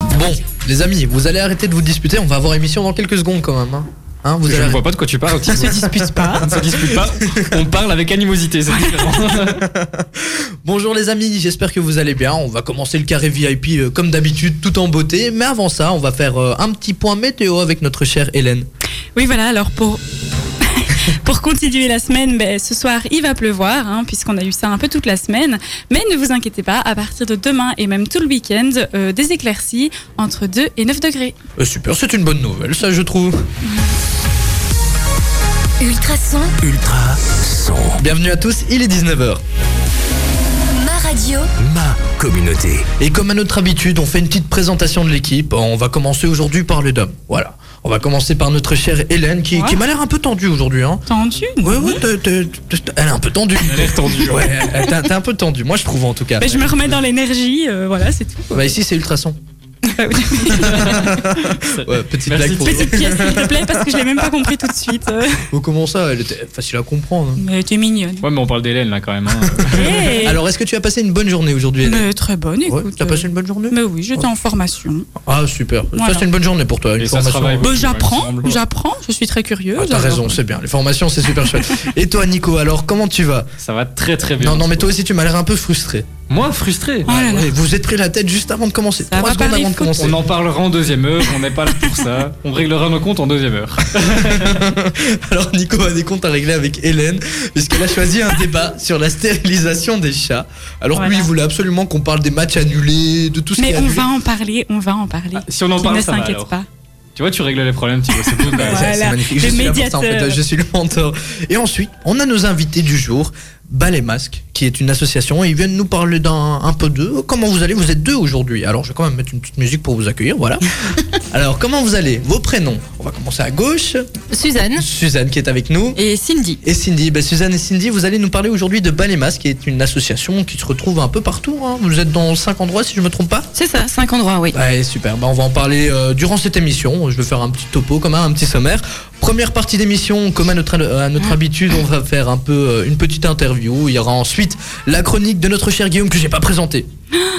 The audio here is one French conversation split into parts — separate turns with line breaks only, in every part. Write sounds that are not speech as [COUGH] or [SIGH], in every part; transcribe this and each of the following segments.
Bon, les amis, vous allez arrêter de vous disputer. On va avoir émission dans quelques secondes quand même. Hein, Hein, vous
Je
allez
ne vois pas de quoi tu parles.
On se dispute pas.
On ne se dispute pas. On parle avec animosité, c'est différent.
[LAUGHS] Bonjour les amis, j'espère que vous allez bien. On va commencer le carré VIP euh, comme d'habitude, tout en beauté. Mais avant ça, on va faire euh, un petit point météo avec notre chère Hélène.
Oui, voilà, alors pour. [LAUGHS] Pour continuer la semaine, ben, ce soir il va pleuvoir, hein, puisqu'on a eu ça un peu toute la semaine. Mais ne vous inquiétez pas, à partir de demain et même tout le week-end, euh, des éclaircies entre 2 et 9 degrés.
Euh, super, c'est une bonne nouvelle, ça je trouve.
Ultrason,
Ultra son.
Bienvenue à tous, il est 19h.
ma radio,
Ma communauté.
Et comme à notre habitude, on fait une petite présentation de l'équipe. On va commencer aujourd'hui par les dames. Voilà. On va commencer par notre chère Hélène qui,
Ouais.
qui m'a l'air un peu tendue aujourd'hui. Hein.
Tendu
Ouais, ouais, t'es- t'es- t'es- elle est un peu tendue.
Elle a l'air tendue.
Ouais, elle- t'es t'es un peu tendue, moi je trouve en tout cas.
Ben, Je me remets dans l'énergie, euh, voilà, c'est tout.
Bah ici c'est ultrason. [LAUGHS] Ouais, petite
Merci.
blague pour
Ah Petite pièce, s'il te plaît, parce que je l'ai même pas compris tout de suite. euh.
Oh, comment ça Elle était facile à comprendre. hein.
[LAUGHS] Mais tu es mignonne.
Ouais, mais on parle d'Hélène là quand même.
[LAUGHS]
hein.
Hey
Alors, est-ce que tu as passé une bonne journée aujourd'hui Hélène
Mais très bonne,
Ouais,
écoute. euh,
T'as passé une bonne journée
Mais oui, j'étais en formation.
Ah, super.
Voilà.
Ça, c'est une bonne journée pour toi. Une
Et ça se
formation.
travaille.
Ah,
beaucoup,
Ben,
il me
j'apprends,
semble.
j'apprends, je suis très curieuse.
T'as
alors.
raison, c'est bien. Les formations, c'est super chouette. Et toi, Nico, alors, comment tu vas
Ça va très très bien.
Non, non, mais toi aussi, tu m'as l'air un peu frustré.
Moi, frustré.
Oh là là.
Ouais, vous êtes pris la tête juste avant de commencer.
Ça
Trois
va
secondes
parler
avant de
foot. [LAUGHS]
commencer.
On en parlera en deuxième heure. On n'est pas là pour ça. On réglera nos comptes en deuxième heure.
Alors, Nico a des comptes à régler avec Hélène, puisqu'elle a choisi un débat sur la stérilisation des chats. Alors, lui,
Voilà.
il voulait absolument qu'on parle des matchs annulés, de tout ce qui
Mais
est
on
annulé.
va en parler, on va en parler.
Ah, Si on en
ne
parle, ça va
s'inquiète
alors.
pas.
Tu vois, tu règles les problèmes, tu vois. C'est beau, quand même.
Ouais, c'est- C'est
Voilà,
magnifique.
le
Je suis là pour ça, en fait.
médiateur.
Je suis le mentor. Et ensuite, on a nos invités du jour, Ballet Masque, qui est une association. Et ils viennent nous parler d'un un peu d'eux. Comment vous allez Vous êtes deux aujourd'hui. Alors, je vais quand même mettre une petite musique pour vous accueillir. Voilà. Alors, comment vous allez Vos prénoms. On va commencer à gauche.
Suzanne
Suzanne qui est avec nous.
et Cindy.
Et Cindy, Ben, Suzanne et Cindy, vous allez nous parler aujourd'hui de Ballet Masque, qui est une association qui se retrouve un peu partout. hein. Vous êtes dans cinq endroits, si je me trompe pas.
C'est ça, cinq endroits, oui.
Ouais, super. Bah, on va en parler euh, durant cette émission. Je vais faire un petit topo, comme un, un petit sommaire. Première partie d'émission, comme à notre, à
Ah.
notre habitude, on va faire un peu euh, une petite interview. Il y aura ensuite la chronique de notre cher Guillaume que j'ai pas
[GASPS]
présenté.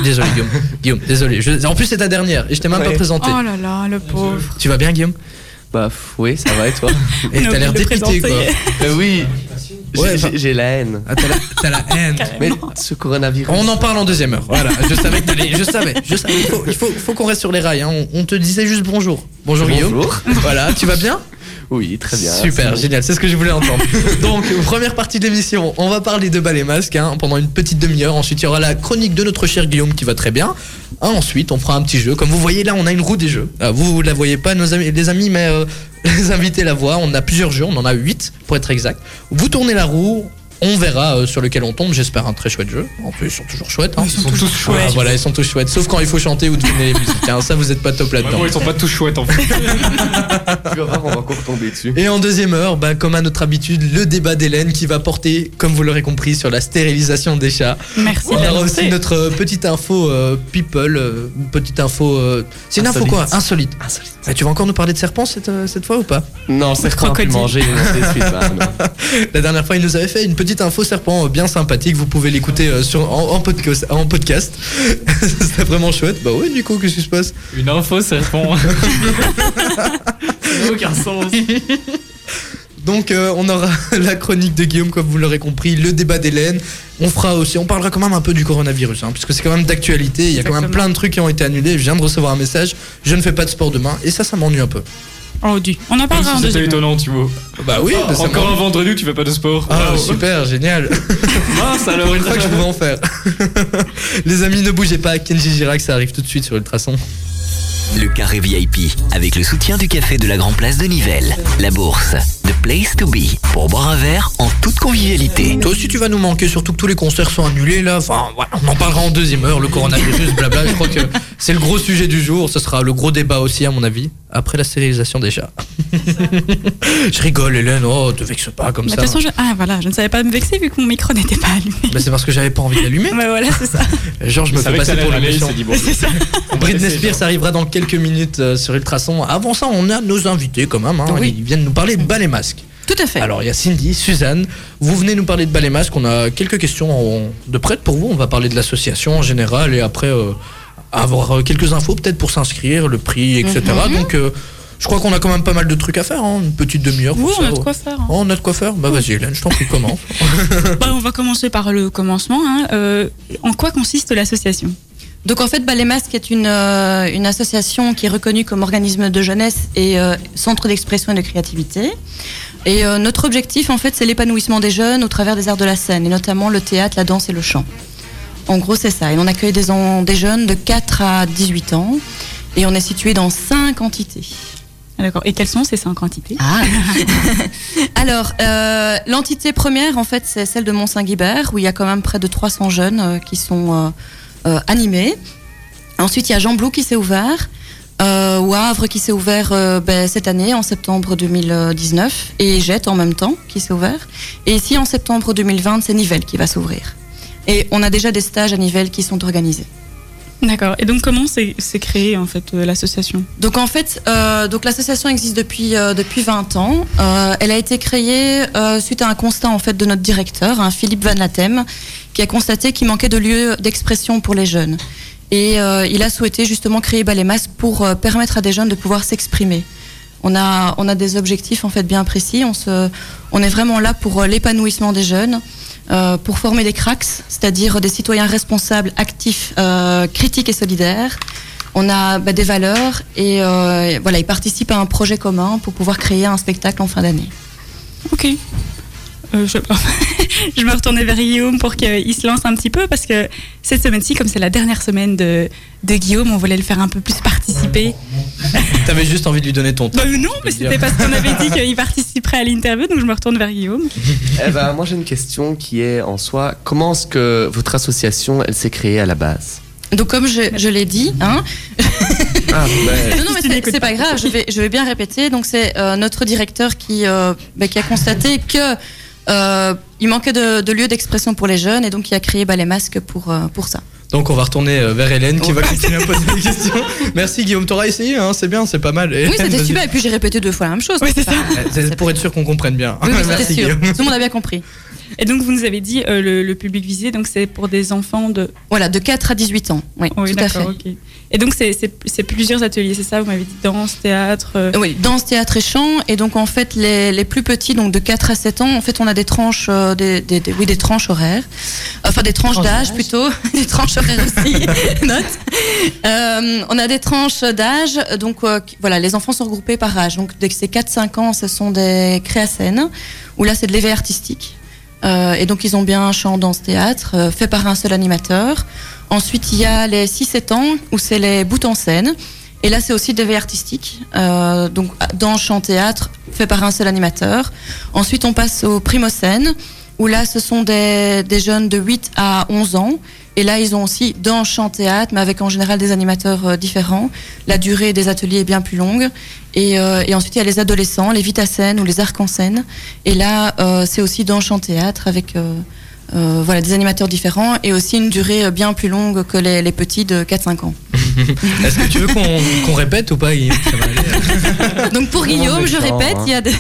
Désolé Guillaume. Guillaume, désolé. Je- en plus c'est ta dernière et je t'ai même pas
Ouais.
présenté.
Oh là là, le pauvre.
Tu vas bien Guillaume
Bah pff, oui, ça va et toi
Et
On a
t'as l'air
oublié de
dépité quoi.
présenter.
[LAUGHS] Bah oui, j'ai-
Ouais,
j'ai j'ai la haine.
Ah, t'as la, t'as la haine.
Mais ce coronavirus.
On en parle en deuxième heure. Voilà. Je savais que t'allais. Je savais. Je savais. Il faut, il faut, faut qu'on reste sur les rails. hein. On, on te disait juste bonjour. Bonjour, Guillaume.
Bonjour.
Voilà. Tu vas bien
Oui, très bien.
Super,
C'est-
génial, c'est ce que je voulais entendre. Donc, première partie de l'émission, on va parler de ballet masque hein, pendant une petite demi-heure. Ensuite, il y aura la chronique de notre cher Guillaume qui va très bien. Hein, ensuite, on fera un petit jeu. Comme vous voyez, là, on a une roue des jeux. Ah, vous, vous la voyez pas, nos amis, les amis, mais euh, [LAUGHS] les invités la voient. On a plusieurs jeux, on en a 8 pour être exact. Vous tournez la roue. On verra euh, sur lequel on tombe, j'espère un très chouette jeu. En plus, ils sont toujours chouettes. hein.
Ils sont tous
Ah,
chouettes.
voilà, ils sont tous chouettes. Sauf quand il faut chanter ou deviner les musiques. hein. Ça, vous êtes pas top là-dedans.
Vraiment, ils sont pas tous
[LAUGHS]
chouettes en fait.
Tu vas voir, on va encore tomber dessus.
Et en deuxième heure, bah, comme à notre habitude, le débat d'Hélène qui va porter, comme vous l'aurez compris, sur la stérilisation des chats.
Merci.
On
de
aura
l'annoncer.
aussi notre euh, petite info euh, people, euh, petite info. euh, c'est une info
Insolite.
quoi Insolite. Et Eh, tu vas encore nous parler de serpent cette, euh, cette fois ou pas
Non, c'est quoi pu
Crocodile.
manger les des suites, bah, non.
[LAUGHS] La dernière fois, il nous avait fait une petite info serpent euh, bien sympathique. Vous pouvez l'écouter euh, sur en, en podcast. En podcast. [LAUGHS] C'était vraiment chouette. Bah ouais, Nico, qu'est-ce qui se passe
Une info, serpent. [LAUGHS] Ça n'a aucun sens.
[LAUGHS] Donc euh, on aura [LAUGHS] la chronique de Guillaume comme vous l'aurez compris, le débat d'Hélène. On fera aussi, on parlera quand même un peu du coronavirus, hein, puisque c'est quand même d'actualité. Il y a quand même
Exactement.
plein de trucs qui ont été annulés. Je viens de recevoir un message, je ne fais pas de sport demain, et ça, ça m'ennuie un peu.
Oh, du. On en parlera en
C'est
deuxième.
étonnant, Thibaut. Ah,
Bah oui, bah, ça
Encore
m'ennuie.
un vendredi où tu fais pas de sport.
Ah
Waouh.
super, génial.
[LAUGHS] Mince alors,
Je
une
crois que je pouvais en faire. [LAUGHS] Les amis, ne bougez pas. Kenji Girac, ça arrive tout de suite sur Ultrason.
Le carré VIP avec le soutien du café de la Grand Place de Nivelles. La bourse. The place to be. Pour boire un verre en toute convivialité.
Toi aussi, tu vas nous manquer, surtout que tous les concerts sont annulés là. Enfin, voilà, on en parlera en deuxième heure. Le coronavirus,
[LAUGHS]
blabla. Je crois que c'est le gros sujet du jour. Ce sera le gros débat aussi, à mon avis, après la stérilisation des chats. [LAUGHS] je rigole, Hélène. Oh, te vexe pas comme
Mais De
ça. hein.
toute façon, je... Ah voilà, je ne savais pas me vexer vu que mon micro [LAUGHS] n'était pas
[LAUGHS]
allumé.
Bah, c'est parce que j'avais pas envie d'allumer.
Bah voilà, c'est
[LAUGHS]
ça.
Genre, je me
Je
fais
savais que ça
passer
allait
pour le
aller, il
méchant.
[LAUGHS]
s'est dit, bon,
C'est ça.
on va
Britney
essayer,
Spears arrivera dans quelques minutes euh, sur Ultrason. Avant ça, on a nos invités quand même. hein.
Oui.
Ils viennent nous parler de ballet masque.
Tout à fait.
Alors il y a Cindy, Suzanne, vous venez nous parler de Ballet Masque, on a quelques questions en- de prête pour vous, on va parler de l'association en général et après, euh, avoir euh, quelques infos peut-être pour s'inscrire, le prix, etc.
Mhm.
Donc euh, je crois qu'on a quand même pas mal de trucs à faire, hein, une petite demi-heure. pour
Oui, on
ça,
a de
ouais.
quoi faire. hein.
Oh, on a de quoi faire Bah vas-y Hélène, je t'en
[LAUGHS]
prie, commence.
Bah, on va commencer par le commencement. hein. Euh, en quoi consiste l'association
Donc en fait, Ballet Masque est une, euh, une association qui est reconnue comme organisme de jeunesse et euh, centre d'expression et de créativité. Et euh, notre objectif, en fait, c'est l'épanouissement des jeunes au travers des arts de la scène, et notamment le théâtre, la danse et le chant. En gros, c'est ça. Et on accueille des, en- des jeunes de 4 à 18 ans, et on est situé dans 5 entités.
Ah, D'accord. Et quelles sont ces cinq entités
Ah Alors, euh, l'entité première, en fait, c'est celle de Mont-Saint-Guibert, où il y a quand même près de 300 jeunes euh, qui sont euh, euh, animés. Ensuite, il y a Jean Blou qui s'est ouvert, euh, ou Havre qui s'est ouvert euh, ben, cette année, en septembre 2019, et Jette en même temps qui s'est ouvert. Et ici, en septembre 2020, c'est Nivelles qui va s'ouvrir. Et on a déjà des stages à Nivelles qui sont organisés.
[LAUGHS] D'accord. Et donc comment s'est s'est créée en fait euh, l'association
Donc en fait, euh, donc l'association existe depuis euh, depuis 20 ans. Euh, elle a été créée euh, suite à un constat en fait de notre directeur, hein, Philippe Van Latem, qui a constaté qu'il manquait de lieux d'expression pour les jeunes. Et euh, il a souhaité justement créer Ballet Masque pour euh, permettre à des jeunes de pouvoir s'exprimer. On a on a des objectifs en fait bien précis. On se on est vraiment là pour euh, l'épanouissement des jeunes. euh, pour former des cracks, c'est-à-dire des citoyens responsables, actifs, euh, critiques et solidaires, on a bah, des valeurs et euh, voilà, ils participent à un projet commun pour pouvoir créer un spectacle en fin d'année.
Ok. Euh, je... [LAUGHS] je me retournais vers Guillaume pour qu'il se lance un petit peu parce que cette semaine-ci, comme c'est la dernière semaine de, de Guillaume, on voulait le faire un peu plus participer.
T'avais juste envie de lui donner ton temps.
Bah, non, mais
peux le
c'était parce qu'on avait
[LAUGHS]
dit qu'il participerait à l'interview, donc je me retourne vers Guillaume.
Eh ben, moi, j'ai une question qui est en soi comment est-ce que votre association, elle s'est créée à la base
Donc comme je, je l'ai dit, hein,
[LAUGHS] Ah, ben.
non, non, mais
Tu
c'est-
n'écoutes
c'est pas grave, je vais, je vais bien répéter. Donc c'est euh, notre directeur qui, euh, bah, qui a constaté que euh, il manquait de, de lieux d'expression pour les jeunes et donc il a créé Ballet Masque pour, euh, pour ça.
Donc on va retourner euh, vers Hélène qui va continuer à poser des questions. Merci Guillaume, t'auras essayé, hein, c'est bien, c'est pas mal.
Oui,
Hélène,
c'était
vas-y.
super et puis j'ai répété deux fois la même chose.
Oui, c'est ça.
Enfin,
C'est pour être sûr qu'on comprenne bien. [LAUGHS]
Oui, oui, c'était
Merci
sûr.
Guillaume.
Tout le monde a bien compris.
Et donc, vous nous avez dit euh, le, le public visé, donc c'est pour des enfants de.
Voilà, de 4 à 18 ans. Oui,
Oui,
tout à fait.
d'accord, ok. Et donc, c'est- c'est c'est plusieurs ateliers, c'est ça Vous m'avez dit danse, théâtre. euh,
Oui, danse, théâtre et chant. Et donc, en fait, les, les plus petits, donc de 4 à 7 ans, en fait, on a des tranches, euh, des, des- des- oui, des tranches horaires. Enfin, des tranches d'âge plutôt. [LAUGHS] des tranches horaires
[LAUGHS]
aussi. Note. Euh, on a des tranches d'âge. Donc, euh, qui- voilà, les enfants sont regroupés par âge. Donc, dès que c'est 4-5 ans, ce sont des créacènes, où là, c'est de l'éveil artistique. Euh, et donc, ils ont bien un chant, danse, théâtre, euh, fait par un seul animateur. Ensuite, il y a les 6-7 ans, où c'est les bouts en scène. Et là, c'est aussi des veilles artistiques, euh, donc dans chant théâtre, fait par un seul animateur. Ensuite, on passe au Primocène, où là, ce sont des, des jeunes de 8 à 11 ans. Et là, ils ont aussi dans chant théâtre, mais avec en général des animateurs euh, différents. La durée des ateliers est bien plus longue. Et, euh, et ensuite, il y a les adolescents, les vitacènes ou les arcs en scène. Et là, euh, c'est aussi dans chant théâtre avec euh, euh, voilà, des animateurs différents et aussi une durée euh, bien plus longue que les, les petits de 4-5 ans.
Est-ce que tu veux qu'on qu'on répète ou pas
[LAUGHS]
Guillaume Ça va aller.
Donc pour
Vraiment
Guillaume, je
méchant,
répète,
hein.
il y a des...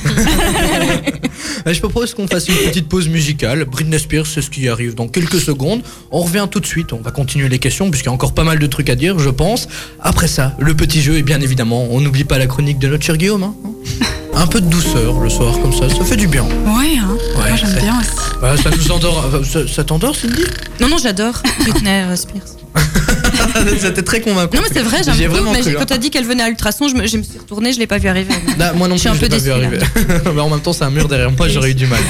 Euh, Je propose qu'on fasse une petite pause musicale. Britney Spears, c'est ce qui arrive dans quelques secondes. On revient tout de suite, on va continuer les questions puisqu'il y a encore pas mal de trucs à dire, je pense. Après ça, le petit jeu et bien évidemment, on n'oublie pas la chronique de notre cher Guillaume.
[LAUGHS]
hein. Un peu de douceur le soir comme ça, ça fait du bien.
Ouais, hein.
Ouais,
moi j'aime
c'est-
bien aussi.
Voilà, ça nous endort. euh, Ça, ça t'endort, Cindy
Non, non, j'adore Britney euh, Spears.
[LAUGHS] C'était très convaincant.
Non, mais c'est vrai,
J'y ai
j'aime
vraiment
beaucoup. Mais
cru,
j'ai-
hein.
quand t'as dit qu'elle venait à Ultrason, je me, je me suis retournée, je l'ai pas vue arriver.
Là, moi non
Je
plus, je
suis un
l'ai
peu
pas vu [LAUGHS] arriver.
déçue,
Mais Bah, en même temps, c'est un mur derrière moi, j'aurais eu du mal.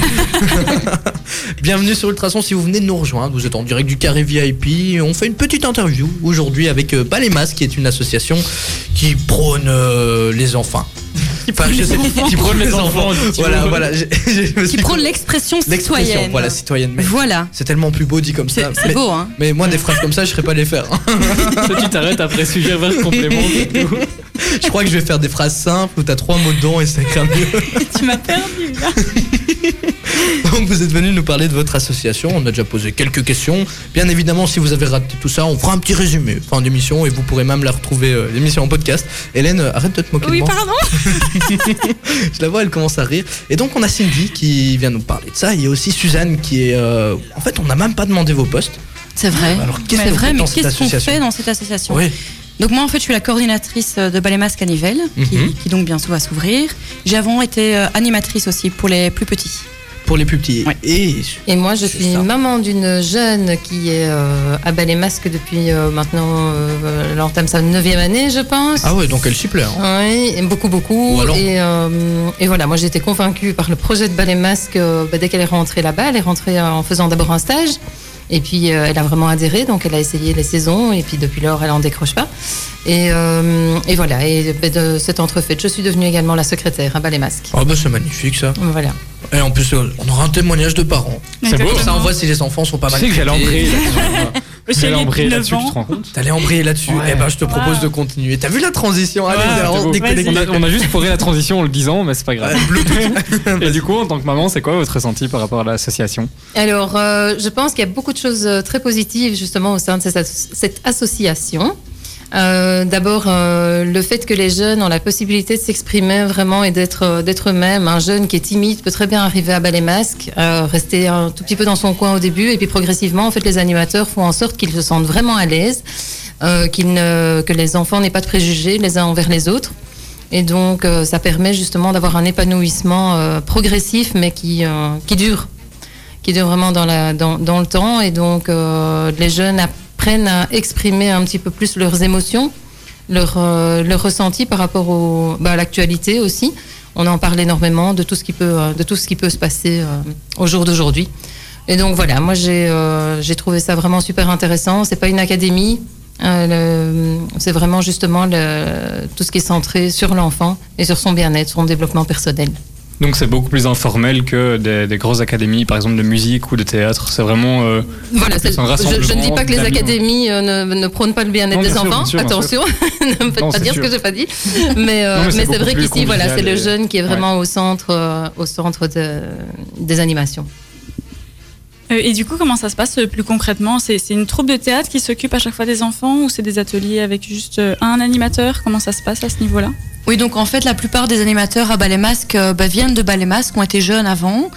[LAUGHS] Bienvenue sur Ultrason. Si vous venez de nous rejoindre, vous êtes en direct du Carré VIP. On fait une petite interview aujourd'hui avec euh, Ballet Masque, qui est une association qui prône euh, les enfants. Enfin, je sais- qui prône les enfants. Voilà, voilà. j'ai- j'ai- je me suis-
Qui prôle l'expression
l'expression,
citoyenne.
Voilà, citoyenne. Mais
Voilà.
c'est tellement plus beau dit comme ça.
C'est c'est
Mais-
beau, hein.
Mais moi, des phrases comme ça, je serais pas les faire.
Toi, tu t'arrêtes après sujet, verbe, complément. c'est tout.
[LAUGHS] Je crois que je vais faire des phrases simples où t'as trois mots dedans et ça crame mieux.
tu m'as perdu là.
Donc vous êtes venu nous parler de votre association, on a déjà posé quelques questions. Bien évidemment, si vous avez raté tout ça, on fera un petit résumé fin d'émission et vous pourrez même la retrouver euh, l'émission en podcast. Hélène, euh, arrête de te moquer
Oui,
de moi.
pardon.
[LAUGHS] Je la vois, elle commence à rire. Et donc on a Cindy qui vient nous parler de ça. Il y a aussi Suzanne qui est... euh, En fait, on n'a même pas demandé vos postes.
C'est vrai.
Alors, qu'est-ce
C'est
qu'on
vrai,
fait
mais
dans cette
qu'est-ce qu'on
association
fait dans cette association
Oui.
Donc moi en fait je suis la coordinatrice euh, de Ballet Masque à Nivelles, qui,
Mhm.
qui donc bientôt va s'ouvrir. J'ai avant été euh, animatrice aussi pour les plus petits.
Pour les plus petits.
Ouais.
Et
Et moi, je
C'est
suis
ça.
maman d'une jeune qui est euh, à Ballet Masque depuis euh, maintenant, euh, elle entame sa neuvième année, je pense.
ah ouais, donc elle chiple. hein.
Oui, et beaucoup, beaucoup.
Ou alors-
Et, euh, et voilà, moi j'étais convaincue par le projet de Ballet Masque euh, bah, dès qu'elle est rentrée là-bas. Elle est rentrée euh, en faisant d'abord un stage. Et puis euh, elle a vraiment adhéré, donc elle a essayé les saisons. Et puis depuis lors, elle en décroche pas. Et, euh, et voilà, et bah, de cette entrefaite, je suis devenue également la secrétaire à Ballet Masque.
Ah bah c'est magnifique ça.
Voilà.
Et en plus, euh, on aura un témoignage de parents.
C'est
Comme ça,
beau.
on
Exactement.
voit si les enfants sont pas
Tu
mal.
sais que j'allais
traités.
embrayer
[LAUGHS]
Chez
J'allais
les
embrayer
9
là-dessus,
ans.
tu te rends compte
T'allais embrayer là-dessus.
Ouais.
Eh ben, je te propose
Wow.
de continuer. T'as vu la transition Allez,
Ouais,
alors,
c'était beau.
déconnecte.
on, a, on a juste foiré la transition en le disant, mais c'est pas grave. [LAUGHS] Et du coup, en tant que maman, c'est quoi votre ressenti par rapport à l'association
Alors, euh, je pense qu'il y a beaucoup de choses euh, très positives justement au sein de cette, asso- cette association. Euh, D'abord, euh, le fait que les jeunes ont la possibilité de s'exprimer vraiment et d'être euh, d'être eux-mêmes. Un jeune qui est timide peut très bien arriver à balai masque, euh, rester un tout petit peu dans son coin au début, et puis progressivement, en fait, les animateurs font en sorte qu'ils se sentent vraiment à l'aise, euh, qu'ils ne- que les enfants n'aient pas de préjugés les uns envers les autres. Et donc, euh, ça permet justement d'avoir un épanouissement euh, progressif, mais qui, euh, qui dure, qui dure vraiment dans, la, dans, dans le temps. Et donc, euh, les jeunes apprennent à exprimer un petit peu plus leurs émotions, leurs euh, leurs ressentis par rapport au, bah, à l'actualité aussi. On en parle énormément de tout ce qui peut, euh, de tout ce qui peut se passer euh, au jour d'aujourd'hui. Et donc voilà, moi j'ai euh, j'ai trouvé ça vraiment super intéressant. C'est pas une académie, euh, le- c'est vraiment justement le, tout ce qui est centré sur l'enfant et sur son bien-être, son développement personnel.
Donc c'est beaucoup plus informel que des, des grosses académies, par exemple de musique ou de théâtre. C'est vraiment. euh,
Voilà,
C'est
c'est-
un
je, je ne dis pas que les
rassemblement
académies euh, ne, ne prônent pas le bien-être
Non,
des
bien sûr,
enfants,
bien sûr, bien
attention, [LAUGHS] ne faites
Non,
pas
c'est
dire
sûr.
ce que j'ai pas dit, mais, euh,
Non, mais
mais
c'est
c'est
beaucoup
vrai
plus
qu'ici, voilà, c'est
convivial
le
et-
jeune qui est vraiment au centre, euh, au centre de- des animations.
Euh, et du coup, comment ça se passe euh, plus concrètement C'est c'est une troupe de théâtre qui s'occupe à chaque fois des enfants ou c'est des ateliers avec juste euh, un animateur Comment ça se passe à ce niveau-là
Oui, donc en fait, la plupart des animateurs à Ballet Masque euh, bah, viennent de Ballet Masque, ont été jeunes avant.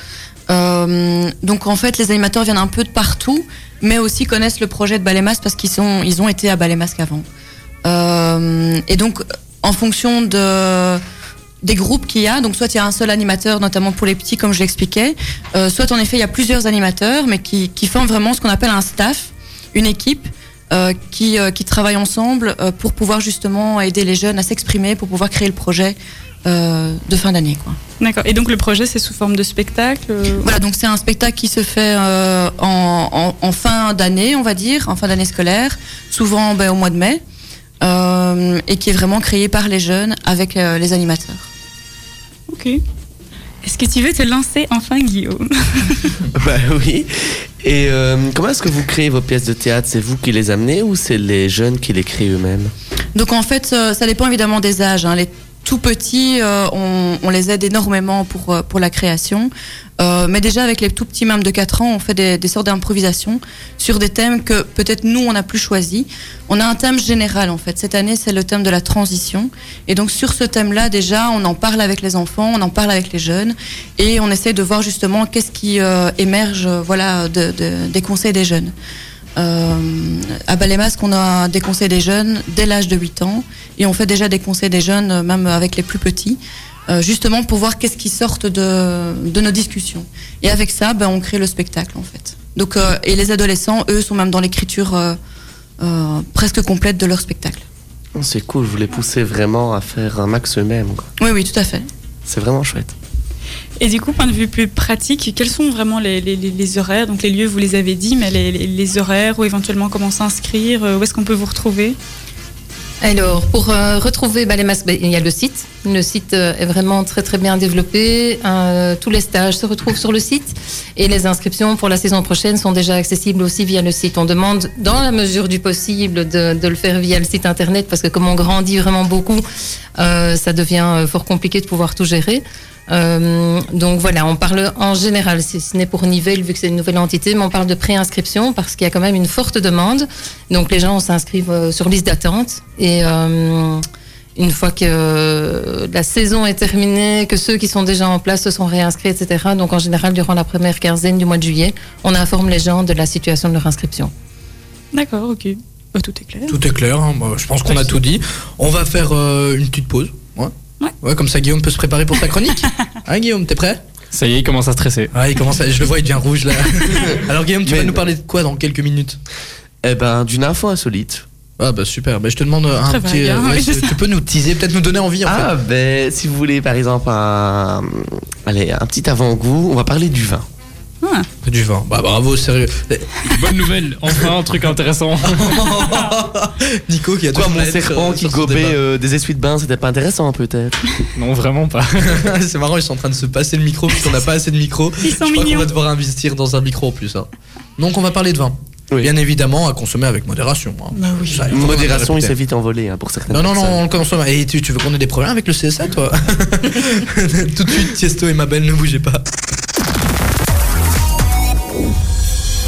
Euh, donc en fait, les animateurs viennent un peu de partout, mais aussi connaissent le projet de Ballet Masque parce qu'ils sont, ils ont été à Ballet Masque avant. Euh, et donc, en fonction de des groupes qu'il y a, donc soit il y a un seul animateur, notamment pour les petits, comme je l'expliquais, euh, soit en effet il y a plusieurs animateurs, mais qui, qui forment vraiment ce qu'on appelle un staff, une équipe euh, qui, euh, qui travaillent ensemble euh, pour pouvoir justement aider les jeunes à s'exprimer, pour pouvoir créer le projet euh, de fin d'année. Quoi.
D'accord. Et donc le projet, c'est sous forme de spectacle euh,
Voilà, donc c'est un spectacle qui se fait euh, en, en- en fin d'année, on va dire, en fin d'année scolaire, souvent ben, au mois de mai, euh, et qui est vraiment créé par les jeunes avec euh, les animateurs.
Ok. Est-ce que tu veux te lancer enfin, Guillaume
[LAUGHS] Bah oui. Et euh, comment est-ce que vous créez vos pièces de théâtre C'est vous qui les amenez ou c'est les jeunes qui les créent eux-mêmes
Donc en fait, euh, ça dépend évidemment des âges. hein. Les tout petits, euh, on, on les aide énormément pour, euh, pour la création. Euh, mais déjà avec les tout petits, même de 4 ans, on fait des, des sortes d'improvisations sur des thèmes que peut-être nous, on n'a plus choisi. On a un thème général en fait. Cette année, c'est le thème de la transition. Et donc sur ce thème-là, déjà, on en parle avec les enfants, on en parle avec les jeunes. Et on essaie de voir justement qu'est-ce qui euh, émerge euh, voilà, de- de- des conseils des jeunes. Euh, à Ballet Masque, on a des conseils des jeunes dès l'âge de 8 ans et on fait déjà des conseils des jeunes, euh, même avec les plus petits, euh, justement pour voir qu'est-ce qui sort de, de nos discussions. Et avec ça, ben, on crée le spectacle en fait. Donc, euh, et les adolescents, eux, sont même dans l'écriture euh, euh, presque complète de leur spectacle.
Oh, C'est cool, vous les poussez vraiment à faire un max eux-mêmes. quoi.
Oui, oui, tout à fait.
C'est vraiment chouette.
Et du coup, point de vue plus pratique, quels sont vraiment les, les- les- les horaires Donc les lieux, vous les avez dit, mais les, les- les horaires ou éventuellement comment s'inscrire euh, Où est-ce qu'on peut vous retrouver
Alors, pour euh, retrouver Ballet Masque, ben, il y a le site. Le site euh, est vraiment très très bien développé. Euh, tous les stages se retrouvent sur le site et les inscriptions pour la saison prochaine sont déjà accessibles aussi via le site. On demande, dans la mesure du possible, de, de le faire via le site internet parce que comme on grandit vraiment beaucoup, euh, ça devient euh, fort compliqué de pouvoir tout gérer. Euh, donc voilà, on parle en général, si ce n'est pour Nivelles vu que c'est une nouvelle entité, mais on parle de préinscription parce qu'il y a quand même une forte demande. Donc les gens s'inscrivent euh, sur liste d'attente et euh, une fois que euh, la saison est terminée, que ceux qui sont déjà en place se sont réinscrits, etc. Donc en général, durant la première quinzaine du mois de juillet, on informe les gens de la situation de leur inscription.
D'accord, ok. Bah, tout est clair.
Tout est clair, hein. Bah, je pense qu'on a tout dit. On va faire euh, une petite pause. Ouais.
Ouais.
comme ça Guillaume peut se préparer pour
[LAUGHS]
sa chronique. hein Guillaume, t'es prêt
Ça y est, il commence à stresser.
Ouais, il commence à- Je le vois, il devient rouge
[LAUGHS]
là. Alors Guillaume, tu
Mais-
vas nous parler de quoi dans quelques minutes
Eh ben, d'une info insolite.
Ah bah super, bah, je te demande euh, un
Très
petit...
vague, hein,
[LAUGHS]
[LAUGHS]
ouais,
mais
tu
c'est ça.
tu peux nous teaser, peut-être nous donner envie en fait.
Ah, ben, si vous voulez, par exemple, un, allez, un petit avant-goût, on va parler du vin.
Ah,
Du vin, bah bravo, sérieux.
Bonne nouvelle, enfin un truc intéressant.
[LAUGHS] Nico qui a
Quoi,
toujours
mon
la tête,
serpent
euh,
qui
sur son
gobait
débat.
euh, des essuies de bain, c'était pas intéressant, peut-être
non, vraiment pas.
[LAUGHS] C'est marrant, ils sont en train de se passer le micro puisqu'on n'a pas assez de micro.
Ils sont
Je crois qu'on
mignons.
va devoir investir dans un micro en plus. hein. Donc on va parler de vin.
Oui.
Bien évidemment, à consommer avec modération. hein. Ça, il faut
Modération, il
qu'on ait
s'est
réputé.
vite envolé hein, pour
[LAUGHS]
certaines
Non, non, non,
personnes.
on le consomme. Et tu, tu veux qu'on ait des problèmes avec le
[LAUGHS]
CSA, toi Tout de suite, Tiesto et ma belle, ne bougez pas.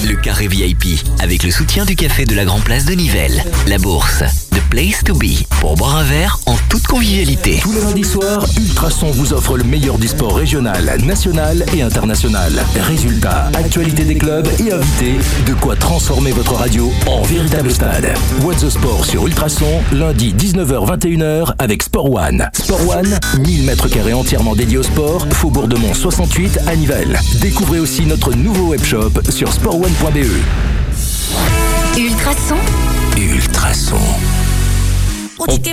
Le carré VIP avec le soutien du café de la Grand Place de Nivelles, la bourse, The Place to Be pour boire un verre en toute convivialité.
Tous les lundis soirs, Ultrason vous offre le meilleur du sport régional, national et international. Résultats, actualité des clubs et invités, de quoi transformer votre radio en véritable stade. What's the Sport sur Ultrason, lundi 19h-21h avec Sport One. Sport One, 1000 mètres carrés entièrement dédiés au sport, Faubourg de Mont 68 à Nivelles. Découvrez aussi notre nouveau webshop sur sportone.be.
Ultrason.
Ultrason.
Oh. Oups. [LAUGHS]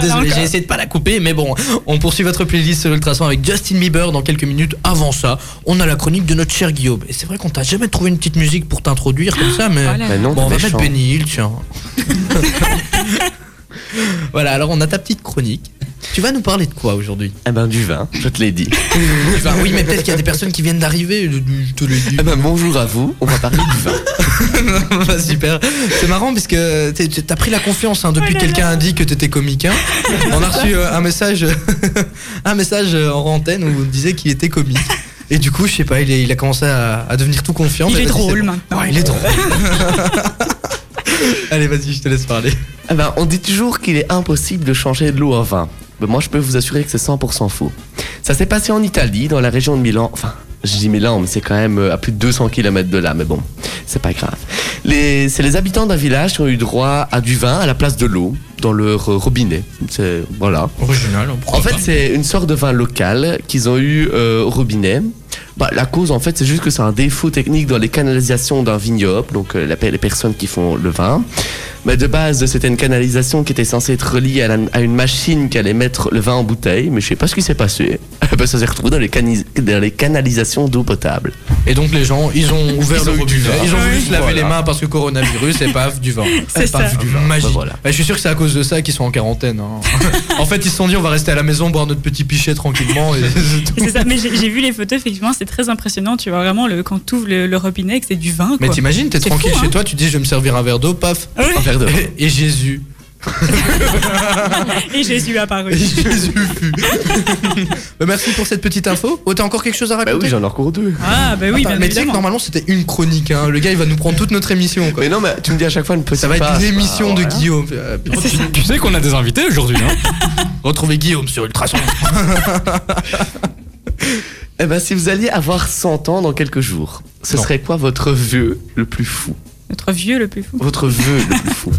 Désolé, j'ai essayé de pas la couper, mais bon, on poursuit votre playlist sur Ultrason avec Justin Bieber dans quelques minutes. Avant ça, on a la chronique de notre cher Guillaume. Et c'est vrai qu'on t'a jamais trouvé une petite musique pour t'introduire comme ça, mais.
voilà.
Mais Bah non,
Bon, on va
t'es méchant.
mettre Benny Hill,
[LAUGHS]
tiens. voilà, alors on a ta petite chronique. Tu vas nous parler de quoi aujourd'hui
Eh ben, du vin, je te l'ai
[LAUGHS]
dit.
Enfin, Oui, mais peut-être qu'il y a des personnes qui viennent d'arriver. je- Je te le dis.
eh ben, bonjour à vous, on va parler du vin.
[LAUGHS] Bah, super. C'est marrant parce que t'es- t'es- t'as pris la confiance hein, depuis
Oh
que quelqu'un a dit que t'étais comique. hein. On a reçu euh, un message, [LAUGHS] un message euh, en antenne où on disait qu'il était comique. Et du coup, je sais pas, il, est- il a commencé à, à devenir tout confiant.
Il
mais
est
vas-y,
drôle
c'est bon.
maintenant.
Ouais, il est drôle. Allez, vas-y, je te laisse parler.
Eh ben, on dit toujours qu'il est impossible de changer de l'eau en vin. Mais moi, je peux vous assurer que c'est 100% faux. Ça s'est passé en Italie, dans la région de Milan. Enfin, je dis Milan, mais c'est quand même euh, à plus de 200 km de là. Mais bon, c'est pas grave. Les- c'est les habitants d'un village qui ont eu droit à du vin à la place de l'eau dans leur euh, robinet. C'est voilà.
Original,
En fait, c'est une sorte de vin local qu'ils ont eu euh, au robinet. Bah, la cause, en fait, c'est juste que c'est un défaut technique dans les canalisations d'un vignoble, donc euh, la- les personnes qui font le vin. Mais de base, c'était une canalisation qui était censée être reliée à, la- à une machine qui allait mettre le vin en bouteille, mais je sais pas ce qui s'est passé. [LAUGHS] Bah, ça s'est retrouvé dans les, canis- dans les canalisations d'eau potable.
Et donc les gens, ils ont ouvert
Ils
le
ont eu
robinet,
du vin.
ils ont voulu se laver
Voilà.
les mains parce que coronavirus et paf du vin.
Ah C'est
Et paf,
ça.
du vin. Magique.
Bah, voilà.
Bah, je suis sûr que c'est à cause de ça qu'ils sont en quarantaine. hein. [LAUGHS] en fait, ils se sont dit on va rester à la maison boire notre petit pichet tranquillement. Et [LAUGHS] c'est tout.
C'est ça, mais j'ai j'ai vu les photos, effectivement, c'est très impressionnant. Tu vois vraiment le, quand tu ouvres le, le robinet, que c'est du vin.
Mais
quoi.
t'imagines, t'es
C'est
tranquille
fou, hein.
chez toi, tu dis je vais me servir un verre d'eau, paf.
Ah ouais.
Un verre d'eau. Et, et Jésus.
Et Jésus apparu.
Et Jésus fut. [LAUGHS] Bah, merci pour cette petite info. Oh, t'as encore quelque chose à
Bah
raconter
oui, j'en ai encore deux.
Ah, bah oui,
Attends,
bien
mais tu sais que
évidemment.
normalement c'était une chronique. hein. Le gars il va nous prendre toute notre émission. Quoi.
Mais non, mais tu me dis à chaque fois une petite
Ça va être
passe,
une
bah,
émission de
voilà.
Guillaume.
Ah,
Euh, putain.
Tu- tu sais qu'on a des invités aujourd'hui, hein
[LAUGHS] Retrouvez Guillaume sur Ultrason.
Eh ben, si vous alliez avoir 100 ans dans quelques jours, ce
Non.
serait quoi votre vœu le plus fou
Notre vieux le plus fou.
Votre vœu le plus
[LAUGHS]
fou.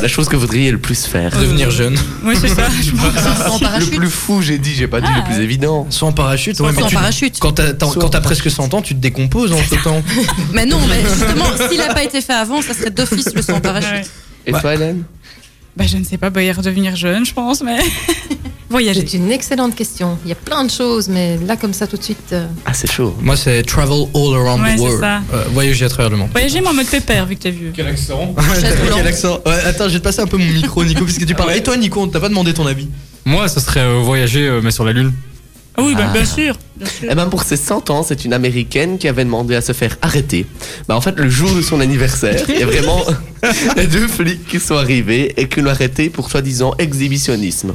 La chose que vous voudriez le plus faire.
Devenir jeune.
Oui, c'est ça. je pense.
Sans parachute.
Le plus fou, j'ai dit, j'ai pas dit le plus évident.
Sans parachute, ouais, mais
sans
tu-
parachute.
Quand t'as t'as-
Sans
quand t'as
parachute.
presque 100 ans, tu te décomposes en ce temps.
Mais non, mais justement, s'il n'a pas été fait avant, ça serait d'office le sans parachute.
Ouais.
Et
Ouais.
toi, Hélène
Bah, je ne sais pas, bah, y redevenir jeune, je pense, mais. [LAUGHS] Voyager.
C'est une excellente question. Il y a plein de choses, mais là, comme ça, tout de suite. euh,
Ah, c'est chaud.
Moi, c'est travel all around
Ouais,
the
c'est
world.
ça.
Euh, voyager à travers le monde.
Voyager, mais en mode pépère, vu que t'es vieux.
Quel accent
Quel accent Ouais, Attends, je vais te passer un peu mon [LAUGHS] micro, Nico, parce que tu parles. Et toi, Nico, on t'a pas demandé ton avis.
Moi, ce serait euh, voyager, euh, mais sur la Lune.
Ah oui, bah, bien sûr. Bien sûr.
Et ben pour ses 100 ans, c'est une américaine qui avait demandé à se faire arrêter. Bah en fait, le jour de son anniversaire, il y
[LAUGHS]
a vraiment il y a deux flics qui sont arrivés et qui l'ont arrêtée pour soi-disant exhibitionnisme.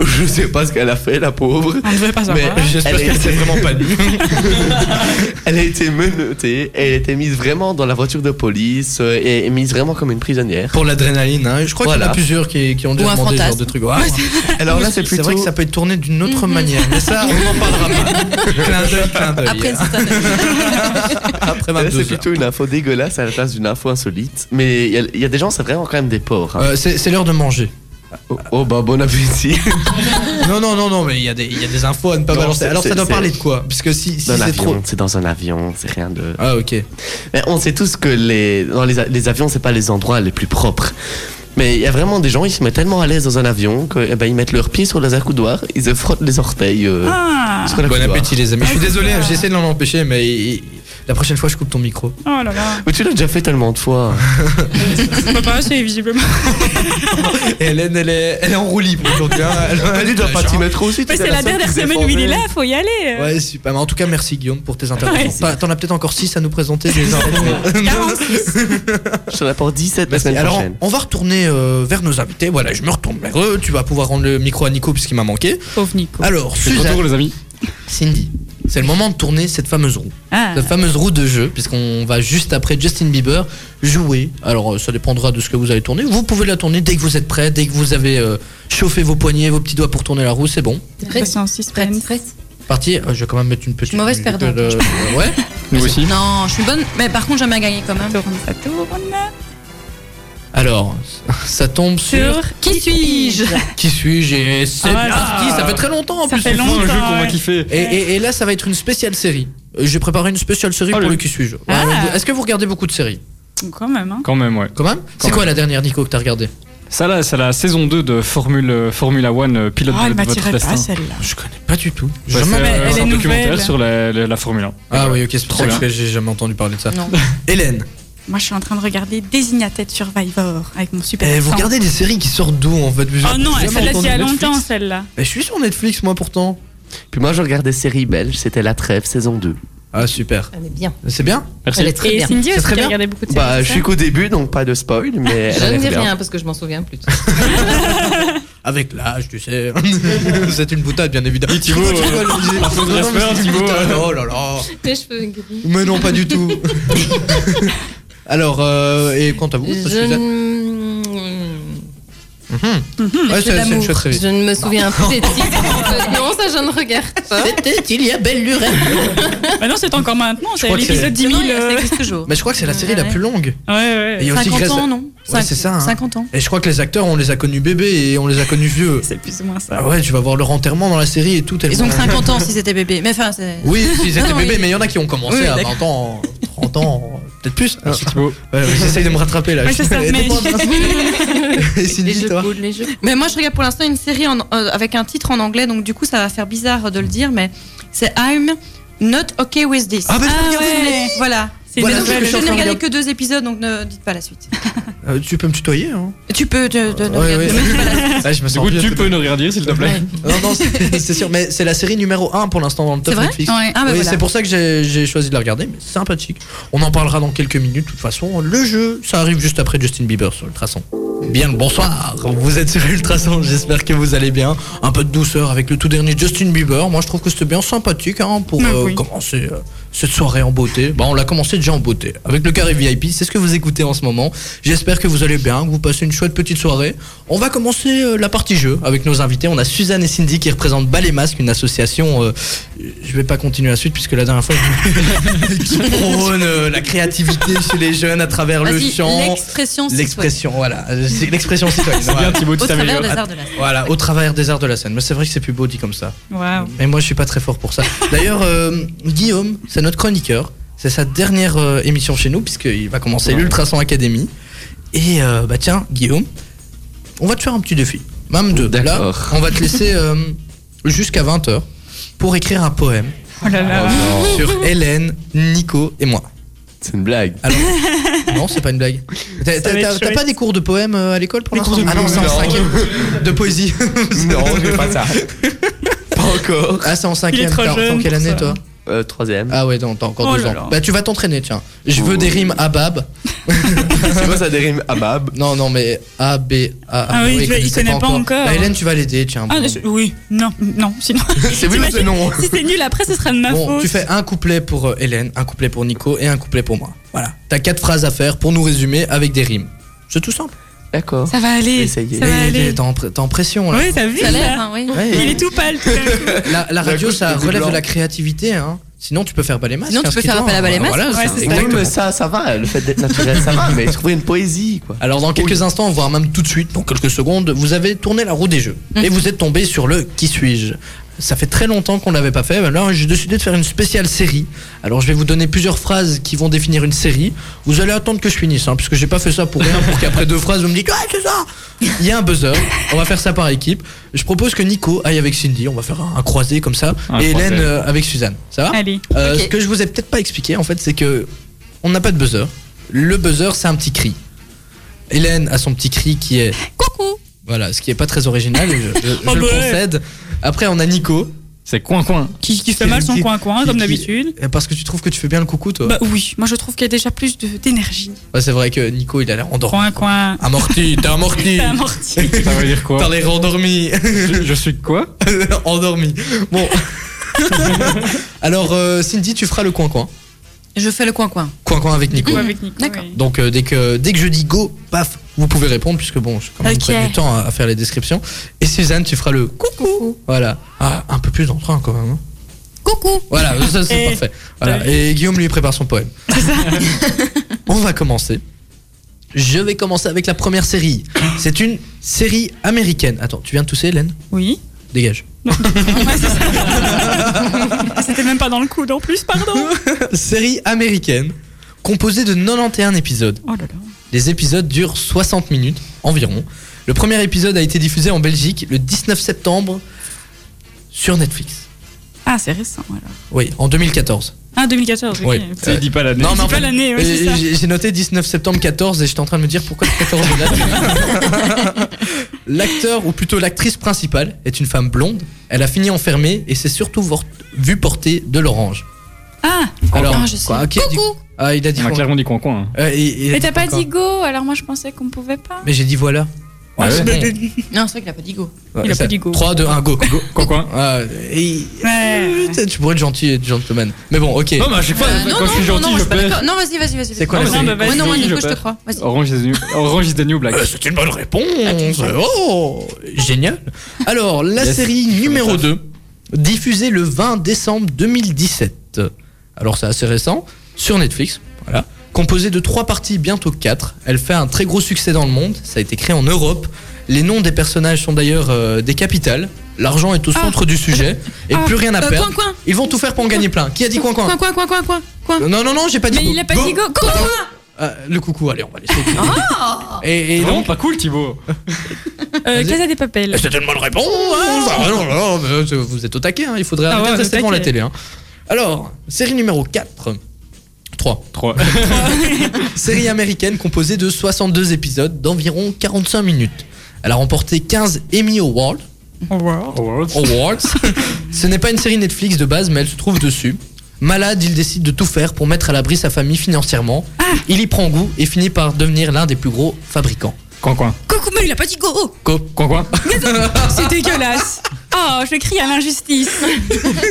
Je sais pas ce qu'elle a fait, la pauvre.
On ne devait pas
Mais
savoir.
J'espère
Elle est-
qu'elle s'est vraiment pas lu.
[LAUGHS] Elle a été menottée et elle a été mise vraiment dans la voiture de police euh, et mise vraiment comme une prisonnière.
Pour l'adrénaline, hein. je crois qu'il y en
Voilà.
a plusieurs qui, qui ont
Ou
déjà
un
demandé ce genre
fantasme.
[LAUGHS]
Mm-hmm.
de trucs. Ouais.
Alors là, c'est plutôt
vrai que ça peut être tourné d'une autre manière, mais ça, on n'en parlera pas. clin d'œil, clin d'œil.
Après une certaine
Après
Là,
22
c'est
heures.
plutôt une info dégueulasse à la place d'une info insolite. Mais il y a- il y, a des gens, c'est vraiment quand même des porcs. hein.
Euh, c'est c'est l'heure de manger.
Oh, oh, bah bon appétit.
[LAUGHS] Non, non, non, non, mais il y, a des- il y a des infos à ne pas
Non,
balancer.
c'est-
Alors ça
c'est-
doit
c'est-
parler de quoi Parce que si, si
Dans
c'est
l'avion,
trop.
c'est dans un avion, c'est rien de.
Ah, ok.
Mais on sait tous que les, dans les, a- les avions, c'est pas les endroits les plus propres. Mais il y a vraiment des gens, ils se mettent tellement à l'aise dans un avion qu'ils ils mettent leurs pieds sur les accoudoirs, ils se frottent les orteils. euh,
Ah,
sur
Bon
l'accoudoir.
appétit, les amis. Je
Ah,
suis désolé, j'essaie de l'en empêcher, mais il- la prochaine fois, je coupe ton micro.
oh là là.
Mais tu l'as déjà fait tellement de
[LAUGHS]
fois.
Papa, c'est visiblement.
[LAUGHS] Et Hélène, elle est, elle est en roulis pour aujourd'hui. hein. Elle,
Elle doit pas t'y mettre aussi.
Mais c'est la dernière semaine où il est là, faut y aller.
Ouais, super. Mais en tout cas, merci Guillaume pour tes interventions.
Ouais.
Pas- T'en as peut-être encore 6 à nous présenter des infos.
46.
Je t'en apporte 17 la
Merci.
semaine
Alors,
prochaine.
on va retourner euh, vers nos invités. Voilà, je me retourne vers eux. Tu vas pouvoir rendre le micro à Nico puisqu'il m'a manqué.
Pauvre Nico.
Alors,
C'est de
Suzanne,
retour, les amis.
Cindy, c'est le moment de tourner cette fameuse roue.
Ah.
La fameuse roue de jeu, puisqu'on va juste après Justin Bieber jouer. Alors, euh, ça dépendra de ce que vous allez tourner. Vous pouvez la tourner dès que vous êtes prêt, dès que vous avez euh, chauffé vos poignets, vos petits doigts pour tourner la roue, c'est bon.
Patience, suspense.
Parti, euh, je vais quand même mettre une petite.
Je suis mauvaise
musique
perdante.
de- Ouais.
[LAUGHS] Nous aussi.
Non, je suis bonne, mais par contre, jamais gagné quand même.
Tourne, ça tourne.
Alors, ça tombe sur.
Sur qui suis-je [LAUGHS]
Qui suis-je Et c'est
Ah,
parti, ça fait très longtemps en
Ça
plus.
fait
Moi, un jeu
longtemps,
qu'on va
ouais.
kiffer.
Et, et- et là, ça va être une spéciale série. Euh, J'ai préparé une spéciale série
Allez.
pour le qui suis-je. Ouais,
Ah.
vous- Est-ce que vous regardez beaucoup de séries
Quand même, hein.
Quand même, ouais.
Quand même C'est quoi la dernière, Nico, que t'as regardé
Ça, là, c'est la saison 2 de Formule, euh, Formula One, euh, pilote
Oh,
de,
elle
de votre
m'attirait pas
destin.
celle-là.
Je connais pas du tout.
Ouais,
Jamais.
c'est,
Mais
euh,
elle
c'est un
est
documentaire
nouvelle.
sur la, la- la Formule 1.
Ah oui, ok, c'est pour
Trop
ça
bien.
que j'ai jamais entendu parler de ça.
Non.
Hélène,
Moi, je suis en train de regarder Désignatête Survivor avec mon super.
eh, vous
accent.
regardez des séries qui sortent d'où en fait
Oh non,
J'ai jamais
celle-là, c'est il y a
entendu
longtemps,
Netflix.
celle-là.
Mais je suis sur Netflix moi pourtant.
Puis moi, je regarde des séries belges, c'était La Trêve, saison 2.
Ah super.
Elle est bien.
C'est bien
Merci.
Elle est très
Et
bien.
Cindy
C'est
aussi qui
très
a
bien.
regardé beaucoup de
Bah,
séries,
je
ça.
suis qu'au début, donc pas de spoil, mais elle
Je
a
ne
l'air
dis
bien.
rien parce que je m'en souviens plus.
Avec l'âge, tu sais. [LAUGHS] c'est une boutade bien évidemment.
Thibaut,
Tu rigoles,
euh,
Olivier.
la faute de
Non, non, mais
Jasper,
c'est une
Thibaut,
boutade.
euh.
Oh là là.
Les cheveux gris.
Mais non, pas du tout. Alors, euh, et quant à vous,
Je
Suzanne
ne...
Mhm. Hmm. Ouais,
c'est
c'est c'est une chouette série.
Je ne me souviens plus des titres. en fait. Non, ça je ne regarde pas.
C'était il y a belle lurette.
Bah non, c'est encore maintenant, c'est
crois que c'est-
l'épisode 10 000.
Ça
euh,
existe toujours.
Mais je crois que c'est la série la
Ouais.
plus longue.
Ouais, ouais.
Et il y a aussi
50
Grey's-
ans, non
Ouais, c'est ça, hein.
50 ans.
Et je crois que les acteurs, on les a connus bébés et on les a connus vieux.
[LAUGHS] C'est plus ou moins ça.
Ah ouais, tu vas voir leur enterrement dans la série et tout.
Ils
tellement-
ont 50 ans si c'était bébé. Mais enfin, c'est.
Oui, ils étaient
Non,
bébés,
oui.
mais il y en a qui ont commencé
Oui,
à
d'accord.
20 ans, 30 ans, peut-être plus.
Merci Thibaut.
Ouais, ouais, J'essaye de me rattraper là.
Ouais, c'est ça,
Et
[LAUGHS]
mais-
toi, Vincent Et
Les
Cindy,
jeux
toi
cool, les jeux.
Mais moi, je regarde pour l'instant une série en- euh, avec un titre en anglais, donc du coup, ça va faire bizarre de le dire, mais c'est I'm not okay with this.
Ah, bah,
Ah
Je
ouais.
n'ai- Voilà.
C'est
Voilà,
Mais donc,
c'est ce que
je
je suis en
n'ai
train de
regardé
regarder.
que deux épisodes, donc ne dites pas la suite.
Euh, Tu peux me tutoyer hein
Tu peux. te- te- ne
[LAUGHS] Ouais,
regarde-
ouais.
ne me dis pas la suite.
Ah, je me
Du
sens
coup,
vieux,
tu
tout
peux nous redire, s'il te plaît.
Non, non, c'est c'est sûr, mais c'est la série numéro 1 pour l'instant dans le top
C'est vrai
Netflix.
Ouais. Ah, bah
oui,
voilà.
c'est pour ça que j'ai j'ai choisi de la regarder, mais c'est sympathique. On en parlera dans quelques minutes. De toute façon, le jeu, ça arrive juste après Justin Bieber sur Ultrason. Bien le bonsoir, vous êtes sur Ultrason, j'espère que vous allez bien. Un peu de douceur avec le tout dernier Justin Bieber. Moi, je trouve que c'était bien sympathique hein, pour
Mm,
Mais
euh,
oui.
commencer euh, cette soirée en beauté. Bah, on l'a commencé déjà en beauté. Avec le carré VIP, c'est ce que vous écoutez en ce moment. J'espère que vous allez bien, que vous passez une chouette petite soirée. On va commencer euh, la partie jeu avec nos invités. On a Suzanne et Cindy qui représentent Ballet Masque, une association. euh, je vais pas continuer la suite puisque la dernière fois [LAUGHS] qui prône euh, la créativité chez les jeunes à travers le
Vas-y,
chant,
L'expression sexuelle.
l'expression. Voilà, Euh, c'est l'expression citoyenne.
Bien
Voilà.
Thibaut, tu
Au travers des
t'améliores.
arts de la
Voilà, au travers des arts de la scène. Mais c'est vrai que c'est plus beau dit comme ça.
Waouh.
Mais moi, je suis pas très fort pour ça. D'ailleurs, euh, Guillaume, c'est notre chroniqueur. C'est sa dernière euh, émission chez nous, puisqu'il va commencer l'Ultrason Academy. Et euh, bah tiens, Guillaume, on va te faire un petit défi. Même deux. Là,
D'accord.
on va te laisser euh, jusqu'à 20h pour écrire un poème
Oh là là.
sur Hélène, Nico et moi.
C'est une blague.
Alors,
[LAUGHS]
non, c'est pas une blague. T'as-
va
T'as
être
t'as- t'as
chouette.
pas des cours de poème euh, à l'école pour
Des
l'instant
cours de
Ah non, c'est en
poème, non.
[LAUGHS]
cinquième. De [LAUGHS] poésie.
Non, je fais pas ça. [LAUGHS] Pas encore.
Ah, c'est en cinquième.
trop
T'es en- t'es en
jeune
quelle
pour
année,
ça.
toi
Euh, troisième.
Ah ouais, non, t'as encore
Oh
deux
là
ans.
là.
[LAUGHS] Bah tu vas t'entraîner, tiens. Je veux des rimes abab.
C'est quoi ça dérime Abab
Non, non, mais A, B, A.
Ah oui, il
connaissait
connaît pas encore.
Bah, Hélène, tu vas l'aider, tiens.
Ah,
bon.
je- oui, non, non, sinon.
[LAUGHS]
[LAUGHS]
C'est oui ou c'est non
si c'est nul, après, ce sera de ma
Bon,
faute.
tu fais un couplet pour euh, Hélène, un couplet pour Nico et un couplet pour moi. Voilà. T'as quatre phrases à faire pour nous résumer avec des rimes. C'est tout simple.
D'accord.
Ça va aller. Ça
essayer.
va
Mais
Il est
aller.
t'es en, pr- t'es en pression là.
Oui, t'as vu
Ça a l'air,
ça
hein, oui.
Ouais,
Il est tout pâle. tout d'un coup.
[LAUGHS] La, la radio,
couche
ça
de
relève
blanc.
de la créativité. Hein. Sinon, tu peux faire balai masque.
Sinon, tu peux faire
inscris-toi,
appel à
hein.
Balai Masque.
Voilà,
Ouais,
c'est-
c'est ça.
Oui, mais ça, ça va. Le fait d'être
[LAUGHS]
naturel, ça va. Mais je trouvais une poésie, quoi.
Alors, dans quelques instants, voire même tout de suite, dans quelques secondes, vous avez tourné la roue des jeux. Et vous êtes tombé sur le qui suis-je. Ça fait très longtemps qu'on ne l'avait pas fait. Alors, j'ai décidé de faire une spéciale série. Alors, je vais vous donner plusieurs phrases qui vont définir une série. Vous allez attendre que je finisse, hein, puisque j'ai pas fait ça pour rien, pour qu'après deux phrases, vous me dites Ouais, c'est ça Il y a un buzzer. On va faire ça par équipe. Je propose que Nico aille avec Cindy. On va faire un, un croisé comme ça.
Un
et
croisé.
Hélène euh, avec Suzanne. Ça va
Allez.
Euh,
Ok.
Ce que je vous ai peut-être pas expliqué, en fait, c'est que on n'a pas de buzzer. Le buzzer, c'est un petit cri. Hélène a son petit cri qui est
Coucou.
voilà, ce qui est pas très original.
[LAUGHS]
Je, je- je
Ah
le
bah ouais.
concède. Après, on a Nico
C'est coin-coin.
Qui, qui fait mal son
Qui-
coin-coin,
qui-
comme
qui-
d'habitude.
Et parce que tu trouves que tu fais bien le coucou, toi.
Bah oui, moi je trouve qu'il y a déjà plus de- d'énergie.
Ouais, c'est vrai que Nico, il a l'air endormi.
Coin-coin.
Amorti, t'es
[LAUGHS]
amorti.
T'es amorti.
[LAUGHS] Ça veut dire
T'as
quoi
l'air endormi.
je, je suis quoi
[LAUGHS] endormi. Bon. Alors, euh, Cindy, tu feras le coin-coin.
Je fais le coin-coin.
Coin-coin avec Nico.
Ou avec Nico.
D'accord.
oui.
Donc euh, dès que dès que je dis go, paf, vous pouvez répondre puisque bon, je quand même
Ok.
prenne du temps à, à faire les descriptions. Et Suzanne, tu feras le coucou. Voilà, Ah, un peu plus d'entrain quand même. hein.
Coucou
Voilà, ça c'est
Et-
parfait. Voilà. Et Guillaume lui prépare son poème. [LAUGHS] On va commencer. Je vais commencer avec la première série. C'est une série américaine. Attends, tu viens de tousser, Hélène
Oui.
Dégage.
[LAUGHS] Ouais, c'est ça. C'était même pas dans le coude en plus, pardon.
[LAUGHS] série américaine composée de 91 épisodes.
Oh là là.
Les épisodes durent 60 minutes environ. Le premier épisode a été diffusé en Belgique le 19 septembre sur Netflix.
Ah, c'est récent, voilà.
Oui, en 2014.
Ah, 2014, ok.
Oui. Euh,
Tu sais, dis pas l'année.
Non, mais
C'est
en
pas
fait,
l'année,
euh,
ouais, c'est ça.
j'ai j'ai noté 19 septembre 14 et j'étais en train de me dire pourquoi le 14 de
[LAUGHS]
date. L'acteur ou plutôt l'actrice principale est une femme blonde. Elle a fini enfermée et s'est surtout vor- vue porter de l'orange.
Ah,
Alors,
Ah, je sais.
quoi, qui a dit- ah, il a dit
On a
quoi
clairement dit hein. coin-coin.
Euh, il- il a
mais t'as pas
quoi
dit go, alors moi je pensais qu'on pouvait pas.
Mais j'ai dit voilà.
Ah ouais
c'est bon.
Non, c'est vrai qu'il a pas dit go.
il a
Ça-
pas dit go.
3, 2, 1, go.
Go- Coin-coin.
Ah, et-
Ouais.
Putain, Tu pourrais être gentil et être gentleman. Mais bon, ok.
Non, mais à chaque fois,
Euh, non,
quand je suis
non,
gentil,
non,
je
suis pas
perds.
d'accord. Non, vas-y, vas-y, vas-y.
C'est quoi la
Non,
série
bah,
mais vas-y,
Ouais, non, moi,
vas-y,
Nico, je
perds.
te crois. Vas-y.
Orange is the new, Orange is the new black.
Euh, C'est une bonne réponse. Oh, génial. Alors, la
Yes.
série numéro 2, diffusée le 20 décembre 2017. Alors, c'est assez récent, sur Netflix. Voilà. Composée de trois parties, bientôt quatre. Elle fait un très gros succès dans le monde. Ça a été créé en Europe. Les noms des personnages sont d'ailleurs euh, des capitales. L'argent est au
Ah.
centre du sujet. Et
Ah.
plus rien à
Euh,
perdre.
Coin-coin
Ils vont tout faire pour en gagner plein. Qui a dit coin coin
Coin-coin, coin-coin, coin coin.
Non, non, non, j'ai pas dit
Mais
go.
il a pas
Go.
dit go. Go,
Ah, le coucou, allez, on va laisser. et, et
Et non,
donc,
Ah pas cool, Thibaut.
Euh,
Vas-y.
Casa des Papels.
c'est une bonne réponse. Ah, non, non, non, mais c'est- vous êtes au taquet, hein, il faudrait
Ah
arrêter
ouais,
de rester
au
devant la
taquet.
télé. hein. Alors, série numéro 4. 3.
3.
[LAUGHS] Série américaine composée de 62 épisodes d'environ 45 minutes. Elle a remporté 15 Emmy Awards. Awards. Ce n'est pas une série Netflix de base, mais elle se trouve dessus. Malade, il décide de tout faire pour mettre à l'abri sa famille financièrement.
Ah.
Il y prend goût et finit par devenir l'un des plus gros fabricants.
Coin-coin.
Coucou, mais il a pas dit go
Coin-coin.
Oh, C'est dégueulasse. Oh, je crie à l'injustice.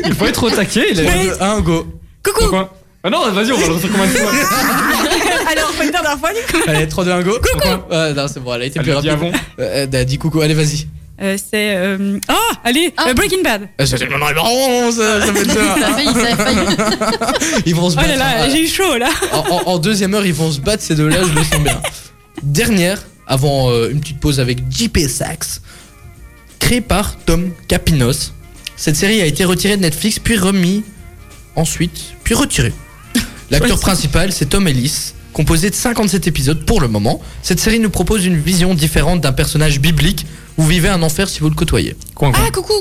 Il faut être au taquet, il est.
Deux, un go.
Coucou.
Coin-coin. Ah non, vas-y, on va le refaire combien de fois
[LAUGHS] Alors, faut une dernière fois, Nico.
Allez, 3, 2, 1, go. Coucou. non, c'est bon, elle a été
Elle
plus
l'a dit
rapide.
avant.
Euh, euh, dis coucou, allez, vas-y.
Euh, c'est. euh, Oh, allez,
Ah.
euh, Breaking Bad.
Euh, C'est une bonne réponse, euh, ça fait
Ça
deux.
a failli, ça a failli.
[LAUGHS] Ils vont se
Oh
battre.
là là,
hein.
j'ai eu chaud là.
[LAUGHS] en, en- en deuxième heure, ils vont se battre, ces deux-là, je le sens bien. Dernière, avant euh, une petite pause avec JP Sachs, créée par Tom Capinos. Cette série a été retirée de Netflix, puis remis ensuite,
[LAUGHS]
puis retirée. L'acteur principal, c'est Tom Ellis, composé de 57 épisodes pour le moment. Cette série nous propose une vision différente d'un personnage biblique. Vous vivez un enfer si vous le côtoyez.
Coin-coin.
Ah, coucou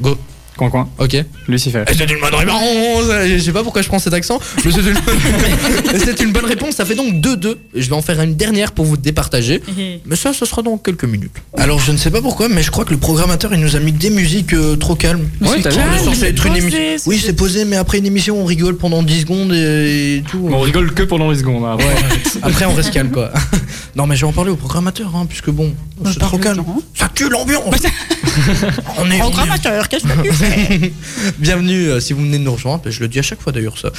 Go,
Coin-coin.
ok Eh,
Lucifer.
c'est une bonne réponse Oh, Je sais pas pourquoi je prends cet accent, mais c'est [LAUGHS] une... c'est une bonne réponse. Ça fait donc 2-2. Je vais en faire une dernière pour vous départager. Mais ça, ce sera dans quelques minutes. Alors, je ne sais pas pourquoi, mais je crois que le programmateur, il nous a mis des musiques euh, trop calmes.
Ouais, t'as vu,
calme,
c'est
censé être une
posé,
émission.
c'est
Oui, c'est posé, mais après une émission, on rigole pendant 10 secondes et, et tout.
On rigole que pendant les secondes. hein.
Ouais. Après, on reste calme, quoi. [LAUGHS] Non, mais je vais en parler au programmateur, hein, puisque bon, c'est trop calme. Ça tue
[LAUGHS]
l'ambiance. on est
Programmateur, qu'est-ce que tu
[LAUGHS] Bienvenue euh, si vous venez de nous rejoindre, je le dis à chaque fois d'ailleurs ça.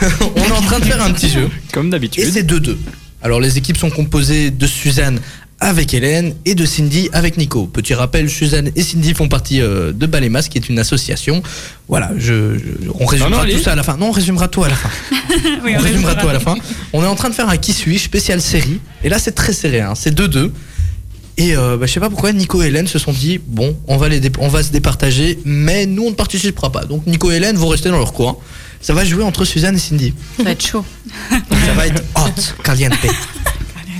[LAUGHS] On est en train de faire un petit jeu
Comme
et
d'habitude.
c'est 2-2. Alors les équipes sont composées de Suzanne avec Hélène et de Cindy avec Nico. Petit rappel, Suzanne et Cindy font partie euh, de Balémas, qui est une association. Voilà, je, je- on résumera
non,
tout
allez.
ça à la fin. Non, on résumera tout à la fin.
Oui,
on
on
résumera
résumera.
tout à la fin. On est en train de faire un qui suis spécial série. Et là, c'est très serré. hein. C'est 2-2. Et euh, bah, je sais pas pourquoi Nico et Hélène se sont dit bon, on va, les dé- on va se départager, mais nous, on ne participera pas. Donc Nico et Hélène vont rester dans leur coin. Ça va jouer entre Suzanne et Cindy.
Ça va être chaud.
Ça va être hot, caliente.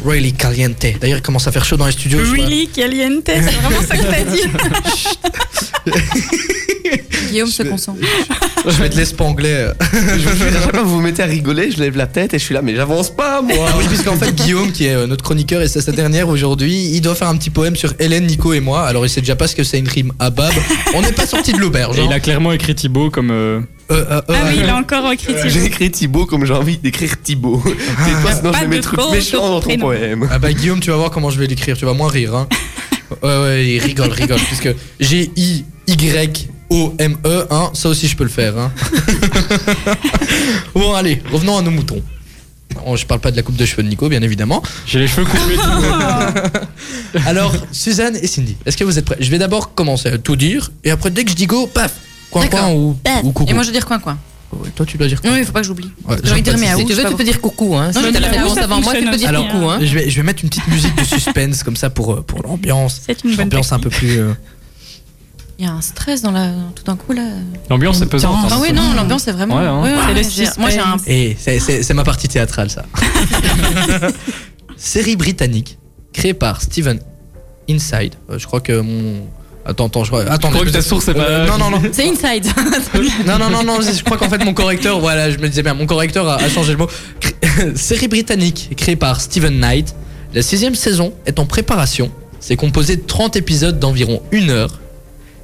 Really caliente. D'ailleurs, il commence à faire chaud dans les studios. je crois.
Really caliente, c'est vraiment ça que t'as dit.
[LAUGHS] Guillaume se concentre.
[LAUGHS] Je vais te laisser pas anglais.
Je vous jure, à chaque fois que vous vous mettez à rigoler, je lève la tête et je suis là, mais j'avance pas, moi.
Ah oui, puisqu'en fait, Guillaume, qui est euh, notre chroniqueur et c'est sa dernière aujourd'hui, il doit faire un petit poème sur Hélène, Nico et moi. Alors, il sait déjà pas ce que c'est une rime abab. On n'est pas sorti de l'auberge.
Et
hein.
il a clairement écrit Thibaut comme. euh,
Euh, euh, euh,
Ah oui,
euh,
il est encore
J'ai
critique.
écrit Thibaut comme j'ai envie d'écrire Thibaut. Et toi, sinon,
Pas
je vais
de
mettre trucs
faux
méchants dans ton
prénom.
poème.
Ah bah, Guillaume, tu vas voir comment je vais l'écrire. Tu vas moins
[LAUGHS]
rire. Hein. Ouais, ouais, il rigole, rigole. Puisque G-I-Y-O-M-E, hein, ça aussi, je peux le faire.
[LAUGHS]
hein. bon, allez, revenons à nos moutons. Oh, Je parle pas de la coupe de cheveux de Nico, bien évidemment.
J'ai les cheveux coupés. Thibaut.
[LAUGHS] Alors, Suzanne et Cindy, est-ce que vous êtes prêts Je vais d'abord commencer à tout dire, et après, dès que je dis go, paf Coin,
D'accord.
coin ou, ou coucou.
Et moi, je veux dire coin-coin.
Ouais, toi, tu dois dire
Non,
coin.
il faut pas que j'oublie.
Ouais,
J'ai envie de dire mais à
Si
où
tu veux, tu peux dire coucou. Hein.
Non,
Si
mais
t'as la
mais
réponse
ça
avant moi, tu
fonctionne
peux dire
aussi,
coucou.
hein.
Hein.
Je vais, je vais mettre une petite musique de suspense, comme ça, pour, euh, pour l'ambiance.
C'est une bonne
L'ambiance un peu plus. euh,
Il y a un stress dans la... tout d'un coup là.
L'ambiance est pesante.
Ah oui, non, l'ambiance est vraiment.
Ouais, hein.
Ouais, ouais,
C'est le
j'ai- Moi, j'ai un.
Et Eh, c'est- c'est c'est ma partie théâtrale,
[LAUGHS]
ça. Série britannique créée par Steven Inside. Euh, je crois que mon. Attends, attends, je crois. Attends,
crois que ta source est pas-
Non, non, non.
C'est inside.
[LAUGHS] Non, non, non, non, je crois qu'en fait mon correcteur, voilà, je me disais bien, mon correcteur a, a changé le mot. Cré- [LAUGHS] Série britannique créée par Stephen Knight. La sixième saison est en préparation. C'est composé de 30 épisodes d'environ une heure.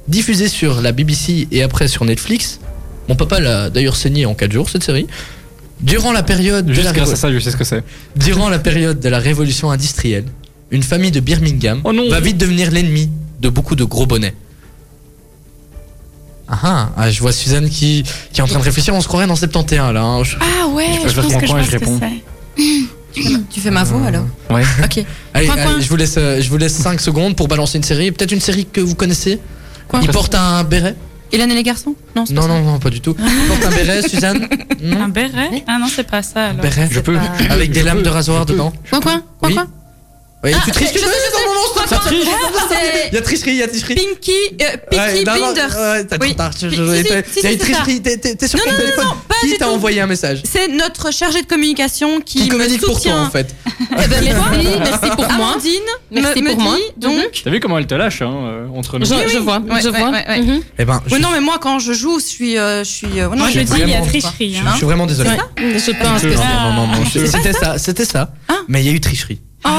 Diffusée sur la BBC et après sur Netflix. Mon papa l'a d'ailleurs saigné en 4 jours cette série. Durant la période de la
Juste grâce
révo-
à ça, je sais ce que c'est.
durant la période de la révolution industrielle, une famille de Birmingham
Oh non.
va vite devenir l'ennemi de beaucoup de gros bonnets. Ah, ah, ah, je vois Suzanne qui, qui est en train de réfléchir, on se croirait dans 71 là. hein. Je-
Ah ouais,
Je
je,
vais
pense
faire
que je
coin et
pense
je
que
réponds.
c'est.
Tu fais ma voix
Euh.
alors
[LAUGHS]
Ouais.
Ok.
Allez,
Coin,
allez,
coin.
je vous laisse, euh, je vous laisse 5 secondes pour balancer une série. Peut-être une série que vous connaissez
Coin.
Il porte un béret
Hélène et les garçons Non, c'est
Non,
pas ça.
non, non, pas du tout. Il porte un béret,
[LAUGHS]
Suzanne
Un
Non
béret Ah non, c'est pas ça alors.
Béret
Je peux.
Avec des
Je
lames
peux.
de rasoir dedans.
Coin, coin, coin,
Oui.
coin.
Ouais, tu triches, tu
Ah, je
veux,
sais,
c'est ton moment, stop,
Coin,
ça
coin.
triche.
C'est
Il y a tricherie, il y a tricherie.
Pinky, euh, Pinky
Ouais, non, non,
Blinders.
ouais, t'as
Oui.
trop tard. Je-
Si,
je-
si,
t'as-
si, si,
t'as une
c'est
tricherie. T'es t'es- t'es sur
Non,
ton
non, non,
téléphone.
non, pas
Qui
du
t'a
tout.
envoyé un message
C'est notre chargée de communication qui,
Qui
me
communique pour toi
soutient.
en fait
Eh ben,
Merci,
merci,
merci pour moi.
Amandine
Merci
me,
pour
me
moi.
dit donc.
T'as vu comment elle te lâche hein, euh, entre nous
Je, je
oui.
vois,
Ouais,
je
ouais,
vois.
ouais, ouais.
Mhm.
Eh ben, je,
Oui, non, mais moi quand je joue, je suis, euh, je suis. euh, non,
Moi je
suis
dis, il y a
vraiment-
tricherie.
je-
Hein.
je suis vraiment désolé.
C'est
Je pense que
Non,
c'est-
Non, non, non,
Ah.
je- c'était ça, c'était ça.
Ah.
Mais il y a eu tricherie.
Oh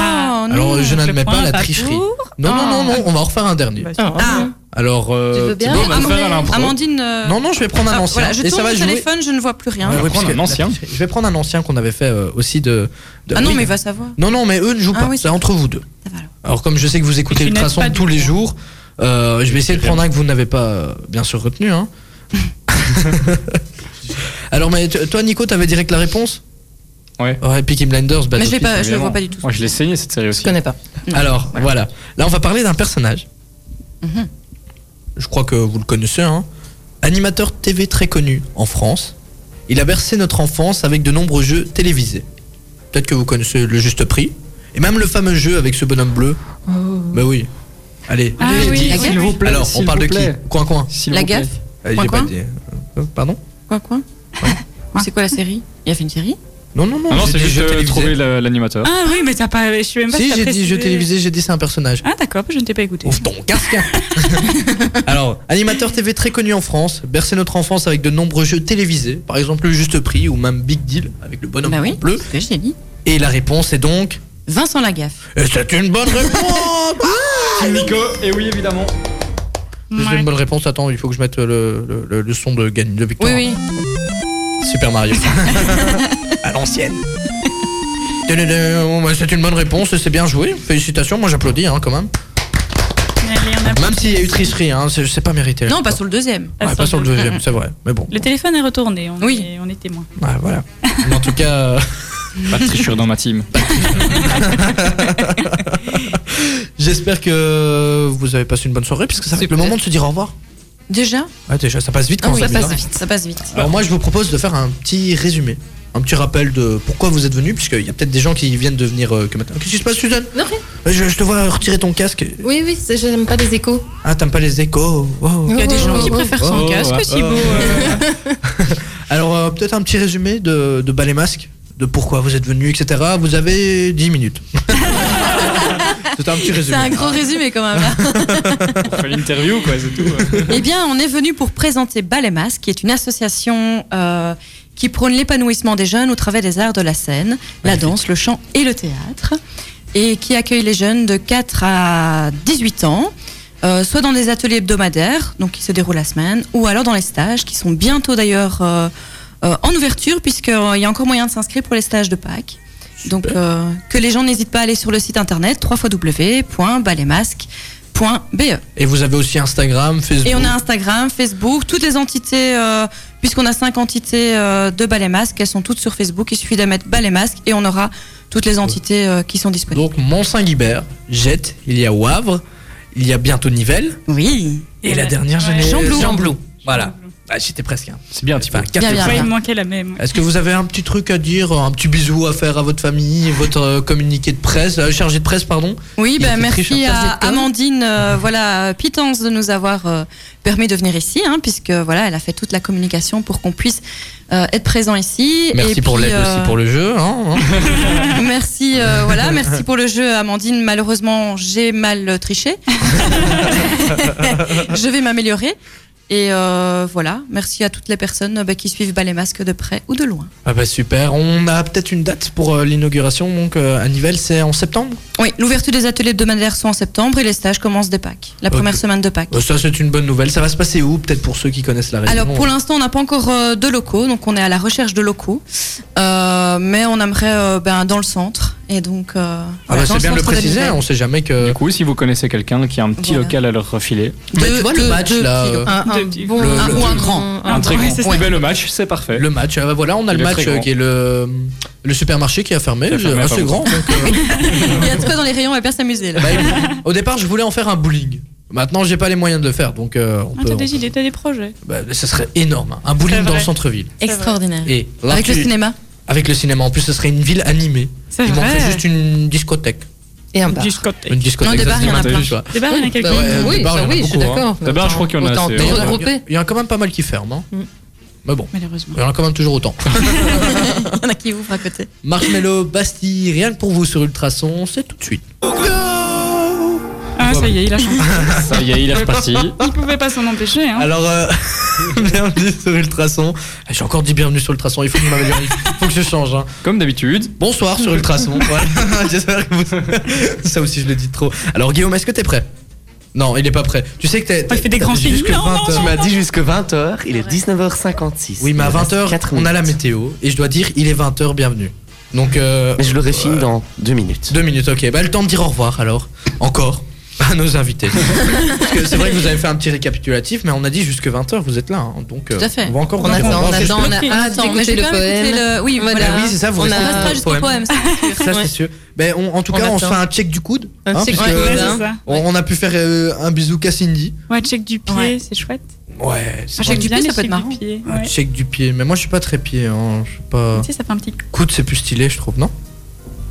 non.
Alors je n'admets pas
prends
la
pas
tricherie.
pour.
Non, non, non, non, on va en refaire un dernier.
Ah.
Alors. euh,
Tu veux bien
Thibaut va
Ah,
le faire à l'impro.
Amandine. euh,
Non, non, je vais prendre un
ah,
ancien.
Voilà, je
et ça
tourne
va
mon
jouer.
téléphone, je ne vois plus rien.
Ouais.
Ouais,
On va prendre
puisque
un ancien.
la tricherie- Je vais prendre un ancien qu'on avait fait euh, aussi de. de-
Ah non,
oui,
mais il va savoir.
Non, non, mais eux ne jouent
Ah
pas.
oui,
c'est entre vous deux.
Ça va alors.
Alors, comme je sais que vous écoutez
Je n'aide
Ultrason
pas du
tous les
tout.
jours, euh, je vais essayer de prendre un que vous n'avez pas, euh, bien sûr, retenu.
[LAUGHS]
Hein. Alors, mais t- toi, Nico, t'avais direct la réponse
Ouais.
Ouais, Peaky Blinders, Bad
Mais je l'ai
Office.
pas, je le
évidemment.
vois pas du tout.
Moi, je l'ai saigné cette série aussi.
Je connais pas.
Mm. Alors, voilà. Là, on va parler d'un personnage.
Mhm.
Je crois que vous le connaissez, hein. Animateur TV très connu en France. Il a bercé notre enfance avec de nombreux jeux télévisés. Peut-être que vous connaissez le juste prix. Et même le fameux jeu avec ce bonhomme bleu. Bah oui. Allez,
Ah
je l'ai
oui,
dit.
laquelle
S'il vous plaît.
Alors, on
s'il
parle
vous
de qui
plaît.
Coin coin.
S'il
La
vous plaît.
gaffe.
Euh, j'ai
Coin,
pas
coin
dit. Euh, Pardon
Quoi, quoi Ah. C'est quoi la série Il a fait une série
Non, non, non.
Ah non,
j'ai
c'est
dit
juste
jeu
euh,
télévisé.
trouver la- l'animateur.
Ah oui, mais t'as pas. Je suis même pas
Si,
t'as
j'ai dit jeu
précisé.
télévisé, j'ai dit c'est un personnage.
Ah d'accord, je ne t'ai pas écouté.
Ouf hein. ton casque Alors, animateur TV très connu en France, bercé notre enfance avec de nombreux jeux télévisés, par exemple le Juste Prix ou même Big Deal avec le bonhomme
Bah oui.
en bleu.
C'est ce que j'ai dit.
Et la réponse est donc.
Vincent Lagaffe.
Et c'est une bonne réponse Ah,
Nico, et oui, évidemment.
C'est une bonne réponse, attends, il faut que je mette le, le- le- le son de, Gagne- de Victoire.
Oui, oui.
Super
[LAUGHS]
Mario. à l'ancienne. Tadadam, C'est une bonne réponse, c'est bien joué. Félicitations, moi j'applaudis hein, quand même.
Allez, on a-
Même s'il y a eu tricherie, hein, c'est c'est pas mérité.
Non, pas sur le deuxième.
Ouais, pas sur le
[LAUGHS]
deuxième, c'est vrai. Mais bon.
Le téléphone est retourné, on,
Oui.
est, on est témoin.
Ouais, voilà. Mais en tout cas, euh,
Pas de tricheur dans ma team.
J'espère que vous avez passé une bonne soirée, puisque ça fait le moment de se dire au revoir.
Déjà
Ah, déjà, ça passe vite
Ah
quand
oui,
on s'amuse, hein.
vite. Ça passe vite.
Alors moi je vous propose de faire un petit résumé, un petit rappel de pourquoi vous êtes venu, puisqu'il y a peut-être des gens qui viennent de venir euh, que maintenant. Qu'est-ce qui se passe Suzanne
Non, rien.
je, je te vois retirer ton casque.
Oui, oui, c'est- j'aime pas les échos.
Ah t'aimes pas les échos wow.
Il y a des gens qui
Oh, oh,
préfèrent
oh,
son
oh,
casque,
oh,
Thibaut. euh.
[LAUGHS] Alors euh, peut-être un petit résumé de, de Ballet Masque, de pourquoi vous êtes venu, etc. Vous avez 10 minutes. C'est un petit
C'est
résumé.
un gros résumé quand même. hein.
On fait l'interview, quoi, c'est tout.
[LAUGHS] Eh bien, on est venu pour présenter Ballet Masque, qui est une association euh, qui prône l'épanouissement des jeunes au travers des arts de la scène, la danse, le chant et le théâtre, et qui accueille les jeunes de 4 à 18 ans, euh, soit dans des ateliers hebdomadaires, donc qui se déroulent la semaine, ou alors dans les stages, qui sont bientôt d'ailleurs euh, euh, en ouverture, puisqu'il y a encore moyen de s'inscrire pour les stages de Pâques. Donc, euh, que les gens n'hésitent pas à aller sur le site internet www.balletmasque.be.
Et vous avez aussi Instagram, Facebook.
Et on a Instagram, Facebook, toutes les entités, euh, puisqu'on a cinq entités euh, de Ballet Masque, elles sont toutes sur Facebook. Il suffit de mettre Ballet Masque et on aura toutes les entités euh, qui sont disponibles.
Donc Mont-Saint-Guibert, Jette, il y a Wavre, il y a bientôt Nivelles.
Oui.
Et la dernière, j'en ai-
Jean-Blou.
Jean-Blou. Voilà. Ah, J'étais presque. hein.
C'est bien, Thibaut.
Enfin, quatre
Bien,
étoiles.
bien.
Ouais, il me manquait la même.
Est-ce que vous avez un petit truc à dire, un petit bisou à faire à votre famille, votre euh, communiqué de presse, euh, chargé de presse, pardon
Oui,
Il y a
ben
des
merci
tricheurs.
à Amandine, euh, voilà, Pitance de nous avoir euh, permis de venir ici, hein, puisque voilà, elle a fait toute la communication pour qu'on puisse euh, être présent ici.
Merci
Et
pour
puis,
l'aide
euh,
aussi pour le jeu. hein, hein.
[LAUGHS] Merci, euh, voilà, merci pour le jeu, Amandine. Malheureusement, j'ai mal triché. [LAUGHS] je vais m'améliorer. Et euh, voilà, merci à toutes les personnes euh, bah, qui suivent Ballet Masque de près ou de loin.
Ah bah super. On a peut-être une date pour euh, l'inauguration, donc euh, à Nivelles, c'est en septembre.
Oui, l'ouverture des ateliers hebdomadaires sont en septembre et les stages commencent dès Pâques, la première
Ok.
semaine de Pâques.
Euh, ça, c'est une bonne nouvelle. Ça va se passer où Peut-être pour ceux qui connaissent la région.
Alors pour l'instant, on n'a pas encore euh, de locaux, donc on est à la recherche de locaux, Euh, mais on aimerait euh, ben, dans le centre et donc. euh,
Ah
voilà,
bah,
dans
c'est bien de le
centre
préciser.
Nivelles. [LAUGHS]
On sait jamais
Du
que.
coup, si vous connaissez quelqu'un qui a un petit
Voilà.
local à leur refiler,
Mais
Deux-
tu vois le
deux-
match
deux
là.
kilos.
euh,
Un, un
Le-
bon,
le-
le- ou un grand.
un très
ouais,
grand.
c'est
Eh ben, le match, c'est parfait.
Le match, euh, voilà, on a
Il
le
est
match
très
euh,
grand.
qui est le, euh, le supermarché qui a fermé,
Qui a fermé,
euh, assez grand.
pardon.
donc, euh,
Il y a de quoi dans les rayons, on va bien s'amuser là.
bah, il- au départ, je voulais en faire un bowling. Maintenant, j'ai pas les moyens de le faire, donc euh, on
Ah,
peut.
t'as des idées, t'as des projets.
Bah, ça serait énorme, hein. un bowling
C'est
dans le
vrai.
centre-ville.
Extraordinaire.
Et là,
Avec le
tu-
cinéma.
Avec le cinéma. En plus, ce serait une ville animée.
C'est
Il manquerait
vrai.
juste une discothèque.
et un bar.
discothèque.
Une discothèque.
Non, des
ça,
bars,
c'est
il y en a
magnifique,
plein.
tu vois.
Des bars, il y en a quelques
Ouais, euh,
oui,
des bars, il y en
ça,
a
oui, je suis
beaucoup, hein.
d'accord.
D'abord, je crois qu'il y en a
Autant
assez,
tout
hein.
regrouper.
Il y en a quand même pas mal qui ferment. hein.
Mm.
Mais bon,
Malheureusement.
il y en a quand même toujours autant.
Il y en a qui ouvrent à côté.
Marshmallow, Bastille, rien que pour vous sur Ultrason, c'est tout de suite.
Ah, ça y est, il a
[LAUGHS]
Euh, chanté.
Ça y est, il est reparti.
Il pouvait pas s'en empêcher. Hein.
Alors, euh, [LAUGHS] bienvenue sur Ultrason. Ah, J'ai encore dit bienvenue sur Ultrason, il faut que je m'améliore, il faut que je change. hein.
Comme d'habitude,
Bonsoir sur
[LAUGHS]
Ultrason. voilà. [LAUGHS] J'espère que vous. Ça aussi, je le dis trop. Alors, Guillaume, est-ce que t'es prêt Non, il est pas prêt. Tu sais que t'es.
Ah, Il fait des
t'as
grands
dit
signes.
jusque
Non, non,
20, euh,
Tu m'as dit jusque 20h, il est 19h56.
Oui, mais à
Il reste
20h,
quatre
on a la
minutes.
météo. Et je dois dire, il est 20h, bienvenue. Donc, euh,
Mais je l'aurai fini dans deux minutes.
deux minutes, ok. Bah, le temps de dire au revoir alors. Encore. [LAUGHS] À nos invités. Parce que c'est vrai que vous avez fait un petit récapitulatif, mais on a dit jusque 20h, vous êtes là. hein. Donc, euh,
Tout à fait.
on va encore
On
vous dire au
attend,
revoir,
on
j'espère.
attend, on a
Ok,
hâte euh,
attends,
d'écouter le poème.
Oui,
Voilà.
Ah oui, c'est ça, vous
On
restez
a-
sur
on
le
restera jusqu'au
[LAUGHS]
poème. ça.
Ça, c'est sûr. Ben, on- en tout
On
cas, on se
attend.
fait un check du coude.
Un check
puisque
du coude,
ouais,
hein.
c'est ça.
on, on a pu faire euh, un bisou qu'à Cindy.
Ouais, check du pied,
Ouais.
c'est chouette.
Ouais, c'est
Un check
vrai.
du
J'aime
pied,
bien
ça
les
peut être
checks du pied,
Un
ouais.
check du pied. Mais moi, je suis pas très pied. hein. Je suis pas.
Tu sais, ça fait un petit.
Coude, c'est plus stylé, je trouve, non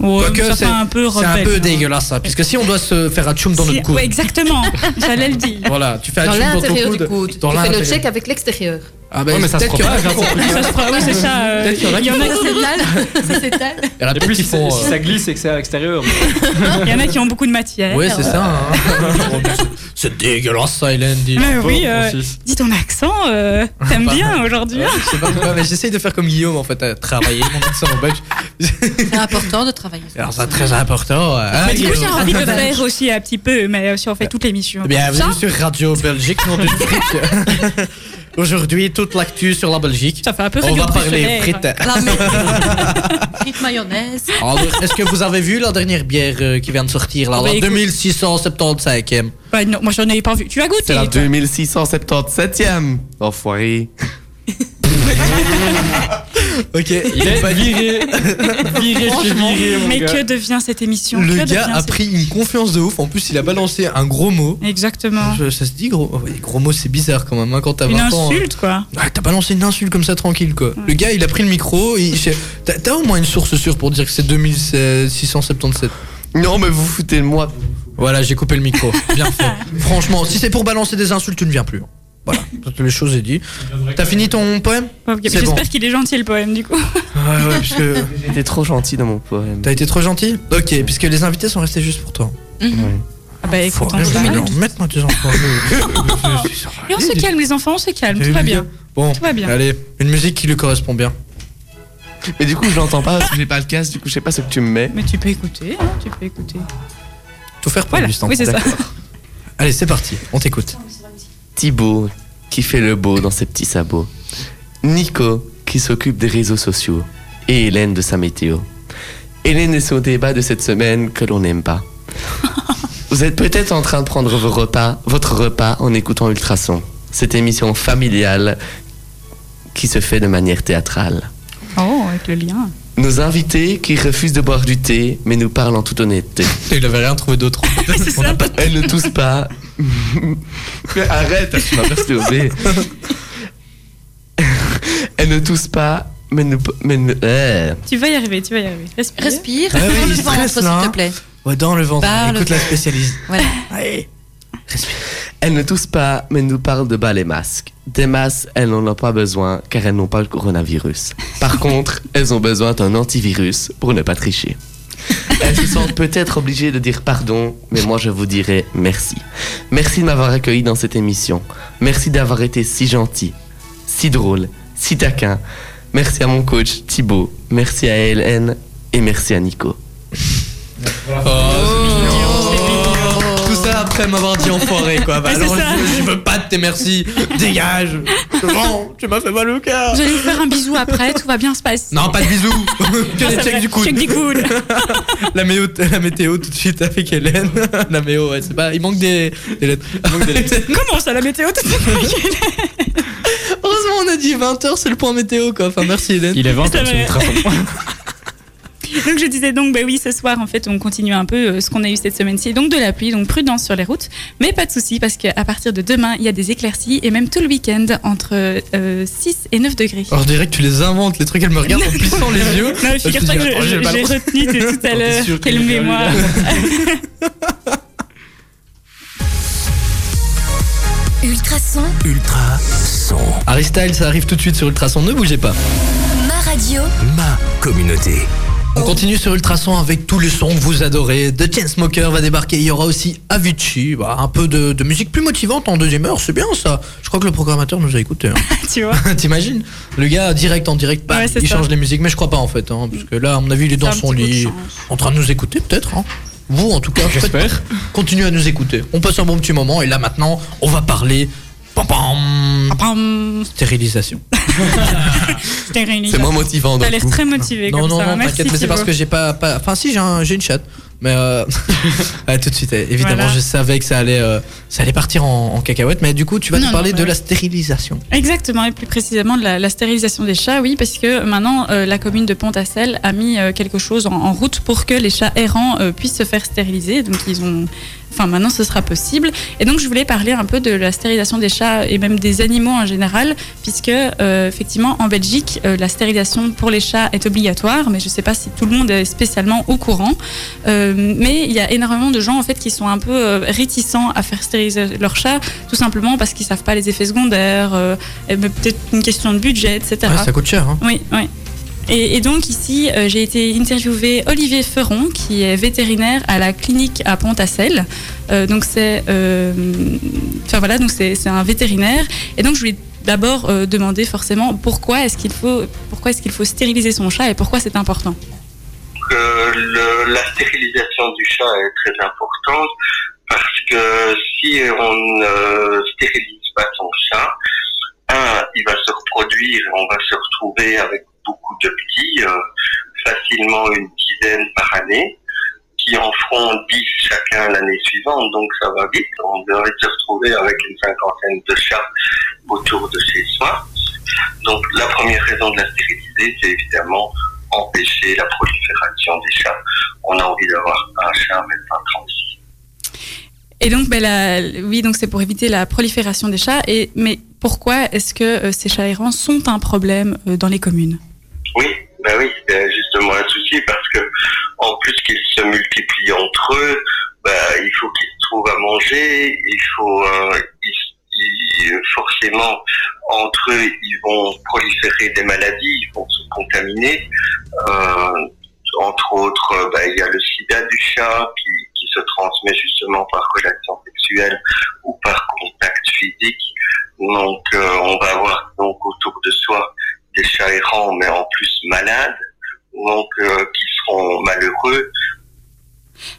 Ouais,
Quoique,
mais ça fait un peu
C'est un
rebelle,
peu
hein.
dégueulasse, ça. Puisque si on doit se faire un tchoum dans
Si-
notre coude.
Ouais,
[LAUGHS]
exactement. J'allais le dire.
Voilà, tu fais
Dans
un tchoum dans ton
l'intérieur
coude.
du coude.
Dans
On fait le
l'intérieur.
check avec l'extérieur.
Ah, ben,
Ouais, mais ça se
peut-être qu'il y en a qui font-
Ça se fera- ouais, c'est ça. euh,
Peut-être qu'il y en a
il y en a qui-
Ça s'étale.
il y en a
et
peut-être
plus
qui
si,
font.
si
euh,
ça glisse et que c'est à l'extérieur, mais
il y en a qui ont beaucoup de matière.
Ouais, c'est ça. hein. [LAUGHS] C'est dégueulasse, ça, Hélène. dis.
Mais oui,
bon, Bah,
euh,
aussi.
dis ton accent,
[LAUGHS]
euh, t'aimes bien aujourd'hui.
Euh,
hein.
je sais pas pourquoi, mais j'essaye de faire comme Guillaume en fait, à travailler mon accent en belge.
C'est important de travailler.
Alors c'est très important. hein,
Mais du coup,
Guillaume
j'ai envie de le faire aussi un petit peu, mais euh, si on fait toute l'émission. Ça,
Bienvenue sur Radio Belgique, nom d'une
[LAUGHS]
fric. Aujourd'hui, toute l'actu sur la Belgique.
ça fait un peu
On
radio
va parler
préférée,
frites.
quoi.
La mer. Frites mayonnaise.
[LAUGHS] Alors, est-ce que vous avez vu la dernière bière euh, qui vient de sortir là,
Ah bah,
la
écoute.
2675e
Bah, non, moi, j'en ai pas vu. Tu as
C'est
goûté
la
toi
2677e. Enfoiré.
[LAUGHS] Ok.
Il est
[LAUGHS]
Bah,
viré. Viré chez
Franchement,
viré, mon
Mais
gars.
que devient cette émission
Le
Que
gars
devient
a
cette-
pris une confiance de ouf. En plus, il a balancé un gros mot.
Exactement.
Je- ça se dit gros. oh, oui, gros mot, c'est bizarre quand même. hein, quand t'as 20
Une
ans.
insulte, quoi.
Ouais, t'as balancé une insulte comme ça tranquille quoi. Le gars il a pris le micro, il- je- t'as, t'as au moins une source sûre pour dire que c'est 2677.
Non, mais vous foutez de moi.
Voilà, j'ai coupé le micro. Bien
[LAUGHS]
fait. Franchement, si c'est pour balancer des insultes, tu ne viens plus. Voilà, toutes les choses est dit. T'as fini ton poème
Ok,
C'est
J'espère
bon.
qu'il est gentil, le poème, du coup. [LAUGHS]
Ouais, ouais, parce que
J'étais trop gentil dans mon poème.
t'as été trop gentil. Ok, puisque les invités sont restés juste pour toi.
Ah bah écoute, on se
mais
calme.
non, mette-moi tes
[LAUGHS]
enfants.
Et on se calme, les enfants, on se calme. Tout va bien.
Bon,
Tout va bien.
allez, une musique qui lui correspond bien.
Mais du coup, je l'entends pas parce que j'ai pas le casque, du coup, je sais pas ce que tu me mets.
Mais tu peux écouter, hein, tu peux écouter.
Tout faire pour
Voilà,
Augustin.
oui, c'est ça.
[LAUGHS] Allez, c'est parti, on t'écoute.
Thibaut qui fait le beau dans ses petits sabots. Nico qui s'occupe des réseaux sociaux. Et Hélène de sa météo. Hélène et son débat de cette semaine que l'on n'aime
[LAUGHS]
pas. Vous êtes peut-être en train de prendre vos repas, votre repas en écoutant Ultrason. Cette émission familiale qui se fait de manière théâtrale.
Oh, avec le lien.
Nos invités qui refusent de boire du thé mais nous parlent en toute
[LAUGHS]
honnêteté.
Il avait rien trouvé d'autre.
[LAUGHS] c'est ça.
Elle
[LAUGHS]
ne tousse pas. [LAUGHS] Mais arrête, tu m'as perturbé.
Oh,
Elle ne tousse pas, mais ne. Mais ne- eh.
Tu vas y arriver, tu vas y arriver. Respire.
Respire,
Ah oui,
prends le
il
ventre,
stresse,
s'il
là, hein.
te plaît.
Ouais, dans le ventre,
Par le
écoute la spécialiste.
Voilà.
[LAUGHS] Allez.
Elle ne tousse pas, mais nous parle de bas les masques. Des masques, elles n'en ont pas besoin car elles n'ont pas le coronavirus. Par contre, elles ont besoin d'un antivirus pour ne pas tricher. Elles se sentent peut-être obligées de dire pardon, mais moi je vous dirai merci. Merci de m'avoir accueilli dans cette émission. Merci d'avoir été si gentil, si drôle, si taquin. Merci à mon coach Thibaut, merci à Hélène et merci à Nico.
Oh,
Tout ça après m'avoir dit enfoiré, quoi. Bah
Ouais, c'est
alors,
ça.
je, je veux pas de tes merci. Dégage. Bon, tu m'as fait mal au cœur.
Vous allez lui faire un bisou après, tout va bien se passer.
Non, pas de
[LAUGHS]
bisous. que les checks du coude.
Check du coude.
[LAUGHS] La, méo- la météo tout de suite avec Hélène. [LAUGHS] la méo, ouais, c'est pas. Il manque des, des lettres.
[LAUGHS] Comment ça, la météo tout de suite
Heureusement, on a dit 20h, c'est le point météo, quoi. Enfin, merci Hélène.
Il est 20
C'est
sur
vrai.
une trace en point.
Donc je disais donc, bah oui, ce soir en fait on continue un peu euh, ce qu'on a eu cette semaine-ci, donc de la pluie, donc prudence sur les routes, mais pas de souci parce qu'à partir de demain il y a des éclaircies et même tout le week-end entre euh, 6 et 9 degrés.
Alors, je dirais que tu les inventes, les trucs, elle me regarde
[LAUGHS]
en plissant les yeux.
Non, mais figure-toi que
Je dis, attends,
je-
je vais
je-
pas
j'ai
le-
retenu de tout à l'heure.
sûr que
Quelle
j'ai perdu,
mémoire.
Ultrason,
Ultra son.
Harry Styles, ça arrive tout de suite sur Ultrason, ne bougez pas.
ma radio,
Ma communauté.
On continue sur Ultrason avec tous les sons que vous adorez. The Chainsmoker va débarquer. Il y aura aussi Avicii. Bah, un peu de, de musique plus motivante en deuxième heure. C'est bien ça. Je crois que le programmateur nous a écoutés. hein.
[LAUGHS] tu vois.
[LAUGHS] T'imagines Le gars, direct en direct, bam,
Ouais, c'est
il
ça.
change les musiques. Mais je crois pas en fait. hein, parce que là, à mon avis, il est dans
un petit
son
coup de
lit.
chance.
En train de nous écouter peut-être. hein. Vous en tout cas. faites-
J'espère.
Continuez à nous écouter. On passe un bon petit moment. Et là maintenant, on va parler. Pam, pam,
Pam,
Stérilisation.
c'était réuni.
C'est moins motivant.
T'as
d'un
l'air
coup.
très motivé
Non,
comme
non,
ça. hein,
non,
Merci,
t'inquiète, mais c'est
Thibaut.
parce que j'ai pas, pas- Enfin, si, j'ai un- j'ai une chatte. Mais
[LAUGHS]
euh, ouais, tout de suite, évidemment,
Voilà.
je savais que ça allait, euh, ça allait partir en, en cacahuète. Mais du coup, tu vas
Non,
nous
non,
parler
bah
de
oui.
la stérilisation.
Exactement, et plus précisément de la, la stérilisation des chats, oui, parce que maintenant euh, la commune de Pont-à-Celle a mis euh, quelque chose en, en route pour que les chats errants euh, puissent se faire stériliser. Donc ils ont, enfin maintenant ce sera possible. Et donc je voulais parler un peu de la stérilisation des chats et même des animaux en général, puisque euh, effectivement en Belgique euh, la stérilisation pour les chats est obligatoire, mais je ne sais pas si tout le monde est spécialement au courant. Euh, mais il y a énormément de gens en fait qui sont un peu euh, réticents à faire stériliser leurs chats, tout simplement parce qu'ils savent pas les effets secondaires. euh, eh ben, peut-être une question de budget, etc.
Ouais, ça coûte cher. Hein.
Oui, oui. Et, et donc ici, euh, j'ai été interviewé Olivier Ferron, qui est vétérinaire à la clinique à Pont-à-Celle. Euh, donc c'est, euh, enfin voilà, donc c'est, c'est un vétérinaire. Et donc je lui ai d'abord euh, demandé forcément pourquoi est-ce qu'il faut, pourquoi est-ce qu'il faut stériliser son chat et pourquoi c'est important.
que le- la stérilisation du chat est très importante parce que si on ne stérilise pas son chat, un, il va se reproduire, on va se retrouver avec beaucoup de petits, euh, facilement une dizaine par année, qui en feront 10 chacun l'année suivante, donc ça va vite, on devrait se retrouver avec une cinquantaine de chats autour de chez soi. Donc la première raison de la stériliser, c'est évidemment empêcher la prolifération des chats. On a envie d'avoir un chat, mais pas 36.
Et donc, ben, la- oui, donc c'est pour éviter la prolifération des chats. Et, mais pourquoi est-ce que euh, ces chats errants sont un problème euh, dans les communes
Oui, ben oui, c'est justement un souci parce que en plus qu'ils se multiplient entre eux, ben, il faut qu'ils trouvent à manger, il faut euh, ils- ils- forcément entre eux ils vont proliférer des maladies, ils vont se contaminer. Euh, entre autres, euh, ben, il y a le sida du chat qui, qui se transmet justement par relation sexuelle ou par contact physique. Donc euh, on va avoir donc autour de soi des chats errants, mais en plus malades, donc euh, qui seront malheureux.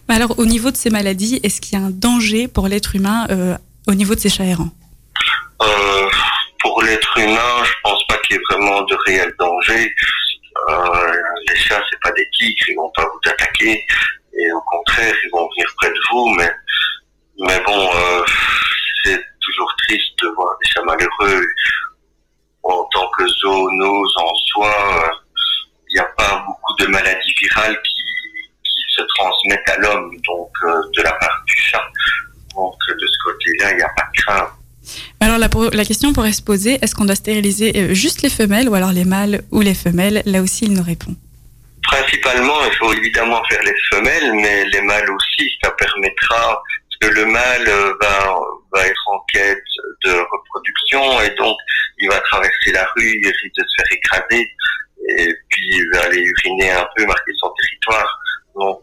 Mais Ben, Alors, au niveau de ces maladies, est-ce qu'il y a un danger pour l'être humain euh, au niveau de ces chats errants
Euh, pour l'être humain, je pense pas qu'il y ait vraiment de réel danger. Euh, les chats, c'est pas des tigres, ils vont pas vous attaquer, et au contraire, ils vont venir près de vous. Mais, mais bon, euh, c'est toujours triste de voir des chats malheureux. En tant que zoonose en soi, euh, il n'y a pas beaucoup de maladies virales qui, qui se transmettent à l'homme, donc euh, de la part du chat. Donc euh, de ce côté-là, il n'y a pas de crainte.
Mais Alors, la, pro- la question pourrait se poser est-ce qu'on doit stériliser euh, juste les femelles ou alors les mâles ou les femelles Là aussi, il nous répond.
Principalement, il faut évidemment faire les femelles, mais les mâles aussi, ça permettra parce que le mâle euh, va, va être en quête de reproduction et donc il va traverser la rue, il risque de se faire écraser et puis il va aller uriner un peu, marquer son territoire. Donc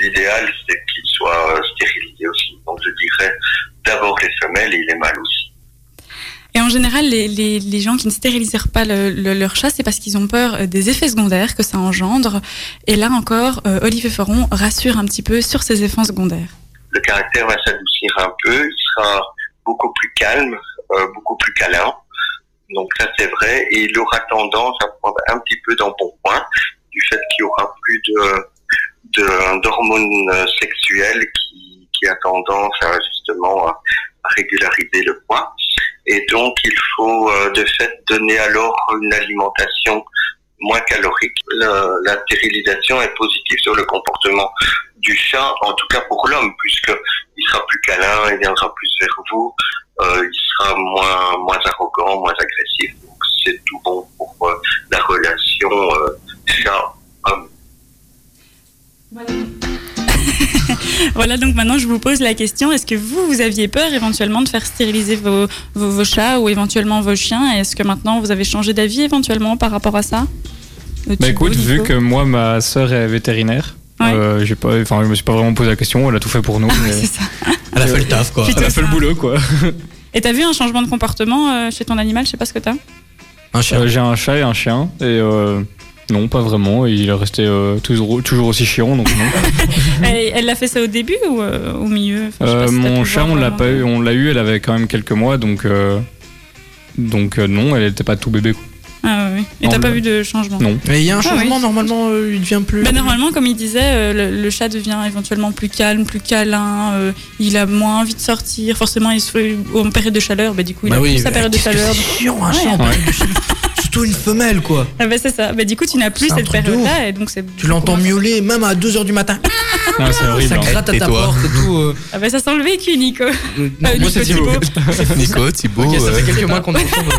l'idéal, c'est qu'il soit euh, stérilisé aussi. Donc je dirais d'abord les femelles et les mâles aussi.
Et en général, les, les- les gens qui ne stérilisèrent pas le- le- leur chat, c'est parce qu'ils ont peur euh, des effets secondaires que ça engendre. Et là encore, euh, Olivier Foron rassure un petit peu sur ces effets secondaires.
le caractère va s'adoucir un peu, il sera beaucoup plus calme, euh, beaucoup plus câlin. Donc ça c'est vrai, et il aura tendance à prendre un petit peu dans bon point du fait qu'il y aura plus de de- d'hormones euh, sexuelles qui, qui a tendance à justement à à régulariser le poids. Et donc il faut euh, de fait donner alors une alimentation moins calorique. Le- la stérilisation est positive sur le comportement du chat, en tout cas pour l'homme, puisque il sera plus câlin, il viendra plus vers vous, euh, il sera moins moins arrogant, moins agressif. Donc c'est tout bon pour euh, la relation euh, chat-homme.
Voilà, donc maintenant je vous pose la question est-ce que vous, vous aviez peur éventuellement de faire stériliser vos, vos, vos chats ou éventuellement vos chiens Et Est-ce que maintenant vous avez changé d'avis éventuellement par rapport à ça Euh,
Bah
Thibaut,
écoute, vu
Nico
que moi, ma sœur est vétérinaire, euh, j'ai pas, enfin, je me suis pas vraiment posé la question, elle a tout fait pour nous. mais-
c'est ça.
Elle a fait le taf, quoi.
Elle a fait le boulot, quoi.
Et t'as vu un changement de comportement euh, chez ton animal Je sais pas ce
[LAUGHS]
que t'as.
Un chien.
Euh, j'ai un chat et un chien, et euh, non, pas vraiment, il est resté euh, toujours, toujours aussi
[LAUGHS]
chiant, donc non.
elle elle l'a fait ça au début ou euh, au milieu Enfin, je sais
Euh,
pas si t'as pu
mon
le
chat,
voir
on
hein.
l'a
vraiment.
pas eu, on l'a eu, elle avait quand même quelques mois, donc euh, donc euh, non, elle était pas tout bébé. quoi.
Ah, oui. Et
Non,
t'as pas
le-
vu de changement
Non.
Mais il y a
Ah
un
oui.
changement, normalement, euh, il devient plus.
Bah, normalement, comme il disait, euh, le, le chat devient éventuellement plus calme, plus câlin, euh, il a moins envie de sortir. Forcément, il se, en période de chaleur, bah, du coup, il
Bah
a
oui,
plus sa
bah,
période de
qu'est-ce que
chaleur.
c'est chiant, un
Ouais.
chien, par exemple, Surtout une femelle, quoi.
Ah bah, c'est ça. Bah, du coup, tu n'as plus
C'est un
cette
truc de ouf.
période-là. et donc c'est
Tu l'entends miauler, même à 2h
[LAUGHS]
du matin.
Ah, c'est horrible.
Ça
hein.
gratte à ta
Tais-toi.
porte et tout. euh.
Ah bah, ça sent le vécu, Nico.
Euh,
Ah,
non,
Nico
Moi, c'est
Thibault.
Thibaut.
[LAUGHS]
Nico, Thibaut.
Ok, ça
euh,
fait quelques mois qu'on est [LAUGHS] ensemble.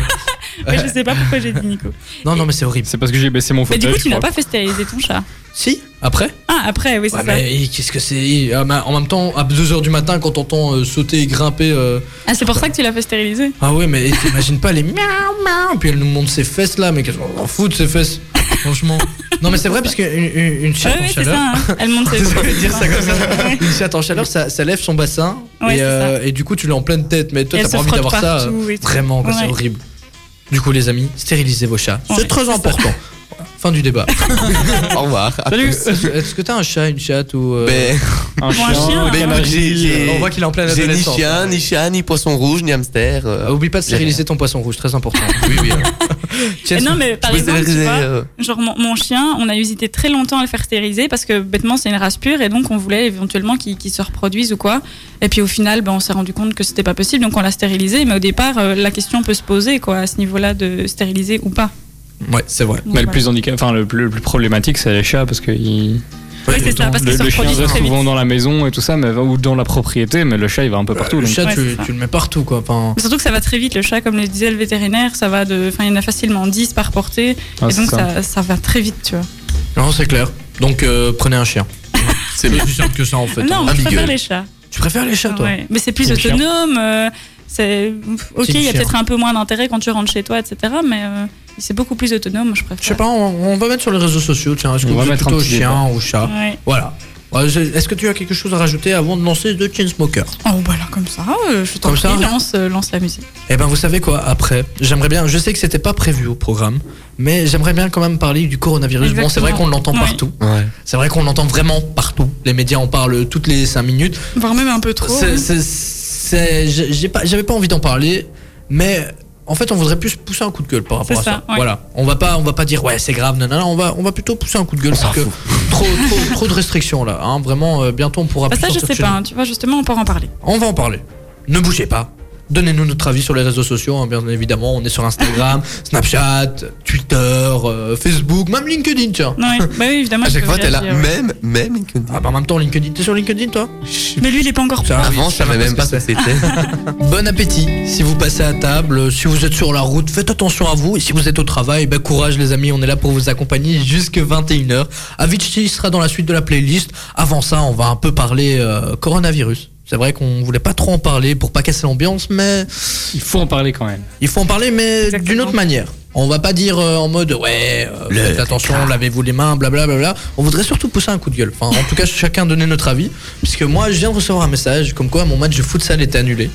Ouais, [LAUGHS] je sais pas pourquoi j'ai dit Nico.
Non, non, mais c'est horrible.
C'est parce que j'ai baissé mon
Mais
fauteuil.
du coup,
je
tu n'as
crois.
pas fait stériliser ton chat.
Si, après
Ah, après, oui, c'est
Ouais,
ça.
mais et qu'est-ce que c'est Ah, mais En même temps, à 2h du matin, quand t'entends euh, sauter et grimper. euh,
Ah, c'est pour ça que tu l'as fait stériliser.
Ah ouais, mais [LAUGHS] t'imagines pas les miaou miaou, puis elle nous montre ses fesses là, mais qu'est-ce qu'on s'en fout de ses fesses, franchement. Non, mais c'est vrai, parce qu'une une, une
Ah
chatte
oui,
en
oui, c'est
chaleur.
ça. hein. Elle
[LAUGHS]
monte ses
Désolé de dire ça comme ça. Une chatte en chaleur, ça, ça lève son bassin,
Ouais,
et,
c'est
euh, et du coup, tu l'as en pleine tête, mais toi,
Elle
t'as
se
pas envie
frotte
d'avoir ça. euh,
partout et tout.
Vraiment, quoi,
Ouais.
c'est horrible. Du coup, les amis, stérilisez vos chats.
Ouais,
c'est très
c'est ça.
important. [LAUGHS] Fin du débat.
Au
[LAUGHS]
revoir.
Salut. Est-ce que t'as un chat, une chatte ou euh,
Ben,
[LAUGHS]
[LAUGHS]
Un
Ou un chien.
ben, écoute, j'ai- j'ai-
On voit qu'il est en pleine
J'ai ni
adolescence.
chien, ni chat, ni poisson rouge, ni hamster.
Ah,
euh,
Oublie pas de stériliser ton poisson rouge, très important.
[LAUGHS] oui, oui. hein.
Tiens,
Et non, mais par
Je peux
exemple, tu
stériliser,
vois,
euh,
Genre mon, mon chien, on a hésité très longtemps à le faire stériliser parce que bêtement c'est une race pure et donc on voulait éventuellement qu'il qu'il se reproduise ou quoi. Et puis au final, ben, on s'est rendu compte que c'était pas possible donc on l'a stérilisé. Mais au départ, euh, la question peut se poser quoi à ce niveau-là de stériliser ou pas.
Ouais, c'est vrai.
Donc,
Mais le
voilà.
plus handicap, enfin le plus, le plus problématique, c'est les chats parce que ils-
Oui, c'est ça, parce
le,
qu'ils se
le chien
reproduisent
reste
très vite.
souvent dans la maison et tout ça, mais ou dans la propriété, mais le chat il va un peu partout.
Euh, Le
donc-
chat,
Ouais,
tu,
c'est ça.
tu le mets partout, quoi. Enfin,
Mais Surtout que ça va très vite, le chat, comme le disait le vétérinaire, ça va de. Enfin, il y en a facilement 10 par portée,
Ah,
et
c'est
donc
ça.
ça. ça va très vite, tu vois.
non, c'est clair. Donc, euh, prenez un chien. [LAUGHS] C'est aussi simple que ça, en fait.
non,
hein.
moi,
Un
je préfère
beagle.
les chats.
Tu préfères les chats, toi
Ouais. Mais c'est plus
Team chien.
autonome, euh, c'est. Ok,
Team
il y a
chien.
peut-être un peu moins d'intérêt quand tu rentres chez toi, etc., mais euh, c'est beaucoup plus autonome, je préfère.
Je sais pas, on, on va mettre sur les réseaux sociaux, tiens. Est-ce que
On va
vous êtes
mettre un
plutôt
petit
chien ou chat
Ouais.
Voilà. Ouais, c'est- Est-ce que tu as quelque chose à rajouter avant de lancer The Chainsmokers
Oh, bah là, comme ça, euh, je t'en
Comme
prie,
ça, hein.
lance, euh, lance la musique.
Eh ben, vous savez quoi Après, j'aimerais bien. Je sais que c'était pas prévu au programme, mais j'aimerais bien quand même parler du coronavirus. Bon, c'est
Exactement.
vrai qu'on l'entend
Ouais.
partout.
Ouais.
C'est vrai qu'on l'entend vraiment partout. Les médias en parlent toutes les 5 minutes.
Voire même un peu trop.
C'est-
oui.
c'est- c'est- j'ai- j'ai pas- J'avais pas, envie d'en parler, mais en fait, on voudrait plus pousser un coup de gueule par rapport
C'est
à ça.
ça, ouais.
Voilà, on va pas, on va pas dire ouais c'est grave, non on va, on va plutôt pousser un coup de gueule parce que trop, trop, trop de restrictions là. hein. vraiment, euh, bientôt on pourra.
Bah,
plus
ça, je
sortir de
sais
chez
pas,
nous.
hein, tu vois, justement, on pourra en parler.
On va en parler. Ne bougez pas. Donnez-nous notre avis sur les réseaux sociaux, hein, bien évidemment. On est sur
[LAUGHS]
Instagram, Snapchat, Twitter, euh, Facebook, même LinkedIn, tiens.
Non, oui.
[LAUGHS]
bah oui, évidemment.
À
je
chaque
peux
fois, t'es là.
réagir, ouais.
Même, même, Lincoln.
Ah, bah, en même temps, LinkedIn, t'es sur LinkedIn, toi
Mais lui, il est pas encore.
Ça,
Avant,
oui,
je savais même pas
ce
ce
que
que c'était.
[LAUGHS] Bon appétit si vous passez à table, si vous êtes sur la route, faites attention à vous et si vous êtes au travail, ben courage les amis, on est là pour vous accompagner jusque 21h. Avicii sera dans la suite de la playlist. Avant ça, on va un peu parler euh, coronavirus. C'est vrai qu'on voulait pas trop en parler pour pas casser l'ambiance, mais
Il faut en parler quand même.
il faut en parler mais
Exactement.
d'une autre manière. On va pas dire euh, en mode ouais, euh,
Le
faites attention, lavez-vous les mains, blablabla. On voudrait surtout pousser un coup de gueule. Enfin, en tout cas, chacun donner notre avis. Puisque moi, je viens de recevoir un message comme quoi mon match de futsal était annulé.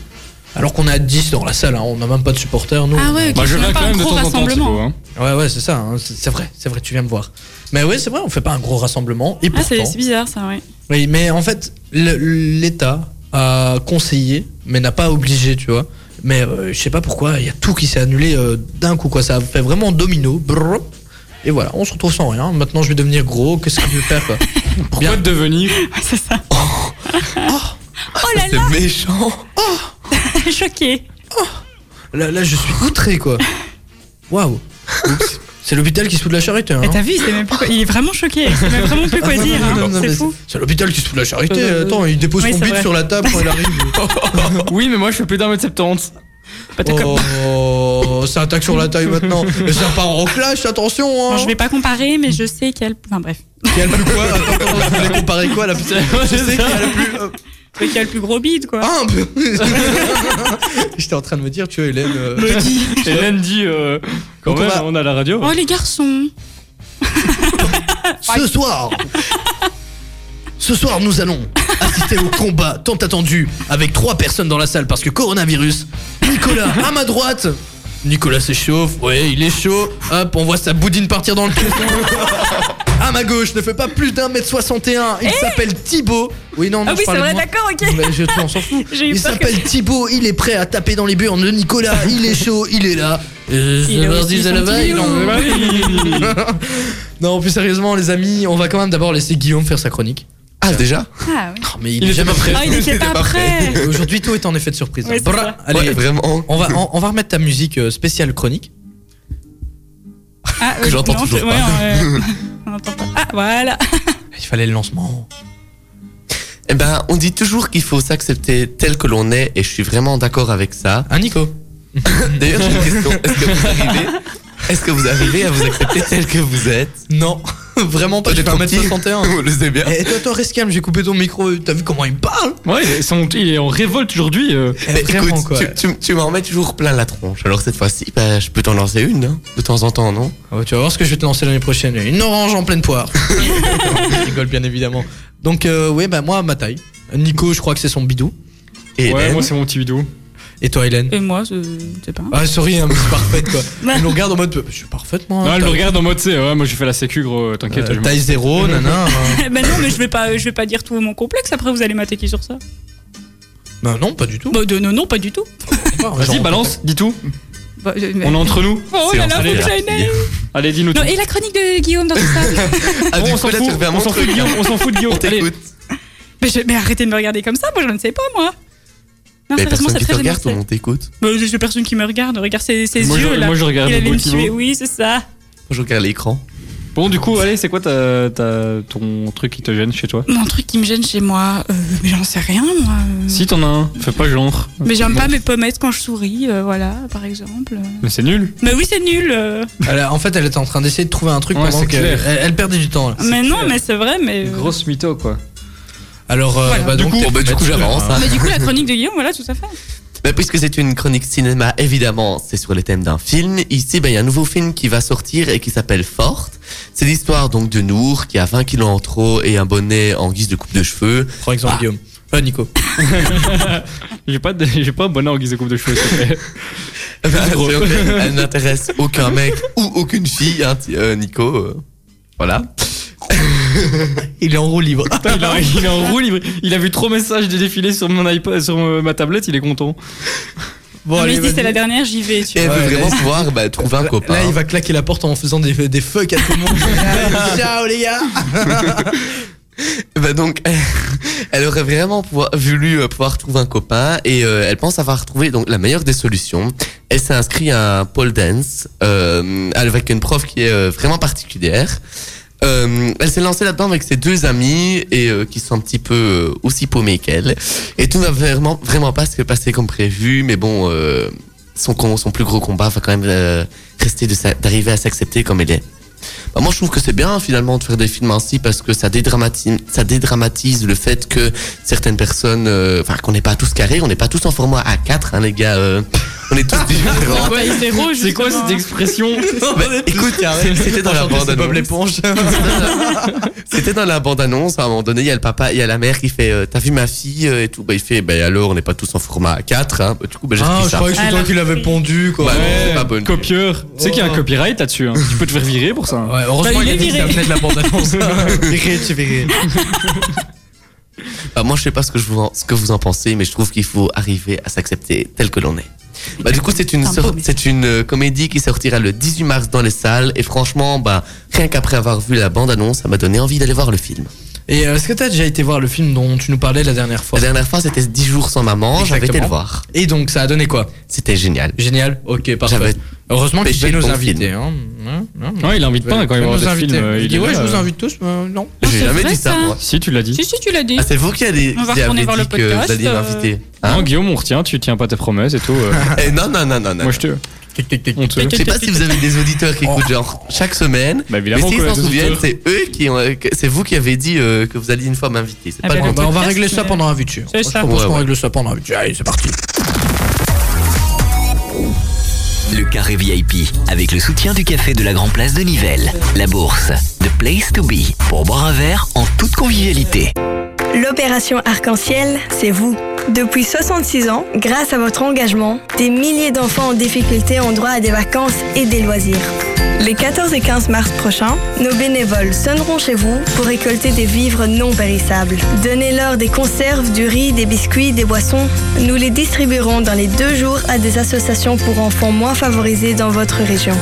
Alors qu'on est à 10 dans la salle, hein. on n'a même pas de supporters, nous.
Ah ouais, ok,
Bah, je
c'est
viens
pas
quand
un
même de
gros
temps en temps, Thibaut.
rassemblement.
hein.
Ouais, ouais, c'est ça, hein. c'est c'est vrai, c'est vrai, tu viens me voir. Mais ouais, c'est vrai, on fait pas un gros rassemblement. Et
Ah,
pourtant,
c'est c'est bizarre, ça, ouais.
oui, mais en fait, le- l'État a conseillé, mais n'a pas obligé, tu vois. Mais euh, je sais pas pourquoi, il y a tout qui s'est annulé euh, d'un coup, quoi. Ça a fait vraiment domino. brrr, et voilà, on se retrouve sans rien. Maintenant, je vais devenir gros. Qu'est-ce que je vais faire, quoi
Pourquoi
Bien.
devenir
[LAUGHS] Ouais, c'est ça. [LAUGHS]
Oh là là C'est méchant
Choqué.
Oh. là, là, je suis outré, quoi. Waouh Oups. C'est l'hôpital qui se fout de la charité, hein.
Mais Eh, t'as vu, il sait même plus quoi- il est vraiment choqué, il sait même vraiment plus quoi
Ah, non,
dire,
non,
hein,
non, non, mais
c'est fou.
C'est l'hôpital qui se fout de la charité.
Euh,
Attends, il dépose
oui,
son
c'est
bide
vrai.
sur la table quand il arrive.
[LAUGHS] Oui, mais moi je fais plus d'un mètre septante.
Pas de com-
oh, ça attaque sur la taille maintenant. Et ça part en clash, attention. Hein.
Bon, je vais pas comparer, mais je sais qu'elle. Enfin bref.
Qui a le [LAUGHS] plus quoi Attends, Vous voulez comparer quoi là Je sais qui a le plus. euh,
Celui qui a le plus gros bide, quoi.
Ah, un peu [LAUGHS] J'étais en train de me dire, tu vois, Hélène. euh, [LAUGHS]
Hélène dit euh, quand
Donc, on
même,
va-
on a la radio.
Oh les garçons
ce soir Ce soir, nous allons assister au combat tant attendu avec trois personnes dans la salle parce que coronavirus. Nicolas à ma droite Nicolas s'échauffe, ouais, il est chaud. Hop, on voit sa boudine partir dans le caisson. à ma gauche, ne fait pas plus d'un mètre 61. Il s'appelle Thibaut. Oui, non, non,
Eh Ah
je
oui, c'est
parlais de
vrai,
moi.
d'accord, ok
Mais je on s'en fout.
[LAUGHS] J'ai eu
il
peur
s'appelle Thibaut, il est prêt à taper dans les burnes de Nicolas, il est chaud, il est là. Euh,
Il a
je
aussi
dis à la
son
veille,
tuyau.
non.
Oui.
[LAUGHS]
Non, plus sérieusement, les amis, on va quand même d'abord laisser Guillaume faire sa chronique.
Ah, déjà
Ah oui.
Oh, mais il,
Il
est
était
jamais
pas
prêt.
Ah, il était pas prêt
[LAUGHS]
Aujourd'hui, tout est en effet de surprise.
Ouais, c'est
Brrr.
ça.
Allez,
Ouais, vraiment.
on va, on, on va remettre ta musique euh, spéciale chronique.
Ah,
Que j'entends toujours
c'est-
pas.
ouais,
[LAUGHS]
on, euh, on entend pas. Ah voilà [LAUGHS]
Il fallait le lancement.
Eh ben, on dit toujours qu'il faut s'accepter tel que l'on est, et je suis vraiment d'accord avec ça.
Hein, Nico
D'ailleurs, j'ai une question. Est-ce que
[LAUGHS]
vous arrivez, est-ce que vous arrivez à vous accepter tel que vous êtes
Non, [LAUGHS] vraiment pas,
Toi,
je
t'es
fais
trop
1m61.
[LAUGHS] On le sait bien.
Eh, toi, toi, reste calme, j'ai coupé ton micro, t'as vu comment il me parle
Ouais, il est- son- il est en révolte aujourd'hui. euh.
[LAUGHS]
Eh,
Mais
Vraiment,
Bah, écoute,
quoi.
tu, tu- tu m'en mets toujours plein la tronche. Alors cette fois-ci, bah, je peux t'en lancer une, hein, de temps en temps, non
Ah ouais, tu vas voir ce que je vais te lancer l'année prochaine. Une orange en
[LAUGHS]
pleine poire. je rigole bien évidemment. Donc euh, ouais bah moi ma taille. Nico je crois que c'est son bidou.
Et
Ouais,
Hélène,
moi c'est mon petit bidou.
Et toi, Hélène
Et moi, je je sais pas.
Ah, sorry, hein, mais c'est parfaite
[LAUGHS]
quoi. Elle nous regarde en mode. Je suis parfaite moi.
Non, elle
t'as-
le regarde en mode, c'est ouais, moi j'ai fait la sécu, gros, t'inquiète.
euh,
je m'en-
Taille
[LAUGHS]
zéro, nana. hein.
ben non, mais je vais pas, je vais pas dire tout mon complexe. Après, vous allez m'attaquer sur ça.
Non, non, pas du tout.
Bah, de- non, non, pas du tout.
Vas-y, balance, dis tout.
Bah, je- mais-
On est entre nous.
Oh là là, faut que j'aille naître.
Allez, dis-nous
[LAUGHS]
tout.
Non, et la chronique de Guillaume dans tout ça
[LAUGHS]
Ah,
Bon,
du
on
coup,
s'en
là, tu
fout,
reviens à mon
on s'en fout de
truc.
Guillaume, on s'en fout de Guillaume.
On
Allez,
t'écoute.
mais, je- mais arrêtez de me regarder comme ça, moi je ne sais pas moi. Non,
Mais
sérieusement,
personne
c'est
qui te
très
regarde, tout le
génial.
monde t'écoute.
Bah, j'ai personne qui me regarde, regarde ses, ses
Moi, je-
yeux là.
moi, je regarde
Il allait
Bobo
me
Kimo.
tuer, oui, c'est ça.
Je regarde l'écran.
Bon, du coup, allez, c'est quoi ta, ta- ton truc qui te gêne chez toi
Mon truc qui me gêne chez moi, euh, mais j'en sais rien moi. euh.
Si t'en as un, fais pas genre.
Mais j'aime
Bon.
pas mes pommettes quand je souris, euh, voilà, par exemple.
Mais c'est nul.
Mais oui, c'est nul. euh.
Elle a- en fait, elle était en train d'essayer de trouver un truc
Ouais,
pendant
c'est
qu'elle
clair.
elle, elle perdait du temps. là.
Mais non,
clair.
mais c'est vrai, mais. euh,
Grosse mytho, quoi.
Alors, euh, bah,
Du
donc,
coup,
t'es
bah, du
pas
coup,
sûre,
j'avance,
hein.
Ah, Mais du coup, la chronique de Guillaume, voilà, tout à fait.
[LAUGHS] Mais puisque c'est une chronique cinéma, évidemment, c'est sur le thème d'un film. Ici, ben, il y a un nouveau film qui va sortir et qui s'appelle Forte. C'est l'histoire donc de Nour qui a 20 kilos en trop et un bonnet en guise de coupe de cheveux. Ah.
Prends exemple, Guillaume. Euh, Nico.
[LAUGHS] J'ai pas, de- j'ai pas un bonheur en guise de coupe de cheveux,
[LAUGHS]
c'est vrai.
Bah, elle elle n'intéresse aucun mec ou aucune fille, hein, ti- euh, Nico. euh, voilà.
Il est en roue libre.
Putain, il, a, il est en roue libre. Il a vu trop messages de défiler sur mon iPad, sur euh, ma tablette, il est content.
Bon,
Non, Ah, mais
allez,
il se dit,
vas-y.
c'est la dernière, j'y vais, tu
Et elle
vois.
veut
Ouais,
vraiment
là,
pouvoir bah, trouver un
Là,
copain.
il va claquer la porte en faisant des, des fuck à tout
[LAUGHS]
le
Ah.
monde. Ciao les gars
Bah donc, [LAUGHS] elle aurait vraiment pouvoir- voulu euh, pouvoir trouver un copain et euh, elle pense avoir trouvé donc la meilleure des solutions. Elle s'est inscrite à un pole dance euh, avec une prof qui est euh, vraiment particulière. Euh, elle s'est lancée là-dedans avec ses deux amis et euh, qui sont un petit peu euh, aussi paumés qu'elle. Et tout n'a vraiment vraiment pas se passé comme prévu, mais bon, euh, son com- son plus gros combat va quand même euh, rester de sa- d'arriver à s'accepter comme elle est. Bah, moi, je trouve que c'est bien finalement de faire des films ainsi parce que ça dédramatise, ça dédramatise le fait que certaines personnes, euh, enfin, qu'on n'est pas tous carrés, on n'est pas tous en format A4, hein, les gars. euh, on est tous différents.
Ouais, il zéro,
C'est quoi
justement.
[LAUGHS]
cette expression
Bah,
[LAUGHS]
Écoute, c'était dans la bande
C'est Bob
annonce.
l'éponge.
[LAUGHS] C'était dans la bande-annonce, à un moment donné, il y a le papa, il y a la mère qui fait euh, T'as vu ma fille euh, et tout. Bah, il fait Bah, alors, on n'est pas tous en format A4. Hein. Bah, du coup, bah, j'ai
Ah,
pris
je
ça.
croyais que c'est
Elle
toi
a
qui l'avais
repris.
pondu quoi.
Ouais. c'est pas bonne.
Copieur. Tu sais qu'il y a un copyright là-dessus. hein. Tu peux te faire virer pour ça.
Ouais, heureusement,
Bah, il
il,
est
a dit qu'il
viré.
a fait de la bande annonce.
[LAUGHS]
viré, tu es viré.
Bah, moi, je sais pas ce que, je vous en, ce que vous en pensez, mais je trouve qu'il faut arriver à s'accepter tel que l'on est. Bah, du coup, c'est une,
Un beau
sorte-
message.
c'est une euh, comédie qui sortira le 18 mars dans les salles. Et franchement, bah, rien qu'après avoir vu la bande-annonce, ça m'a donné envie d'aller voir le film.
Et euh, est-ce que t'as déjà été voir le film dont tu nous parlais la dernière fois
La dernière fois, c'était 10 jours sans maman. J'avais été le
Exactement.
voir.
Et donc, ça a donné quoi
C'était génial.
Génial Ok,
J'avais
parfait. Heureusement qu'il
pêché
fait
le
nos
bon
invités. Hein. Hein, hein.
Ouais, il invite pas quand
Fais
il va voir
nos
des
invités.
films. euh,
Il dit
est
ouais,
là,
je vous
euh.
invite tous. mais non.
J'ai
Ah, c'est
jamais
vrai,
dit ça,
ça.
moi.
Si, tu l'as dit.
Si, si, tu l'as dit.
Ah, c'est vous qui allez,
On va
qui
retourner
avez
voir
dit
le
que vous
podcast,
alliez
euh.
m'inviter.
Non,
Hein
Ah, Guillaume, on retient, tu tiens pas tes promesses et tout. euh.
Eh, non, non, non, non, non.
Moi, je te. Honteux.
Je sais pas si vous avez des auditeurs qui écoutent genre chaque semaine.
Bah,
Mais
évidemment,
s'ils
quoi,
s'en
les
souviennent,
auditeurs.
c'est eux qui ont, euh, que- c'est vous qui avez dit euh, que vous alliez une fois m'inviter. C'est
Ah bah,
pas le
Bon,
le
bah, on va
podcast,
régler ça
mais-
pendant un futur.
C'est ça.
Je pense
Ouais,
qu'on
ouais.
règle ça pendant un futur. Allez, c'est parti.
Le carré VIP avec le soutien du café de la Grand Place de Nivelles, la bourse, The Place to Be pour boire un verre en toute convivialité.
L'opération Arc-en-Ciel, c'est vous. Depuis 66 ans, grâce à votre engagement, des milliers d'enfants en difficulté ont droit à des vacances et des loisirs. Les 14 et 15 mars prochains, nos bénévoles sonneront chez vous pour récolter des vivres non périssables. Donnez-leur des conserves, du riz, des biscuits, des boissons. Nous les distribuerons dans les deux jours à des associations pour enfants moins favorisés dans votre région.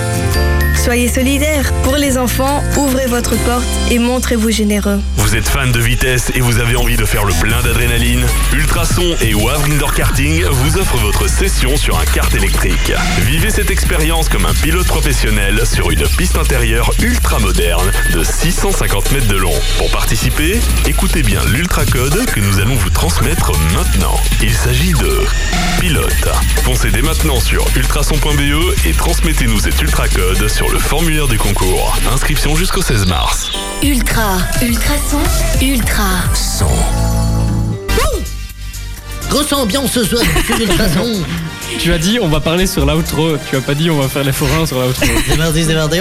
Soyez solidaires. Pour les enfants, ouvrez votre porte et montrez-vous généreux.
Vous êtes fan de vitesse et vous avez envie de faire le plein d'adrénaline Ultrason et Wavre Indoor Karting vous offrent votre session sur un kart électrique. Vivez cette expérience comme un pilote professionnel sur une piste intérieure ultra moderne de 650 mètres de long. Pour participer, écoutez bien l'ultra code que nous allons vous transmettre maintenant. Il s'agit de pilote. Foncez dès maintenant sur ultrason.be E et transmettez-nous cet ultra code sur le formulaire du concours. Inscription jusqu'au 16 mars.
Ultra, ultrason, ultra.
Grosse ambiance ce soir
[LAUGHS]
sur Ultrason.
Tu as dit, on va parler sur l'outro. Tu as pas dit, on va faire les
[LAUGHS]
forains sur l'outro.
C'est mardi, c'est mardi.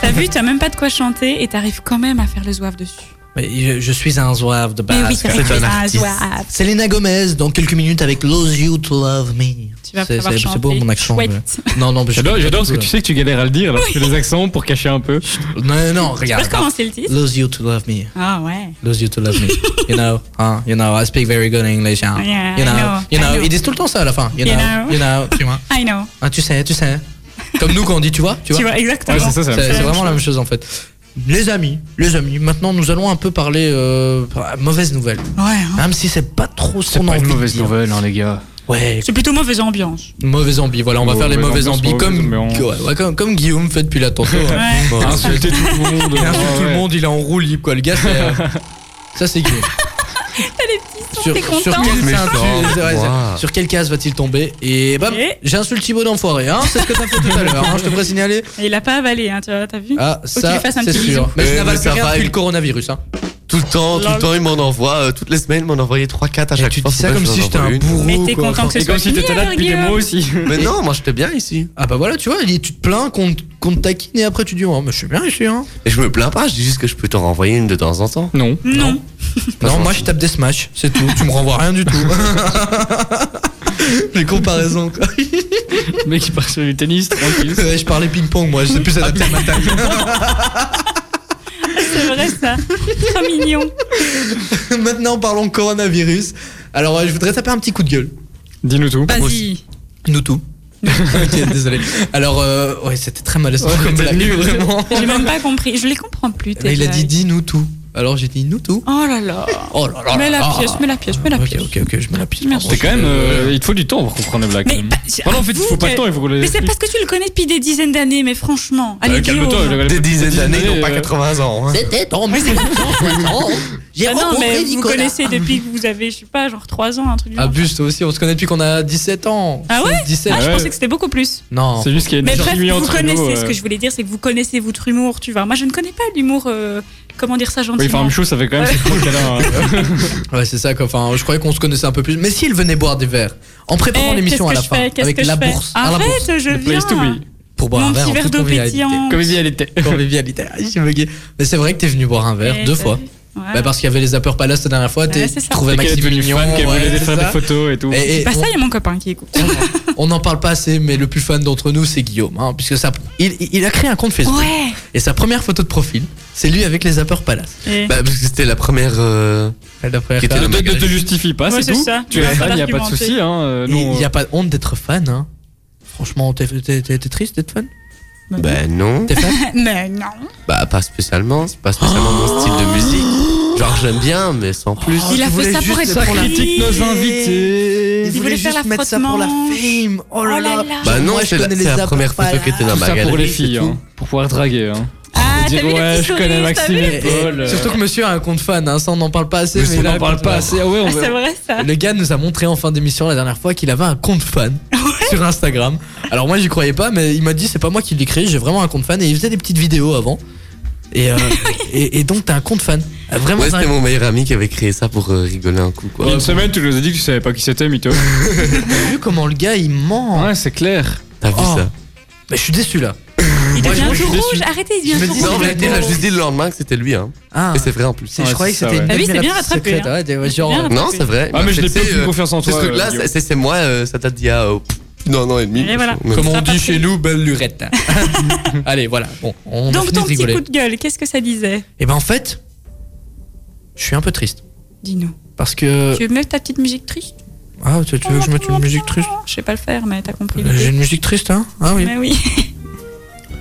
T'as vu, t'as même pas de quoi chanter et t'arrives quand même à faire le zouave dessus.
Mais je, je suis un zouave de base.
Mais oui,
quoi.
c'est un artiste. Selena Gomez dans quelques minutes avec Lose You to Love Me.
Tu vas
C'est-
pouvoir
c'est- C'est beau
chanter.
mon accent.
Chouette.
mais- [LAUGHS] Non, non, mais je-
J'adore, j'adore parce que tu sais que tu galères à le dire alors que tu fais des accents pour cacher un peu.
Non, non, regarde.
peux recommencer le titre
Lose You to Love Me.
Ah ouais.
Lose You to
[LAUGHS]
Love Me. You know, hein, you know, I speak very good English. hein.
Yeah, I
you know,
know,
you
I
know.
know.
Ils disent tout le temps ça à la fin. You,
You
know,
know.
you know, tu vois.
I know.
Ah, tu sais, tu sais. Comme nous quand on dit tu vois, tu
[LAUGHS]
vois.
Tu vois, exactement.
Ouais, c'est ça, c'est la même
C'est-
chose.
c'est
C'est vraiment la même chose en fait. Les amis, les amis, maintenant nous allons un peu parler euh, mauvaise nouvelle.
Ouais. hein.
Même si c'est pas trop ce
C'est
qu'on a
pas une
envie de
mauvaise
dire.
nouvelle, hein, les gars.
Ouais,
C'est plutôt mauvaise ambiance.
mauvaise ambi, voilà, on va faire les
Mauvaise
mauvaises
ambiance,
ambi comme,
mauvaise ambiance.
ouais, ouais, comme, comme Guillaume fait depuis la tantôt. hein.
Ouais.
Bon.
Insulter tout le monde.
Il insulte
Ouais,
tout le
ouais.
monde, il est en roue libre quoi, le gars c'est.
[LAUGHS]
euh, Ça c'est Guillaume. Sur,
T'es
sur
content
quelle
Mais
ceinture-
fort.
c'est vrai, c'est vrai.
Wow.
Sur quelle case va-t-il tomber Et bam,
Et
j'insulte Thibaut d'enfoiré, hein, c'est ce que t'as fait tout à l'heure, hein, je te ferai signaler.
Et il a pas avalé, hein, tu vois, t'as vu
Ah,
Faut qu'il
ça,
lui fasse un
c'est
petit bisou. [LAUGHS]
sûr. Mais
Ouais,
je n'avale
mais
plus
ça
rien
va,
depuis
il-
le coronavirus. Hein.
Tout le temps, tout
Lol.
le temps, il m'en envoie. euh, toutes les semaines, il m'en envoyait 3-4 à chaque fois.
dis ça
Faut pas
comme
que je
si
m'en
j'étais
envoie
un
une.
bourreau.
Mais t'es
quoi.
content que ce
Et
soit
comme si
fini,
t'étais là
alors,
depuis des
Guillaume
mois aussi.
Mais non, moi j'étais bien ici.
Ah bah voilà, tu vois, il dit, tu te plains qu'on te- qu'on te taquine et après tu dis, oh, mais je suis bien ici. Hein.
Et je me plains pas, je dis juste que je peux t'en renvoyer une de temps en temps.
Non.
Non.
Non, moi je tape des smash, c'est tout, tu me renvoies rien du tout. Les comparaisons, [LAUGHS] quoi.
Le mec qui part sur du tennis, tranquille.
Ouais, je parlais ping-pong, moi, je sais plus adapté à ma taille.
C'est vrai
[LAUGHS]
ça. Trop mignon.
Maintenant, parlons coronavirus. Alors, euh, je voudrais taper un petit coup de gueule.
Dis-nous tout.
Vas-y.
Nous
[LAUGHS]
tout. ok, désolé. Alors, euh, ouais, c'était très malaisant
Ouais,
comme
t'es
blague,
nul.
vraiment.
J'ai même pas compris. [LAUGHS] Je les comprends plus. tes
Mais il a dit,
blagues.
dis-nous tout. Alors, j'ai dit, nous tout.
Oh là là.
Oh là là.
Mets la
là.
pièce, mets la pièce, mets la
Ok,
pièce.
ok, ok, je mets la pièce.
Merci.
pardon.
C'est quand même. euh, il te faut du temps pour comprendre les blagues.
Mais
quand même.
bah, j'ai-
Ah non, en fait, il faut
avoue
pas
que-
le temps, il faut qu'on les
Mais c'est
explique.
parce que tu le connais depuis des dizaines d'années, mais franchement. Allez,
Euh, Calme-toi,
Guillaume.
je rigole.
Des dizaines d'années, ils n'ont pas
euh,
80 ans. hein.
C'était en 1960. J'ai
Ah non,
rencontré
mais vous
Nicolas.
connaissez depuis que vous avez, je sais pas, genre 3 ans, un truc du genre.
Abuse, Ah, toi aussi, on se connaît depuis qu'on a 17 ans.
Ah ouais
16, 17.
Ah, je
Ouais.
pensais que c'était beaucoup plus.
Non.
C'est juste qu'il y a une
Mais bref,
chimie
vous
entre
connaissez.
nous.
Ce
euh.
que je voulais dire, c'est que vous connaissez votre humour, tu vois. Moi, je ne connais pas l'humour. euh, comment dire ça
Oui, enfin,
gentiment
Michou, ça fait quand même ses trois câlins. hein.
[LAUGHS] Ouais, c'est ça, quoi. Enfin, je croyais qu'on se connaissait un peu plus. Mais s'il venait boire des verres, en préparant
Eh,
l'émission à
qu'est-ce
la
que je
fin,
fais Qu'est-ce
avec
que
la
je fais
bourse, à la bourse,
Arrête, je
The place to
viens.
be.
pour boire
Mon
un verre.
petit
en
verre
toute
d'eau
convivialité.
pétillante.
Comme il dit, elle était.
[LAUGHS] Convivialité. Ah, j'ai bugué. Mais c'est vrai que t'es venu boire un verre
Eh,
deux
t'as
fois.
vu Voilà.
Bah, parce qu'il y avait les Upper Palace la dernière fois,
Ouais,
t'es-
c'est
tu
ça.
trouvais
C'est qu'elle est
Maxime
devenue
mignon.
fan, qu'elle
ouais,
voulait
c'est
faire des
ça.
photos et tout.
Et- et
Bah,
on-
ça, il y a mon copain qui écoute.
on n'en parle pas assez, mais le plus fan d'entre nous, c'est Guillaume. hein, puisque ça, il, il a créé un compte Facebook.
Ouais.
Et sa première photo de profil, c'est lui avec les Upper Palace.
Et-
Bah, parce que c'était la première. euh,
La première
Qui était
fois.
Ne
le
te- ne
magazine.
te justifie pas,
Ouais, c'est
c'est tout.
ça.
Tu
Ouais.
es fan, il n'y a pas de
Argumenter.
souci. hein, euh,
Il
nous,
n'y
euh,
a pas de honte d'être fan. Hein. Franchement, t'es t'es- t'es- t'es triste d'être fan
Bah non.
T'es fan
[LAUGHS] Mais non.
Bah pas spécialement, c'est pas spécialement mon style de musique. Genre j'aime bien, mais sans plus.
Il a fait
tu voulais
ça pour
juste
être
pour la
pris.
Critique nos invités.
Il voulait faire la
mettre ça pour la
frotte-manche.
fame. Oh là
Oh là
là.
là.
Bah non,
Moi, je
c'est la,
connais
c'est
les
la première
appels.
photo qui était dans
Tout
ma
ça
galerie.
pour les
c'est
filles,
tout.
hein, pour pouvoir draguer. hein.
Ah,
Et
t'as
dire,
vu la
ouais,
petite
je connais
souris,
Maxime
t'as vu
et Paul. euh,
Surtout que monsieur a un compte fan, hein, ça on n'en parle pas assez,
mais
mais
on
il a
n'en
un
parle
compte
pas
fan.
assez. Ah ouais, on
Ah,
va-
c'est vrai ça.
Le gars nous a montré en fin d'émission la dernière fois qu'il avait un
[LAUGHS]
compte fan sur Instagram. Alors moi j'y croyais pas, mais il m'a dit c'est pas moi qui l'ai créé, j'ai vraiment un compte fan et il faisait des petites vidéos avant.
[LAUGHS]
Et, euh, et, et donc t'as un compte fan. Ah, Vraiment,
Ouais,
t'as un-
c'était mon meilleur ami qui avait créé ça pour euh, rigoler un coup, quoi.
Une semaine, tu nous as dit que tu savais pas qui c'était,
[LAUGHS]
Mito.
t'as vu comment le gars il ment. hein.
Ouais, c'est clair.
T'as vu
Oh.
ça
Mais je suis déçu là.
Il
Moi, je-
devient
moi, je
tout
suis
rouge.
déçu.
Arrêtez, il
Je me
devient tout
dis,
rouge.
Non, mais
complètement.
il a juste dit le lendemain que c'était lui, hein.
Ah,
Et c'est vrai en plus.
c'est- je
Ouais,
croyais que
c'est ça,
c'était une
ouais. Ah oui,
admiration
c'est bien rattrapé,
secrète, ouais, ouais, genre,
bien
Non, c'est vrai.
Ah, mais je
Bah,
l'ai
c'est,
pas eu
euh,
confiance en
Ce
toi.
truc-là,
euh,
c'est- c'est c'est moi, euh, ça date d'il y a euh, non, non et demi.
Et voilà.
Mais-
Comme on
Ça
dit
passe.
chez nous, belle
[LAUGHS]
lurette. Allez, voilà. Bon, on a
Donc
fini
ton
de
petit
rigoler.
coup de gueule, qu'est-ce que ça disait
Et ben en fait, je suis un peu triste
Dis-nous.
parce
Euh.
que
Tu veux mettre ta petite musique triste
ah tu, tu veux que je mette une musique triste
Je sais pas le faire, mais t'as compris.
Euh,
l'idée.
J'ai une musique triste hein Ah oui.
Mais oui. [LAUGHS]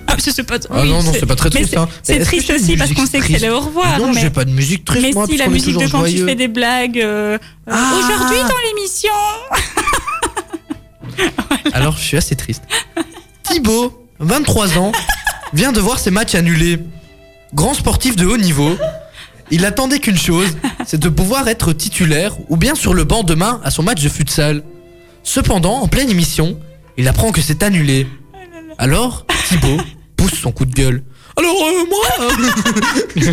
Ah, mais c'est pas.
Ah
oui,
non non c'est pas très
mais
triste hein.
C'est
Est-ce que
triste
j'ai une
aussi parce
musique
qu'on sait que c'est
triste
le au revoir.
Non, j'ai
mais
pas de musique triste
mais
moi.
si, la
parce qu'on est
musique de
toujours
quand tu
joyeux.
fais des blagues. euh, euh,
Ah.
Aujourd'hui dans l'émission.
Alors je suis
[LAUGHS]
assez triste. Thibaut, 23 ans, vient de voir ses matchs annulés. Grand sportif de haut niveau, il attendait qu'une chose, c'est de pouvoir être titulaire ou bien sur le banc demain à son match de futsal. Cependant, en pleine
Oh
émission, il apprend que c'est annulé. Alors, Thibaut pousse son coup de gueule. Alors, euh, moi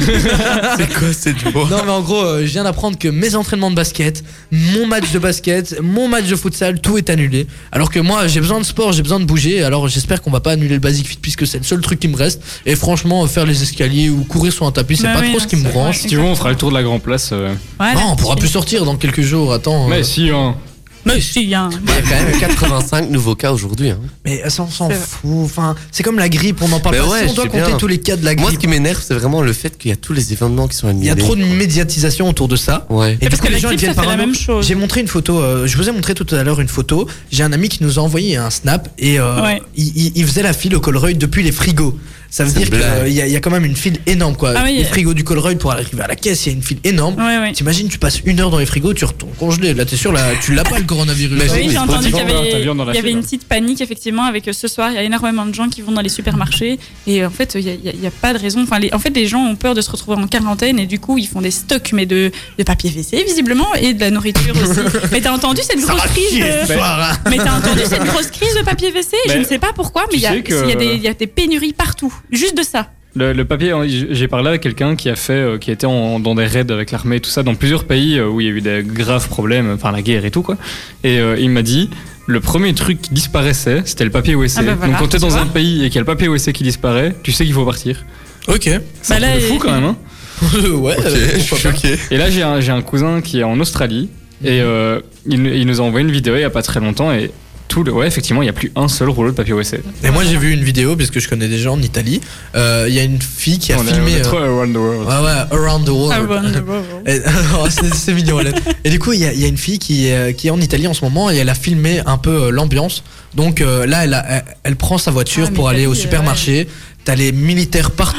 C'est quoi cette voix
Non, mais en gros, euh, je viens d'apprendre que mes entraînements de basket, mon match de basket, mon match de futsal, tout est annulé. Alors que moi, j'ai besoin de sport, j'ai besoin de bouger. Alors, j'espère qu'on va pas annuler le Basic Fit puisque c'est le seul truc qui me reste. Et franchement, euh, faire les escaliers ou courir sur un tapis, c'est
Bah
pas
oui,
trop ce qui me
c'est-
branche.
Si tu veux, on fera le tour de la Grand Place. euh.
Voilà.
Non, on pourra plus sortir dans quelques jours. Attends.
Mais si, hein.
Mais si, hein.
Il y a
[LAUGHS]
quand même 85 nouveaux cas aujourd'hui. hein.
Mais euh, ça, on s'en
C'est vrai.
fout. Enfin, c'est comme la grippe, on en parle
Mais
pas.
Bah Ben ouais,
Si on
je
doit
sais
compter
bien.
tous les cas de la grippe.
Moi, ce qui m'énerve, c'est vraiment le fait qu'il y a tous les événements qui sont annulés.
Il y a trop de médiatisation autour de ça.
Ouais.
Et
parce
du coup,
que
les
la
gens ils
grippe,
viennent
ça fait la
parano.
même chose.
J'ai montré une photo, euh, je vous ai montré tout à l'heure une photo. J'ai un ami qui nous a envoyé un snap et euh,
Ouais.
il, il- il faisait la file au Colreuil depuis les frigos. Ça veut
C'est
dire qu'il
blague.
y, a- il y a quand même une file énorme quoi.
Ah oui,
les
euh.
frigos du Colreuil pour arriver à la caisse, il y a une file énorme.
Ouais, ouais.
T'imagines, tu passes une heure dans les frigos, tu retournes congelé. Là, t'es sûr, là, tu l'as pas le coronavirus.
Mais
Oui, j'ai entendu qu'il y
Sportivement, t'as
avait,
vu, on en
il
a
y
fait,
avait une
là.
petite panique, effectivement, avec euh, ce soir, il y a énormément de gens qui vont dans les supermarchés. Et euh, en fait, il n'y a, pas de raison. Enfin, les- en fait, les gens ont peur de se retrouver en quarantaine et du coup, ils font des stocks, mais de, de papier WC, visiblement, et de la nourriture
[LAUGHS]
aussi. mais t'as entendu cette grosse crise de...
hein.
Mais t'as entendu cette
[LAUGHS]
grosse crise de papier WC Je
Mais
ne sais pas pourquoi, mais
tu
il y, a-
sais que-
il y a des- il y a des pénuries partout. Juste de ça.
Le, le papier, hein, j- j'ai parlé à quelqu'un qui a fait, euh, qui était en- dans des raids avec l'armée et tout ça, dans plusieurs pays euh, où il y a eu des graves problèmes, enfin la guerre et tout quoi. Et euh, il m'a dit, le premier truc qui disparaissait, c'était le papier OSC.
Ah bah voilà,
Donc quand t'es
tu
dans
vois.
un pays et qu'il y a le papier OSC qui disparaît, tu sais qu'il faut partir.
Ok.
C'est
Bah là,
un truc de
il-
fou quand même. Hein
[LAUGHS] ouais. euh,
Je suis
pourquoi pas.
choqué.
et là, j'ai un, j'ai un cousin qui est en Australie et
Mhm.
euh, il, il nous a envoyé une vidéo il y a pas très longtemps et tout le, ouais effectivement, il y a plus un seul rouleau de papier OSC.
Et moi j'ai vu une vidéo parce que je connais des gens en Italie. Euh, Il y a une fille qui a
On est- on
filmé.
est
euh,
trop around the
Ouais,
world.
ouais, Around the World.
Around the world.
Et- oh, c'est- c'est mignon, elle. Et du coup, il y, a- il y a une fille qui est, qui est en Italie en ce moment et elle a filmé un peu euh, l'ambiance. Donc euh, là, elle, a- elle, elle prend sa voiture
Ah, mais
pour
t'as
aller au
dit, euh,
supermarché. T'as les militaires partout.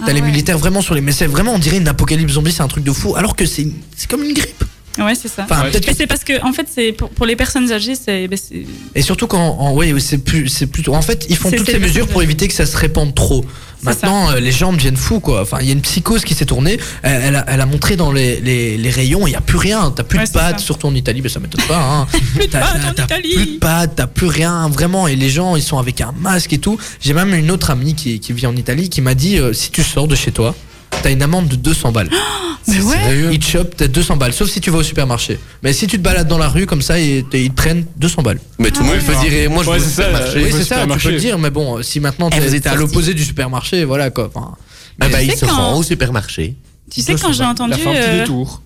T'as
Ah
les
ouais.
militaires vraiment sur les. Mais c'est vraiment, on dirait une apocalypse zombie, c'est un truc de fou. Alors que c'est une- c'est comme une grippe.
Ouais, c'est ça.
Enfin,
Ouais.
peut-être
Mais c'est parce que, en fait, c'est pour, pour les personnes âgées, c'est. ben, c'est-
Et surtout quand, en, ouais, c'est plus, c'est plutôt. En fait, ils font
C'est-
toutes
c'est
ces
le
mesures
message.
pour éviter que ça se répande trop.
C'est
Maintenant, euh, les gens deviennent fous, quoi. Enfin, il y a une psychose qui s'est tournée. Elle, elle a, elle a montré dans les, les, les rayons, il n'y a plus rien. T'as plus
Ouais,
de
c'est
pâtes,
ça.
surtout en Italie, mais ça m'étonne pas. Hein.
Plus de
T'as-
pâtes
t'as-
en
t'as
Italie.
Plus de pâtes, t'as plus rien, vraiment. Et les gens, ils sont avec un masque et tout. J'ai même une autre amie qui, qui vit en Italie qui m'a dit euh, si tu sors de chez toi, t'as une amende de 200 balles.
[GASPS] Mais ouais.
Ils te chopent peut-être 200 balles, sauf si tu vas au supermarché. Mais si tu te balades dans la rue comme ça, et, et ils te prennent 200 balles.
Mais tout le
Ah
monde peut dire, et moi je
Ouais,
veux
c'est ça,
faire marcher.
Et
Ah Oui,
au
c'est ça, tu
supermarché.
peux le dire, mais bon, euh, si maintenant
Eh,
t'es
vous êtes
t'es à
sortis.
l'opposé du supermarché, voilà quoi. enfin,
Ah bah,
Tu
ils
sais
se
quand-
rendent au supermarché.
Tu sais, quand j'ai entendu.
La fin petit
euh, [LAUGHS]
détour.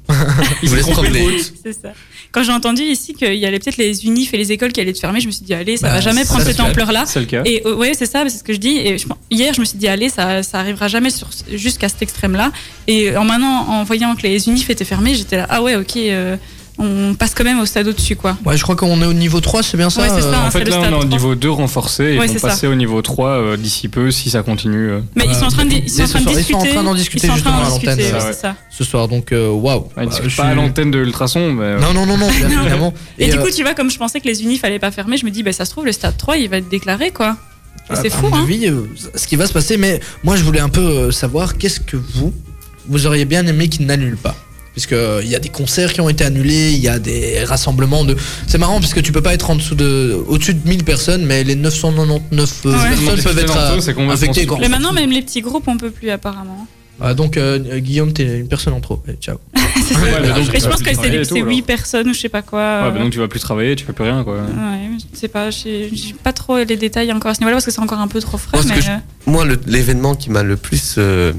Ils vous laissent promener.
C'est ça. Quand j'ai entendu ici qu'il y allait peut-être les unifs et les écoles qui allaient être fermées, je me suis dit, allez, ça
Bah,
va jamais
ça,
prendre
c'est
cette
vrai.
ampleur-là.
C'est le cas.
Et euh, ouais, c'est ça, c'est ce que je dis. Et je pense- hier, je me suis dit, allez, ça, ça arrivera jamais sur- jusqu'à cet extrême-là. Et en maintenant, en voyant que les unifs étaient fermés, j'étais là, ah ouais, ok, euh, on passe quand même au stade au-dessus, quoi.
Ouais, je crois qu'on est au niveau 3, c'est bien [LAUGHS] ça.
Ouais, c'est ça.
euh,
En
Ah,
fait,
c'est le
là, on
stade
est au
3.
niveau 2 renforcé et
Ouais,
on
c'est
va
ça.
passer au niveau 3 euh, d'ici peu si ça continue. euh.
Mais
Ouais.
ils sont en train de, ils sont
Mais
en
ce
train de
soir, ils
discuter.
sont en train d'en
Ils
discuter
sont en
justement
train
à
d'en
l'antenne,
discuter,
ça,
ouais,
ouais.
c'est ça.
Ce soir, donc euh, waouh.
On
Bah,
discute
je suis-
pas à l'antenne de l'ultrason, mais. euh,
Non, non,
[LAUGHS]
non, non, [LAUGHS] bien évidemment.
Et, du
euh,
coup, tu vois, comme je pensais que les unis fallait pas fermer, je me dis, bah, ça se trouve, le stade 3, il va être déclaré, quoi. Et
à-
c'est
à
fou,
mon
hein.
avis, euh, ce qui va se passer, mais moi je voulais un peu euh, savoir qu'est-ce que vous, vous auriez bien aimé qu'ils n'annulent pas Puisque euh, il y a des concerts qui ont été annulés, il y a des rassemblements de. C'est marrant puisque tu peux pas être en dessous de, au-dessus de 1000 personnes, mais les 999 euh,
Ouais.
personnes
C'est
peuvent être
tellement tôt,
euh,
c'est qu'on va
infectées.
s'en
quoi.
Mais maintenant, même les petits groupes, on peut plus, apparemment.
Ah, donc euh, Guillaume, t'es une personne en trop. Allez, ciao.
[LAUGHS] C'est ça.
ouais, bah, donc,
Et je
tu vas
pense
plus
que
travailler
c'est
et tout,
c'est
alors.
huit euh, personnes ou je sais pas quoi.
Ouais, bah, donc tu vas plus travailler, tu fais plus rien, quoi.
Ouais, mais je sais pas, j'ai j'ai pas trop les détails encore à ce niveau-là parce que c'est encore un peu trop frais.
Moi, ce
mais
que je-
euh,
Moi, le- l'événement qui m'a le plus euh,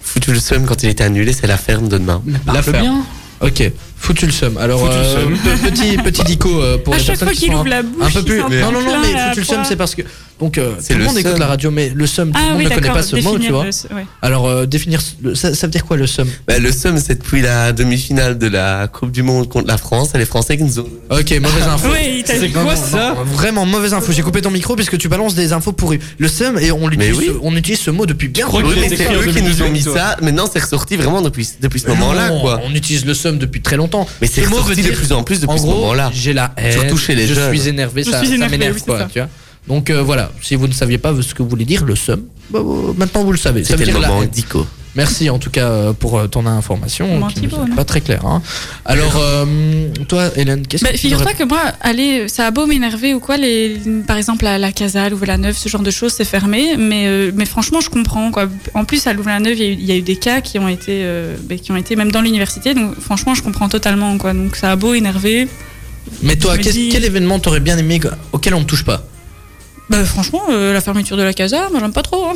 foutu le seum quand il était annulé, c'est la ferme de demain.
La ferme. Ok, foutu le seum. Alors,
Foutu le
euh,
seum.
pe- petit, petit dico euh, pour
À
les
chaque
personnes
fois
qui
qu'il
sont
ouvre la
un
bouche,
peu
il
plus.
s'en
Non, non, non,
prend
mais
plein la
foutu le seum,
poire.
c'est parce que. [LAUGHS] Donc, euh, tout
C'est
le,
le
monde écoute
seum.
la radio, mais le seum, tout le
Ah
monde
oui,
ne connaît
d'accord,
pas ce mot, tu
définir
vois.
le- ce- ouais.
Alors, euh, définir. le- Ça, ça veut dire quoi le seum
Bah, le seum, c'est depuis la demi-finale de la Coupe du Monde contre la France et les Français qui nous ont.
Ok, mauvaise info.
Oui, t'as dit
Non,
quoi
non,
ça
non, Vraiment mauvaise info. J'ai coupé ton micro puisque tu balances des infos pourries. Le seum, et on
Mais
utilise,
oui.
ce- on utilise ce mot depuis bien
crois
longtemps.
Oui,
qu'il a
mais
été
c'est
créé en
eux qui nous ont mis
2018,
ça. Mais non, c'est ressorti vraiment depuis, depuis ce moment-là,
Non,
quoi.
On utilise le seum depuis très longtemps.
Mais c'est
Ce mot veut
ressorti de
dire-
plus en plus depuis
en
ce
gros,
moment-là.
J'ai la haine.
Surtout chez les
je
jeunes.
suis énervé,
Je
ça,
suis
ça
énervé,
m'énerve
oui, c'est
quoi,
ça.
tu vois. Donc euh, voilà, si vous ne saviez pas ce que voulait dire le seum, bah, bah, maintenant vous le savez. Ça veut
C'était le
dire la
moment
haine.
dico.
Merci en tout cas euh, pour euh, ton information.
Moi,
qui
Thibaut,
nous est
non
pas très claire. hein. Alors, euh, toi, Hélène, qu'est-ce
Bah,
que tu
Figure-toi
aurais-
que moi, aller, ça a beau m'énerver ou quoi, les, par exemple à la Casale, Louvain-la-Neuve, ce genre de choses, c'est fermé, mais, euh, mais franchement, je comprends. Quoi. En plus, à Louvain-la-Neuve, il y a eu- il y, a eu des cas qui ont été, euh, bah, qui ont été même dans l'université, donc franchement, je comprends totalement. Quoi. Donc ça a beau énerver.
Mais toi,
je me
qu'est-ce-
dis-
quel événement t'aurais bien aimé que- auquel on ne touche pas
Bah, franchement, euh, la fermeture de la Casa, moi j'aime pas trop. hein.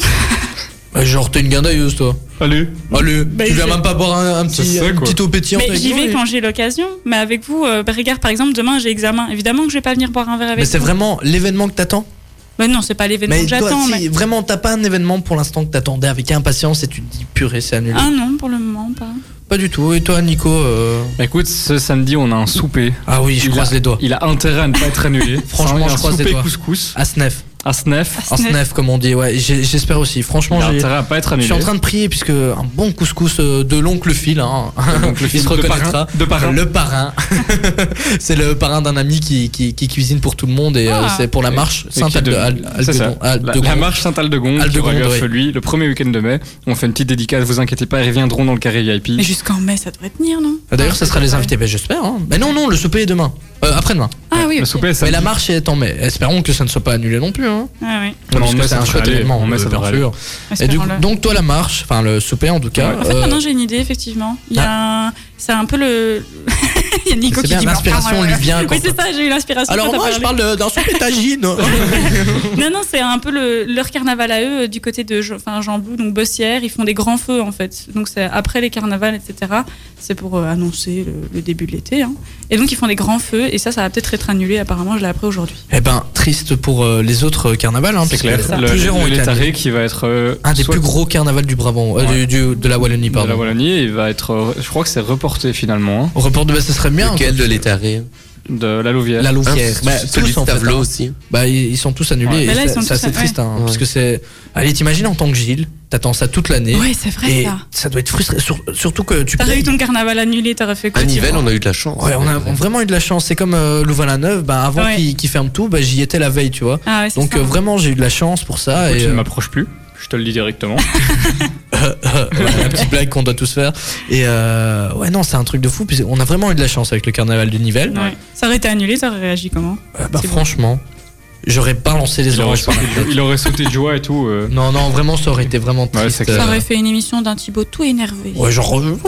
Bah, Genre, t'es une guindailleuse, toi.
Allez.
Allez, tu viens
je-
même pas boire un, un petit,
ça,
un
quoi.
petit eau pétillante.
Bah, mais
avec
j'y
nous,
vais
et-
quand j'ai l'occasion. Mais avec vous, euh, bah, regarde par exemple, demain j'ai examen. Évidemment que je vais pas venir boire un verre avec
Mais c'est
vous.
vraiment l'événement que t'attends
Bah, non, c'est pas l'événement
Mais
que
toi,
j'attends.
si
mais-
vraiment t'as pas un événement pour l'instant que t'attendais avec impatience et tu te dis purée, c'est annulé.
Ah non, pour le moment, pas.
Pas du tout. Et toi, Nico euh,
Bah, écoute, ce samedi, on a un souper.
Ah oui, je
il
croise
a,
les doigts.
Il a intérêt à ne pas
[LAUGHS]
être annulé.
Franchement,
Un
je croise les
souper
doigts.
couscous
À Snef.
à Snef.
À Snef, comme on dit. Ouais, j'ai- j'espère aussi. Franchement,
Il a
j'ai-
intérêt à pas être
Je suis en
annulé.
train de prier puisque un bon couscous euh, de l'oncle Phil, hein, [LAUGHS]
l'oncle
il
Phil,
se
de
reconnaîtra.
parrain, de parrain.
Le parrain. c'est le parrain d'un ami qui, qui, qui cuisine pour tout le monde et euh,
Ah.
c'est pour la marche
Et
Sainte
qui de- c'est ça. La- La marche Saint-Aldegon,
Aldegonde,
qui regorge
oui.
lui, le 1er week-end de mai. On fait une petite dédicace, vous inquiétez pas, ils reviendront dans le carré VIP.
Mais jusqu'en mai, ça devrait tenir, non
Ah, D'ailleurs, ça sera les invités, ben, j'espère. hein. Mais non, non, le souper est demain. Euh, Après-demain.
Ah oui,
Le
ok.
souper, c'est
Mais la
samedi.
marche est en mai. Espérons que ça ne soit pas annulé non plus. Hein.
Ah oui.
Non,
Parce
en
que
mai,
c'est
ça
un
devrait
chouette
aller.
événement,
En mai,
euh,
ça
bien
devrait
sûr. Et du coup-
Espérons-le.
donc, toi, la marche, enfin le souper en tout cas.
En fait,
euh, Ah.
maintenant j'ai une idée, effectivement. Il y a un- C'est un peu le. [LAUGHS] Il y a Nico
C'est
qui
bien,
dit.
l'inspiration
Ah, ouais,
lui
ouais.
vient
[LAUGHS]
quand-
Oui, c'est ça, j'ai eu l'inspiration.
Alors,
quand t'as
moi, je
parlé.
parle de- d'un souper tagine.
[LAUGHS] Non, non, c'est un peu le- leur carnaval à eux, euh, du côté de Je- enfin, Jean Blou, donc Bossière. Ils font des grands feux, en fait. Donc, c'est après les carnavals, etc. C'est pour euh, annoncer le, le début de l'été. hein. Et donc, ils font des grands feux. Et ça, ça va peut-être être annulé, apparemment. Je l'ai appris aujourd'hui.
Eh ben, triste pour euh, les autres euh, carnavals, hein,
C'est
parce que
clair. Le,
plusieurs ont
le
été
Létaré
annulés.
qui va être euh,
Un des
soit
plus gros carnavals du Brabant, euh,
Ouais.
du- du- de la Wallonie,
de la
pardon.
Wallonie, et il va être, euh, je crois que c'est reporté finalement, hein,
Au report de baisse, ce serait bien.
Lequel de l'étaré
de la Louvière.
La Louvière.
Hein, celui de Stavelot aussi.
Bah, ils ils sont tous annulés.
Ouais.
et
Mais là, ils
c'est-
sont
c'est
tous
assez
an-
triste, hein,
ouais.
parce que c'est. Allez, t'imagines en tant que Gilles, t'attends ça toute l'année.
Ouais, c'est vrai,
et
ça.
doit être frustré, sur- surtout que tu
T'aurais
payes.
eu ton carnaval annulé, t'aurais fait quoi
À Nivelles,
Thibaut
on a eu de la chance.
Ouais, on a vraiment eu de la chance. C'est comme euh, Louvain-la-Neuve, bah, avant
Ouais.
qu'ils qu'ils ferment tout, bah, j'y étais la veille, tu vois.
Ah ouais, c'est
Donc
ça.
euh, vraiment, j'ai eu de la chance pour ça.
Écoute,
et,
tu ne
euh,
m'approches plus, je te le
[LAUGHS]
dis directement.
[LAUGHS] Ouais, la petite blague qu'on doit tous faire. Et euh, ouais, non, c'est un truc de fou. puisque On a vraiment eu de la chance avec le carnaval du Nivelles.
Ouais. Ça aurait été annulé, t'aurais réagi comment
Euh, bah,
C'est bon.
franchement, j'aurais pas lancé les
il, aurait
oranges par
sauté,
la fenêtre.
il aurait sauté de joie et tout. euh.
Non, non, vraiment, ça aurait été vraiment
Ouais,
triste.
c'est clair.
Ça
euh,
aurait fait une émission d'un Thibaut tout énervé.
ouais, genre, euh,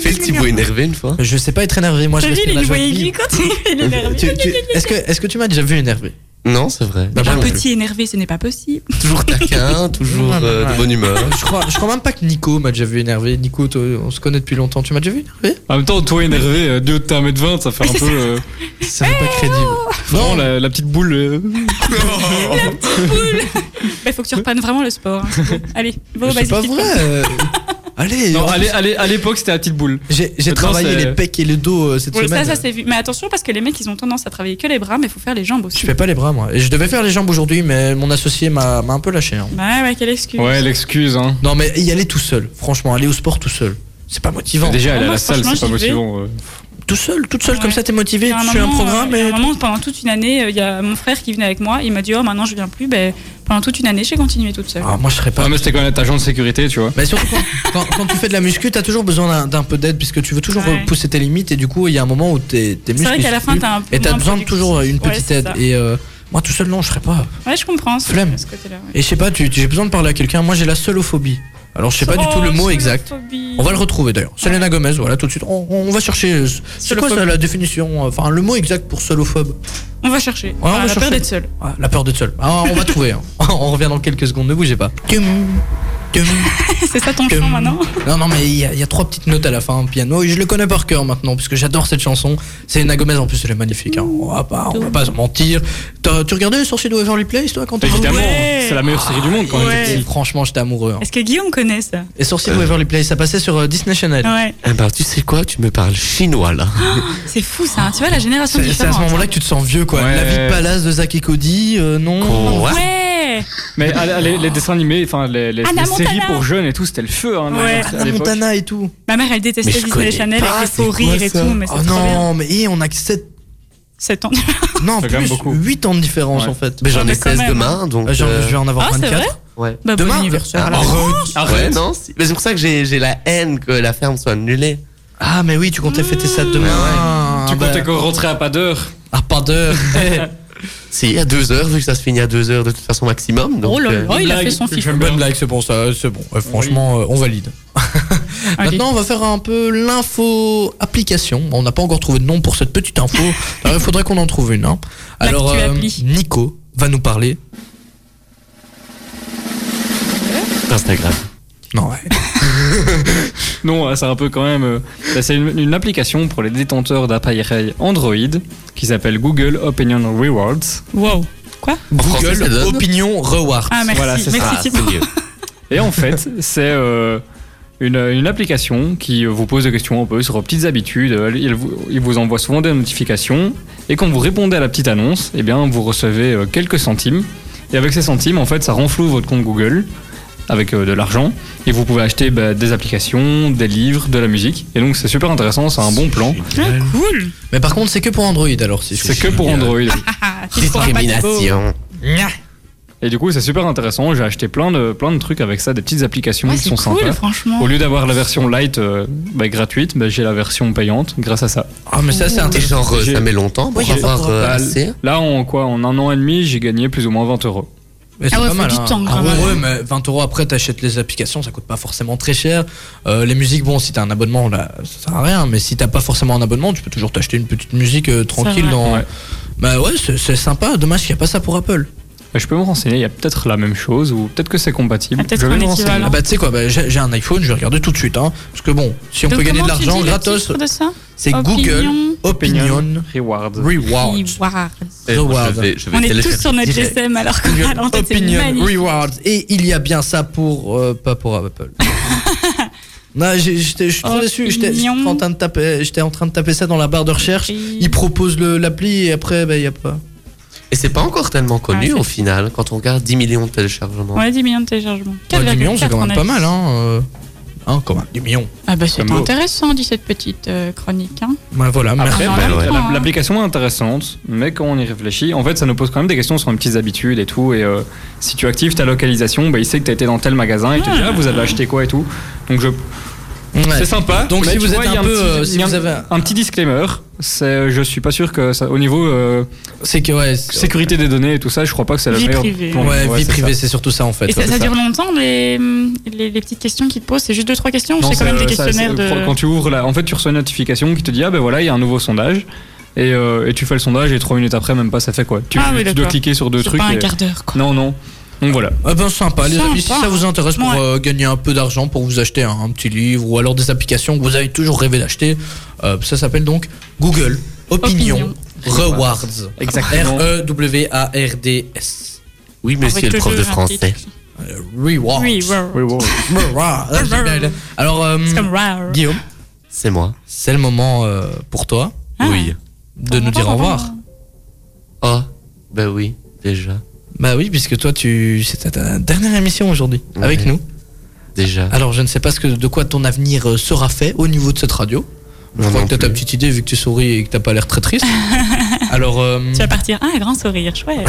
Fait le Thibaut énervé une fois.
je sais pas être énervé. Moi, je
T'as vu,
reste
il
la
le
joie de
voyait
vivre.
lui quand il est énervé.
Tu- tu- Est-ce que, est que tu m'as déjà vu énervé
Non, c'est vrai.
Bah,
Jamais.
Un petit énervé, ce n'est pas
[LAUGHS]
possible.
Toujours taquin, toujours
Ouais, ouais,
euh,
ouais.
de bonne humeur.
je crois, je crois même pas que Nico m'a déjà vu énervé. Nico, toi, on se connaît depuis longtemps. Tu m'as déjà vu énervé
En même temps, toi énervé, euh, deux de ta 1m20, ça fait un peu. euh,
Ça n'est pas crédible.
vraiment la, la petite boule. euh,
Oh.
Bah, Il faut que tu reprennes vraiment le sport. hein, Thibaut. Allez, va au
C'est pas
basique.
vrai.
[LAUGHS]
euh. Allez,
Non,
en
à l'é- à l'é- à l'époque, c'était la petite boule.
J'ai j'ai
Maintenant,
travaillé
c'est-
les pecs et le dos euh, cette
Ouais, ça,
semaine.
ça c'est vu. Mais attention parce que les mecs ils ont tendance à travailler que les bras, mais il faut faire les jambes
je
aussi.
fais pas les bras moi. Et je devais faire les jambes aujourd'hui, mais mon associé m'a m'a un peu lâché. hein.
Ouais, ouais, quelle excuse.
Ouais, l'excuse. Hein.
Non, mais y aller tout seul, franchement, aller au sport tout seul, c'est pas motivant.
Déjà, elle est à
Ah, Moi,
la salle,
franchement,
c'est pas
j'y vais.
motivant. euh.
Tout seul, toute seule,
Ouais.
comme ça t'es motivé,
Il y a
tu suis un
moment,
programme
euh, il y a
et.
un moment, pendant toute une année, euh, il y a mon frère qui venait avec moi, il m'a dit Oh, maintenant je viens plus. Ben, pendant toute une année, j'ai continué toute seule.
Ah, moi je serais pas.
Ah, mais c'était quand même ta jambe de sécurité, tu vois.
Mais surtout quand, quand- quand tu fais de la muscu, t'as toujours besoin d'un- d'un peu d'aide puisque tu veux toujours
Ouais.
pousser tes limites et du coup il y a un moment où tes, tes
C'est
muscles.
vrai qu'à
ils
la
sont
fin,
plus-
t'as un peu
Et t'as
moins
besoin de
productif.
toujours une
Ouais,
petite
c'est
aide.
ça.
Et euh, moi tout seul, non, je serais pas.
Ouais, je comprends. ce-
Flemme.
Ce côté-là. ouais.
Et je sais pas, tu- tu- j'ai besoin de parler à quelqu'un. Moi j'ai la solophobie. Alors je sais pas du tout le
Oh,
mot exact.
solophobie.
On va le retrouver d'ailleurs. Selena Gomez, voilà, tout de suite. On, on va chercher. euh, C'est quoi
Solophobe.
ça, la définition euh, Enfin, le mot exact pour solophobe
On va chercher.
on
Ah,
va
la
chercher.
peur d'être seul.
Ah, La peur d'être seul. Ah, on va trouver. hein. [LAUGHS] On revient dans quelques secondes, ne bougez pas. Tum, tum,
[LAUGHS] C'est ça ton
tum.
chant maintenant
Non, non, mais il y, a- il y a trois petites notes à la fin, piano. Et je le connais par cœur maintenant, puisque j'adore cette chanson. Selena Gomez, en plus, elle est magnifique. hein. On, va pas, on va pas se mentir. T'as- Tu regardais Sorcier de Waverly Place, toi, quand t'étais
Évidemment,
ouais.
c'est la meilleure série du monde quand
Ouais.
même.
petit Franchement, j'étais amoureux. hein.
Est-ce que Guillaume connaît ça [GASPS]
Et Sorcier de Waverly Place, ça passait sur euh, Disney Channel.
Ouais.
Eh
Bah,
ben, tu sais quoi, tu me parles chinois là.
C'est fou ça. hein. Tu vois, la génération
C'est c'est à
différente.
ce moment-là que tu te sens vieux, quoi.
Ouais.
La vie de palace de Zach et Cody, euh, non.
Quoi
Ouais
Mais ah, les, les dessins animés, enfin les, les-
Anna
les séries
Montana.
pour jeunes et tout, c'était le feu. Hein,
Ouais.
à
Anna
l'époque.
Montana et tout.
Ma mère, elle détestait
Mais je
Disney
connais
Channel
pas,
avec les
c'est
faux
quoi
rires et
ça
tout, mais c'est
Oh
trop bien.
non, mais eh, on a que 7
7 ans.
Non,
C'est quand même
plus
beaucoup.
8 ans de différence
Ouais.
en fait.
Mais j'en
Ah, mais
ai
quand
16
même, hein.
demain, donc.
Euh, j'en-
euh,
je vais en avoir
Ah, c'est
24.
vrai
Ouais.
Bah, bon
Demain
anniversaire.
Ah,
alors.
arrête. Ouais, non, si. Mais c'est pour ça que j'ai j'ai la haine que la ferme soit annulée.
Ah, mais oui, tu
Mmh.
comptais fêter ça demain. hein, bah.
Tu comptais qu'on rentrait à pas d'heure
À
[LAUGHS]
pas d'heure.
C'est il y a deux heures, vu que ça se finit à deux heures de toute façon maximum. Donc,
Oh
euh,
Une bonne blague, c'est bon, ça, c'est bon. Ouais, franchement, euh, on valide. Maintenant, on va faire un peu l'info application. On n'a pas encore trouvé de nom pour cette
[LAUGHS]
petite info. Alors, il faudrait qu'on en trouve une. hein.
Bah,
Alors,
L'actu
euh,
appli.
Nico va nous parler
Instagram.
Non, ouais.
[LAUGHS] non, c'est un peu quand même. euh, bah, C'est une, une application pour les détenteurs d'appareils Android qui s'appelle Google Opinion Rewards.
Wow. Quoi
Google Opinion Rewards.
Ah, merci.
Voilà, c'est ça.
Merci, Thibaut.
Et en fait, c'est euh, une, une application qui vous pose des questions un peu sur vos petites habitudes. Elle- Il vous, il vous envoie souvent des notifications. Et quand vous répondez à la petite annonce, eh bien, vous recevez euh, quelques centimes. Et avec ces centimes, en fait, ça renfloue votre compte Google avec euh, de l'argent. Et vous pouvez acheter bah, des applications, des livres, de la musique. Et donc, c'est super intéressant, c'est un bon plan.
Hein, cool.
Mais par contre, c'est que pour Android alors. si je
C'est que
comprends
pour
[LAUGHS]
bien.
Android.
[LAUGHS]
Ah, tu pourras pas, Thibaut.
Et du coup, c'est super intéressant. J'ai acheté plein de, plein de trucs avec ça, des petites applications
Ouais,
qui
c'est
sont
cool,
sympas.
franchement.
Au lieu d'avoir la version light euh, bah, gratuite, bah, j'ai la version payante grâce à ça.
Ah, mais ça, c'est
Et
intéressant.
genre, euh,
J'ai-
ça met longtemps pour
Oui, j'ai-
avoir euh,
bah,
assez.
Là, en quoi En un an et demi, j'ai gagné plus ou moins 20 euros.
Mais c'est
Ah ouais,
pas
faut
mal.
du
hein.
temps,
Ah
quand
ouais,
même.
ouais, mais 20 euros après, t'achètes les applications, ça coûte pas forcément très cher. Euh, les musiques, bon, si t'as un abonnement, là, ça sert à rien. Mais si t'as pas forcément un abonnement, tu peux toujours t'acheter une petite musique euh, tranquille
va.
dans.
Ouais.
Bah ouais, c'est c'est sympa. Dommage qu'il n'y a pas ça pour Apple.
Bah, je peux me renseigner, il y a peut-être la même chose ou peut-être que c'est compatible. je vais me renseigner.
Ah bah tu sais quoi, bah, j'ai j'ai un iPhone, je vais regarder tout de suite. Hein, parce que bon, si on
Donc,
peut gagner de
comment tu
l'argent
dis le
gratos,
titre de ça
c'est
Opinion.
Google Opinion
Reward.
Reward.
Rewards.
Reward.
On est tous sur notre GSM alors qu'on a l'antenne. c'est
Opinion
magnifique.
Rewards. Et il y a bien ça pour. euh, pas pour
[LAUGHS]
Apple. Non, j'ai- j'étais- je suis trop déçu. J'étais j'étais en, train de taper- j'étais en train de taper ça dans la barre de recherche. Ils proposent le- l'appli et après, bah, il n'y a pas.
Et c'est pas encore tellement connu au final, quand on regarde 10 millions de téléchargements.
Ah, Ouais, 10 millions de téléchargements.
Ouais, 10 millions, c'est quand
4,4,
même
on a
pas
dit.
mal. Hein, euh, hein, quand même, 10 millions.
Ah bah c'est
Comme beau.
intéressant, dit cette petite euh, chronique. hein.
Bah, voilà, merci.
Après,
Ah,
bah,
ouais.
la- l'application est intéressante, mais quand on y réfléchit, en fait, ça nous pose quand même des questions sur nos petites habitudes et tout. Et euh, si tu actives ta localisation, bah, il sait que tu as été dans tel magasin et tu te dit, ah, vous avez acheté quoi et tout. Donc, je. C'est sympa.
Donc,
mais
si
tu
vous
vois,
êtes
il y a
un peu,
petit-
euh, si
il y a
vous
un-
avez-
un petit disclaimer, c'est, je suis pas sûr que ça, au niveau euh,
c'est que ouais,
sécurité des données et tout ça, je crois pas que c'est la
Vie
meilleure.
privée.
plan-
Ouais, vie
c'est
privée,
ça.
c'est surtout ça en fait.
Et ça,
Ouais,
ça
c'est
dure longtemps les, les, les petites questions qu'ils te posent C'est juste deux trois questions ou
Non,
c'est quand même des
euh,
c'est- euh, ça,
questionnaires
c'est-
de.
Quand tu ouvres, la- en fait, tu reçois une notification qui te dit Ah ben voilà, il y a un nouveau sondage. Et, euh, et tu fais le sondage et trois minutes après, même pas, ça fait quoi Tu,
Ah oui,
tu dois
d'accord.
cliquer sur deux
C'est
trucs.
pas un
et-
quart d'heure,
Non, non. Donc voilà.
Ah ben sympa les amis, si
Sympa.
ça vous intéresse pour
Ouais.
euh, gagner un peu d'argent, pour vous acheter un, un petit livre ou alors des applications que vous avez toujours rêvé d'acheter, euh, ça s'appelle donc Google Opinion, Rewards. E
Exactement.
R-E-W-A-R-D-S.
Oui
Ah,
mais
Avec c'est le prof toujours de un français.
Rewards.
Rewards.
Rewards. Ah, génial. Alors euh, Guillaume,
c'est moi.
C'est le moment euh, pour toi.
Oui.
De nous dire au revoir.
Ah, bah oui, déjà.
Bah oui, puisque toi tu c'était ta dernière émission aujourd'hui avec
Ouais.
nous.
Déjà.
Alors, je ne sais pas ce que, de quoi ton avenir euh, sera fait au niveau de cette radio. Je
Non,
crois
non
que t'as ta petite idée vu que tu souris et que t'as pas l'air
[LAUGHS]
très triste. Alors, euh,
Tu vas partir. Ah, un grand sourire,
[LAUGHS]
chouette.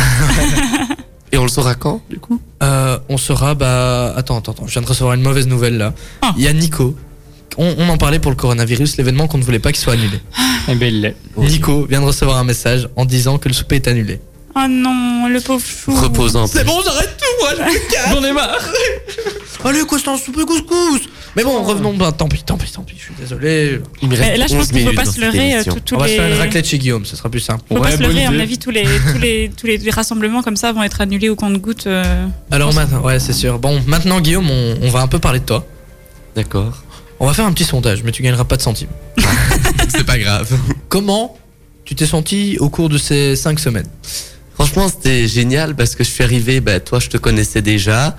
et on le saura quand du coup
euh, on sera bah attends attends attends, je viens de recevoir une mauvaise nouvelle là.
Ah.
Il y a Nico. On, on en parlait pour le coronavirus, l'événement qu'on ne voulait pas qu'il soit annulé.
Eh ben, il l'est.
Oh,
Nico vient de recevoir un message en disant que le souper est annulé.
Oh non, le pauvre chou.
Reposant.
C'est bon,
j'arrête tout, moi, je me casse.
[LAUGHS] J'en ai marre.
Allez, Constance, souper couscous. Mais bon, revenons. Bah, tant pis, tant pis, tant pis. Je suis désolé.
Il me
Mais reste Euh, là, je pense 11 qu'il faut minutes pas dans se cette leurrer, émission. euh, tout- tous
On va se faire
les-
une raclette chez Guillaume, ce sera plus simple.
Faut pas se leurrer, à mon avis, tous les, tous,
[LAUGHS]
les, tous les rassemblements comme ça vont être annulés au compte-goutte.
Alors maintenant, ouais, c'est sûr. Bon, maintenant, Guillaume, on, on va un peu parler de toi.
D'accord.
On va faire un petit sondage, mais tu gagneras pas de centimes.
[LAUGHS] c'est pas grave.
Comment tu t'es senti au cours de ces 5 semaines
Franchement, c'était génial parce que je suis arrivé, bah, toi, je te connaissais déjà.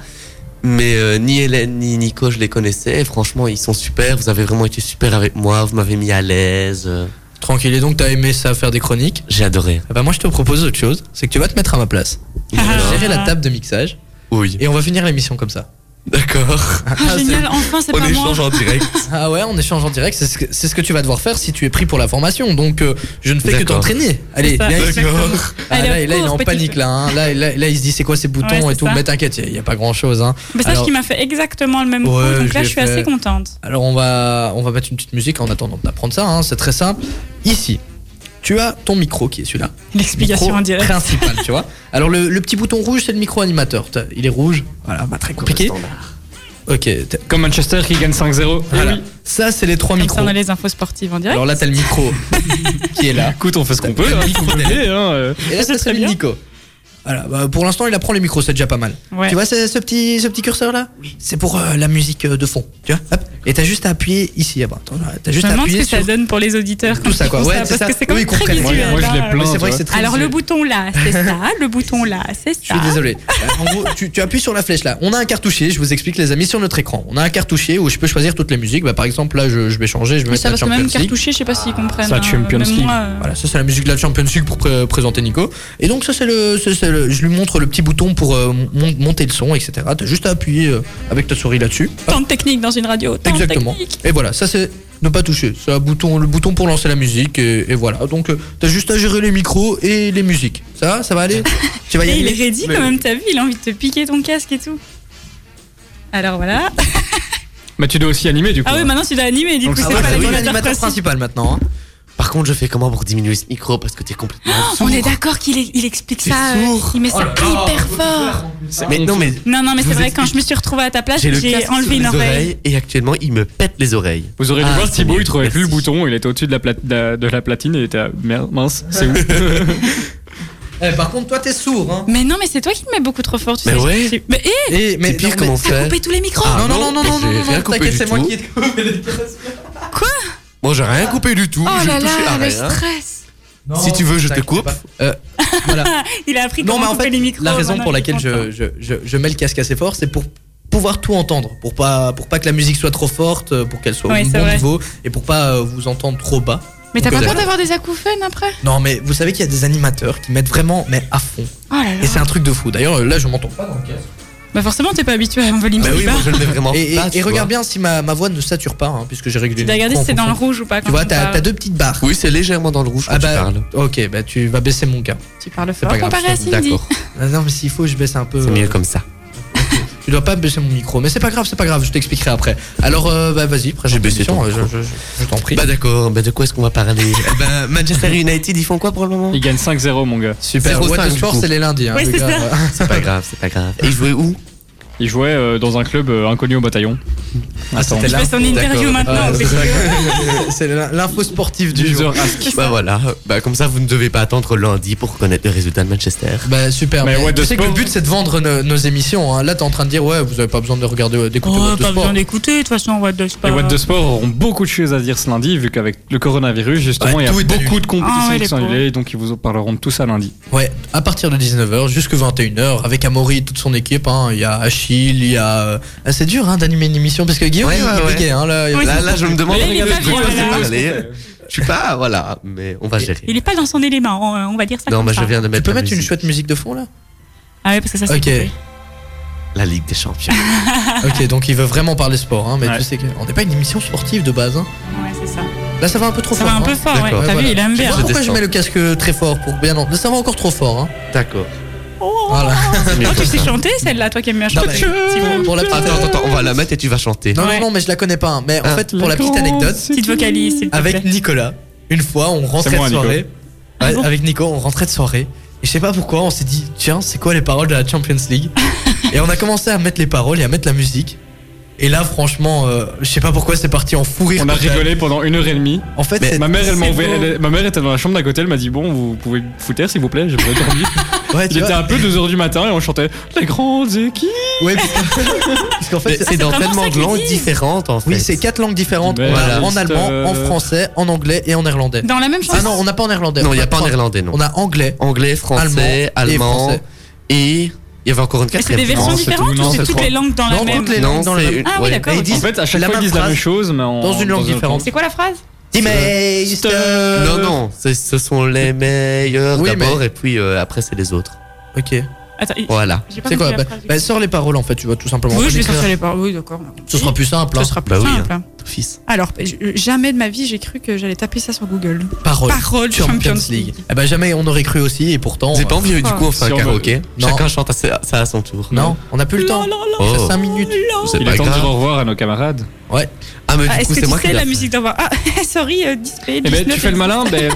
Mais euh, ni Hélène ni Nico, je les connaissais. Et franchement, ils sont super. Vous avez vraiment été super avec moi. Vous m'avez mis à l'aise. euh.
Tranquille, et donc t'as aimé ça faire des chroniques
J'ai adoré.
Ah bah moi je te propose autre
Ah.
chose, c'est que tu vas te mettre à ma place. Je vais gérer la table de mixage.
Oui.
Et on va finir l'émission comme ça.
D'accord. [LAUGHS]
Ah,
génial, enfin, c'est pas moi. [LAUGHS]
Ah ouais, on échange en direct. C'est ce, que, c'est ce que tu vas devoir faire si tu es pris pour la formation. Donc, euh, je ne fais que
D'accord.
t'entraîner. Allez,
C'est ça,
là, il-
D'accord.
Ah,
Allez,
là,
au
là, il est
cours,
en
petit
panique,
feu.
là, hein. là, là, là, il se dit c'est quoi ces
Ouais,
boutons
c'est
et tout.
ça.
Mais t'inquiète, il n'y a, pas hein. grand chose.
Mais sache qu'il m'a fait exactement le même
Ouais,
coup,
je
donc là
l'ai
je suis
fait.
assez contente.
Alors on va, on va mettre une petite musique en attendant d'apprendre ça, hein, c'est très simple. Ici, tu as ton micro qui est celui-là.
L'explication
Micro
en direct.
Principal,
[LAUGHS]
tu vois. Alors le, le petit bouton rouge, c'est le micro animateur. T'as- Il est rouge,
Ah
voilà,
bah,
pas très compliqué. Ok.
Comme Manchester qui gagne 5-0.
Voilà. Ça, c'est les trois
Comme
micros.
ça on a les infos sportives en direct.
Alors là, t'as le
[LAUGHS]
micro [LAUGHS] qui est là. Bah,
Écoute, on fait ce qu'on peut.
T'as
hein,
le micro
faut
derrière.
aider, hein, euh.
Et là, c'est celui de Nico. Voilà, bah, pour l'instant, il apprend les micros, c'est déjà pas mal.
Ouais.
Tu vois c'est ce petit, ce petit curseur là C'est pour euh, la musique euh, de fond. Tu vois Hop. Et t'as juste à appuyer ici. Ah bah, attends, T'as juste
je
à
me demande ce
appuyer
que
sur
ça donne pour les auditeurs.
Tout ça,
quand
quoi.
ils font
Ouais, c'est ça.
parce que c'est
Oui,
comme
ils
très
comprennent. Moi,
visuel.
moi, je les
hein.
plains, Mais c'est vrai tu que vois. c'est très
Alors le
visuel.
bouton là,
[LAUGHS]
c'est ça. Le bouton là, c'est ça.
Je suis désolé. Euh, En gros, tu, tu appuies sur la flèche là. On a un cartouchier, je vous explique les amis sur notre écran. On a un cartouchier où je peux choisir toutes les musiques. Bah, par exemple, là, je, je vais changer, je vais
Mais
mettre
ça
la
parce que
Champions
même
League.
cartouché, je sais pas s'ils comprennent.
Ça,
hein,
Champions
même
League.
moi, euh,
Voilà, ça c'est la musique de la Champions League pour pré- présenter Nico. Et donc ça c'est le, c'est- c'est le- je lui montre le petit bouton pour euh, mon- monter le son, etc. T'as juste à appuyer euh, avec ta souris là-dessus. Hop,
Tant de technique dans une radio. tant de
exactement.
technique.
Et voilà, ça c'est ne pas toucher. C'est un bouton, le bouton pour lancer la musique et, et voilà. Donc euh, t'as juste à gérer les micros et les musiques. Ça, va, ça
[LAUGHS]
va aller. Tu vas y
Et il
aller.
est ready quand même, t'as vu, il a envie de te piquer ton casque et tout. Alors voilà.
Mais tu dois aussi animer du coup.
Ah oui, maintenant tu dois animer, du coup, c'est
ouais,
pas
c'est lui
l'animateur
l'animateur
principal.
principal maintenant. hein.
Par contre, je fais comment pour diminuer ce micro parce que t'es complètement.
On est d'accord qu'il est- il explique
T'es
ça, euh,
sourd.
il met
Oh
ça
là là.
hyper fort.
Mais non, mais
Non, non, mais
Je
c'est
vous
vrai, quand je me suis retrouvée à ta place,
j'ai le
j'ai
casque sur
enlevé
les
une oreille.
oreilles et actuellement il me pète les oreilles.
Vous aurez dû
Ah,
voir
c'est
Thibaut,
mieux.
il trouvait plus le bouton, il était au-dessus de la, plate- de la- de la platine et il était à merde, mince,
[LAUGHS]
c'est où
Eh, par contre, toi t'es sourd. Hein.
Mais non, mais c'est toi qui te mets beaucoup trop fort, tu
Mais
sais.
ouais.
j'ai- Mais hé
Et mais
pire,
non, mais-
comment
T'as
faire
coupé tous les micros
Ah,
Non, non, non, non, non,
j'ai
non,
rien
non,
coupé
t'inquiète,
du
c'est moi
tout.
qui ai coupé les casques.
Moi, j'ai rien [LAUGHS] coupé du tout.
Oh
j'ai
là
touché
là, le
arrête, hein.
stress
Non,
Si tu veux, je te
t'inquiète
coupe.
pas. Euh, voilà.
Il a appris
Non, mais
comment
en
couper
fait,
les micros.
la raison
maintenant,
pour
il est
laquelle
content.
je, je, je, je mets le casque assez fort, c'est pour pouvoir tout entendre, pour pas, pour pas que la musique soit trop forte, euh, pour qu'elle soit
Ouais,
au
c'est
bon
vrai.
niveau et pour pas euh, vous entendre trop bas.
Mais t'as
Donc,
pas
euh,
peur d'avoir des acouphènes après
Non, mais vous savez qu'il y a des animateurs qui mettent vraiment, mais à fond.
Oh là
Et
là.
c'est un truc de fou. D'ailleurs, euh, là, je m'entends pas dans le casque.
Bah forcément, t'es pas habitué à un volume
Bah
si
oui,
bas.
moi, je le mets vraiment
Et, et-
pas, tu
et
vois.
regarde bien si ma, ma voix ne sature pas, hein, puisque j'ai réglé.
Tu
une
dois regarder
micro
si
en
c'est dans le
fonction.
rouge ou pas.
Tu vois, t'as t'as deux petites barres.
Oui, c'est légèrement dans le rouge quand
Ah
tu
bah,
parles.
ok, bah tu vas baisser mon cas.
Tu parles
C'est
fort
pas grave,
comparé à
c'est-
Cindy. [LAUGHS]
D'accord.
Ah non, mais s'il faut, je baisse un peu.
C'est mieux
euh,
comme ça.
Tu dois pas baisser mon micro, mais c'est pas grave, c'est pas grave, je t'expliquerai après. Alors, euh, bah vas-y, présente
J'ai baissé
l'émission,
ton
euh,
micro.
je, je- je t'en prie.
Bah d'accord, bah de quoi est-ce qu'on va
[LAUGHS]
parler Eh ben, Manchester United, ils font quoi pour le
[LAUGHS]
moment
Il gagne 5-0 mon gars.
Super,
0-5
Water
du
Sport,
coup.
c'est les lundis. Hein,
Oui,
les
c'est
gars,
ça.
[LAUGHS] ouais.
C'est pas grave, c'est pas grave. Et ils jouaient où
Il jouait euh, dans un club euh, inconnu au bataillon. Attends,
Ah, c'était Ah,
Je fais son interview maintenant.
Ouais,
[LAUGHS]
mais-
c'est ça. C'est l'info sportive du jour.
User ask.
Bah voilà, bah comme ça vous ne devez pas attendre lundi pour connaître les résultats de Manchester.
Bah super,
Mais
mais
What
tu
the
sais que le
Sport-
but c'est de vendre nos, nos émissions. hein. Là, t'es en train de dire, ouais, vous avez pas besoin de regarder, euh, d'écouter
Oh,
What the
pas
Sport.
besoin d'écouter, de toute façon, What the Sport.
Les What de Sport auront beaucoup de choses à dire ce lundi, vu qu'avec le coronavirus, justement,
Ouais,
il y a
tout est
beaucoup de compétitions
Ah ouais, les
qui sont
pauvres.
annulées, donc ils vous en parleront de tout ça lundi.
Ouais, à partir de 19h jusqu'à 21h avec Amaury et toute son équipe. hein. Il y a Achille, il y a. euh, ah, c'est dur hein, d'animer une émission parce que Guillaume
Ouais,
il est
ouais, ouais.
compliqué, hein, là, il y a-
Oui,
Là, là je me demande
Mais il est pas
de quoi
bien,
c'est
là.
parler. Je suis pas, voilà, mais on va gérer.
Il est pas dans son élément, on on va dire ça
Non,
comme
mais
ça.
je viens de
Tu
mettre,
peux
la
mettre une
musique.
chouette musique de fond là
Ah ouais, parce que ça c'est
Ok. [LAUGHS]
coupé.
La Ligue des Champions.
Ok, donc il veut vraiment parler sport, hein, mais
Ouais.
tu sais qu'on n'est pas une émission sportive de base. Hein.
Ouais, c'est ça.
Là, ça va un peu trop
Ça
fort.
va un
hein.
peu fort, ouais.
D'accord.
T'as
Ouais,
vu,
voilà.
il aime
Je sais
bien.
pas
Je
pourquoi je
descends.
mets le casque très fort pour bien. en- Là, ça va encore trop fort. Hein.
D'accord.
Voilà.
[LAUGHS]
Oh, tu sais chanter celle-là, toi qui aimes bien
Non,
chanter.
mais-
Simon.
pour la petite...
Attends, attends, attends, on va la mettre et tu vas chanter.
Non, non,
Ouais.
non, mais je la connais pas. hein. Mais en
Ah.
fait, pour la petite anecdote,
Petite vocaliste, s'il te plaît.
avec Nicolas, une fois, on rentrait
C'est moi,
de
Nico.
soirée.
Ah
Ouais,
bon
Avec Nico, on rentrait de soirée. Et je sais pas pourquoi, on s'est dit, tiens, c'est quoi les paroles de la Champions
[LAUGHS]
League Et on a commencé à mettre les paroles et à mettre la musique. Et là, franchement, euh, je sais pas pourquoi c'est parti en fou rire.
On a
total.
rigolé pendant une heure et demie.
En fait, c'est-
Ma mère, elle m'a
c'est
envoyé-
beau.
elle- ma mère était dans la chambre d'à côté, elle m'a dit Bon, vous pouvez me foutre, s'il vous plaît, j'ai pas dormi.
[LAUGHS] ouais, tu
Il était
vois.
un peu 2h du matin et on chantait Les grandes équipes.
Ouais,
[LAUGHS]
parce qu'en fait,
Mais C'est dans
vraiment
tellement
ça
de
qu'ils
langues
disent.
différentes en fait.
Oui, c'est quatre langues différentes.
Mais
On a
voilà.
en allemand,
Euh,
en français, en anglais et en néerlandais.
Dans la même chanson.
Ah non, on n'a pas en néerlandais.
Non,
On
il n'y a pas en
trois.
néerlandais, non.
On a anglais.
Anglais, français,
Allemand et
allemand.
français.
Et il y avait encore une
Mais c'est
quatrième.
des versions
Non, c'est
différentes
tout,
ou
non,
c'est
c'est
toutes
trois.
les langues dans la
Non,
même
toutes les
Non,
langues dans
c'est
la même.
une-
Ah oui,
ouais.
d'accord.
Et ils
ok.
disent
En fait, à chaque
La
fois, ils
même
disent la
phrase.
même chose, mais en.
Dans une langue différente.
C'est quoi la phrase
Dimeister.
euh,
euh,
Non, non, c'est- ce sont les meilleurs
[LAUGHS] Oui,
d'abord
mais-
et puis euh, après c'est les autres.
Ok.
Attends, il-
Voilà.
j'ai pas
C'est quoi
compris la
bah, bah, sors les paroles en fait, tu vas tout simplement.
Oui, je vais
Écrire.
sortir les paroles. Oui, d'accord.
Ce sera plus simple.
Ce
hein.
sera plus simple. hein.
Fils.
Alors, j- jamais de ma vie, j'ai cru que j'allais taper ça sur Google.
Parole.
Parole
Champions
Champions
League. Eh ben jamais on aurait cru aussi et pourtant.
Vous avez pas envie du
Oh.
euh,
coup on fait
si
un
on
karaoké
veut- Non.
Chacun chante à sa- ça à son tour.
Non, on n'a plus le temps.
Oh.
Ça 5 minutes.
C'est
Il
pas
est temps de dire
grave.
au revoir à nos camarades.
Ouais.
Ah, mais
Ah,
du
Est-ce
coup,
que
c'est
tu
moi
sais
qui.
la musique d'envoi Ah, [LAUGHS] sorry, euh, display.
Eh ben,
19,
tu fais le malin, ben,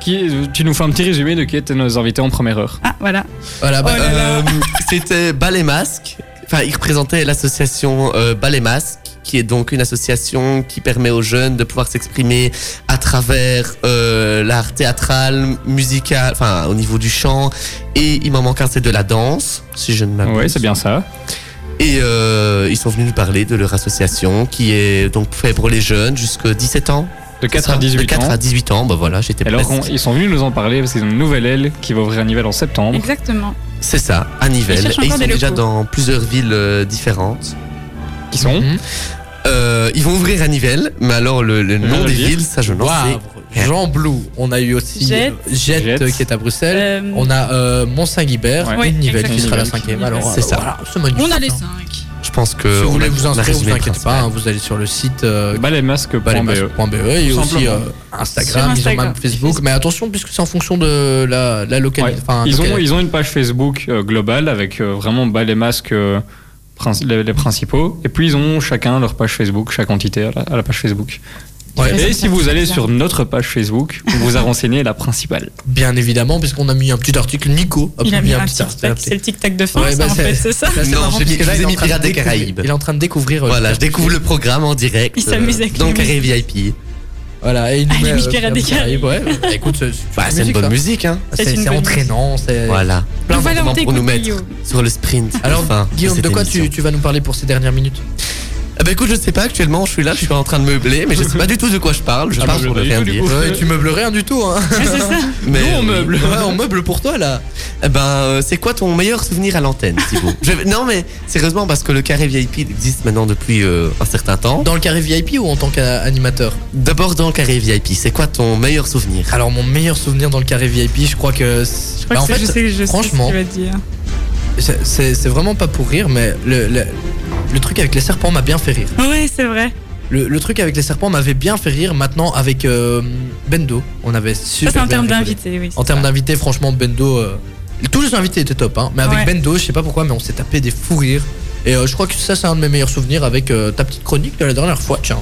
qui, tu nous fais un petit résumé de qui étaient nos invités en première heure.
[LAUGHS] Ah, voilà.
Voilà, bah,
Oh là là.
euh, c'était Ballet Masque. Enfin, il représentait l'association euh, Ballet Masque, qui est donc une association qui permet aux jeunes de pouvoir s'exprimer à travers euh, l'art théâtral, musical, enfin, au niveau du chant. Et il m'en manque un, c'est de la danse, si je ne m'abuse.
Ouais, c'est bien ça.
Et euh, ils sont venus nous parler de leur association qui est donc faite pour les jeunes jusqu'à 17 ans.
De 4
C'est
à
ça
18
De 4
ans.
à 18 ans, bah voilà, j'étais
Alors, on-
presque-
ils sont venus nous en parler parce qu'ils ont une nouvelle aile qui va ouvrir à Nivelles en septembre.
Exactement.
C'est ça, à
Ils
Nivelles.
cherchent
Et ils
encore
sont
des locaux.
déjà dans plusieurs villes euh, différentes.
Qui sont
Mhm.
Euh, Ils vont ouvrir à Nivelles, mais Oh. alors le, le nom
va
des
le dire.
villes, ça je n'en sais.
Wavre, Jean Blou, on a eu aussi
Jet.
euh, Jet,
Jet.
euh, qui est à Bruxelles,
Euh,
on a euh, Mont-Saint-Guibert
Ouais,
et Nivelles qui
exactement.
sera la cinquième.
Nivelles.
Alors
C'est ça.
voilà, c'est magnifique.
On a les
hein.
5.
Je pense que.
Si vous
on
voulez
a-
vous
on a
inscrire, vous
résumé le
inquiétez
principal.
pas, E. hein, vous allez sur le site euh,
Balaimasque.be.
balaimasque.be
E.
et
Tout
aussi
simplement.
euh, Instagram,
Sur
ils ont
Instagram.
même Facebook. Mais attention, puisque c'est en fonction de la, la
Ouais.
localité. enfin,
Ils, ont,
localité.
ils ont une page Facebook euh, globale avec euh, vraiment bah, les masques, euh, princi- les, les principaux. Et puis, ils ont chacun leur page Facebook, chaque entité à la, à la page Facebook.
Ouais.
Et si vous allez
bizarre.
sur notre page Facebook, on vous a renseigné la principale.
Bien évidemment, puisqu'on a mis un petit article. Nico
Il a mis un petit
article.
tac. C'est le tic-tac de fin,
Ouais,
ça,
bah,
en
c'est-
fait, c'est ça.
C'est
[LAUGHS]
assez
Non,
marrant,
j'ai mis-
parce que là,
je vous ai
il est
mis
en train de
Pirates des
découvrir-
Caraïbes.
Il est en train de découvrir. euh,
Voilà, je
Pirates des
découvre le programme en direct.
Il s'amuse avec
Donc,
les
Carré VIP.
Voilà, et il nous
Allez,
met,
oui,
euh,
Pirates des Caraïbes.
Ouais, bah, écoute, c'est- c'est
Bah, c'est une bonne
ça.
musique, hein.
C'est
C'est une
c'est
bonne
entraînant, c'est.
Voilà.
Nous voilà, on
Vraiment pour nous
t'écoute,
mettre
Guillaume.
sur le sprint.
Alors,
Enfin,
Guillaume, de
cette
quoi
émission.
tu, tu vas nous parler pour ces
[LAUGHS]
dernières minutes
Ah bah écoute, je sais pas, actuellement je suis là, je suis en train de meubler, mais je sais pas du tout de quoi je parle, je
bah
Ah,
parle
mais
pour
je
ne
l'ai
rien
du
dire.
tout, Ouais,
tu meubles rien du tout, hein
[LAUGHS] Ouais, c'est ça.
Mais
Nous, on
oui.
meuble. Ouais, on meuble pour toi, là
Eh Ben, euh, c'est quoi ton meilleur souvenir à l'antenne,
[LAUGHS]
Thibaut Je vais- Non mais sérieusement, parce que le carré VIP existe maintenant depuis euh, un certain temps.
Dans le carré VIP ou en tant qu'animateur
D'abord dans le carré VIP, c'est quoi ton meilleur souvenir
Alors, mon meilleur souvenir dans le carré VIP, je crois que. c'est-
Je crois
Bah,
que
en
c'est-
fait,
je sais, je sais
franchement,
ce que tu vas dire.
c'est- c'est c'est vraiment pas pour rire, mais le, le, le truc avec les serpents m'a bien fait rire.
Ouais, c'est vrai.
Le, le truc avec les serpents m'avait bien fait rire. Maintenant, avec euh, Bendo, on avait
Ça,
super.
c'est en
bien
termes
rigolé.
d'invités, oui. c'est
En termes
ça.
d'invités, franchement, Bendo. euh, tous les invités étaient top, hein, mais avec
Ouais.
Bendo, je sais pas pourquoi, mais on s'est tapé des fous rires. Et euh, je crois que ça, c'est un de mes meilleurs souvenirs avec euh, ta petite chronique de la dernière fois, tiens.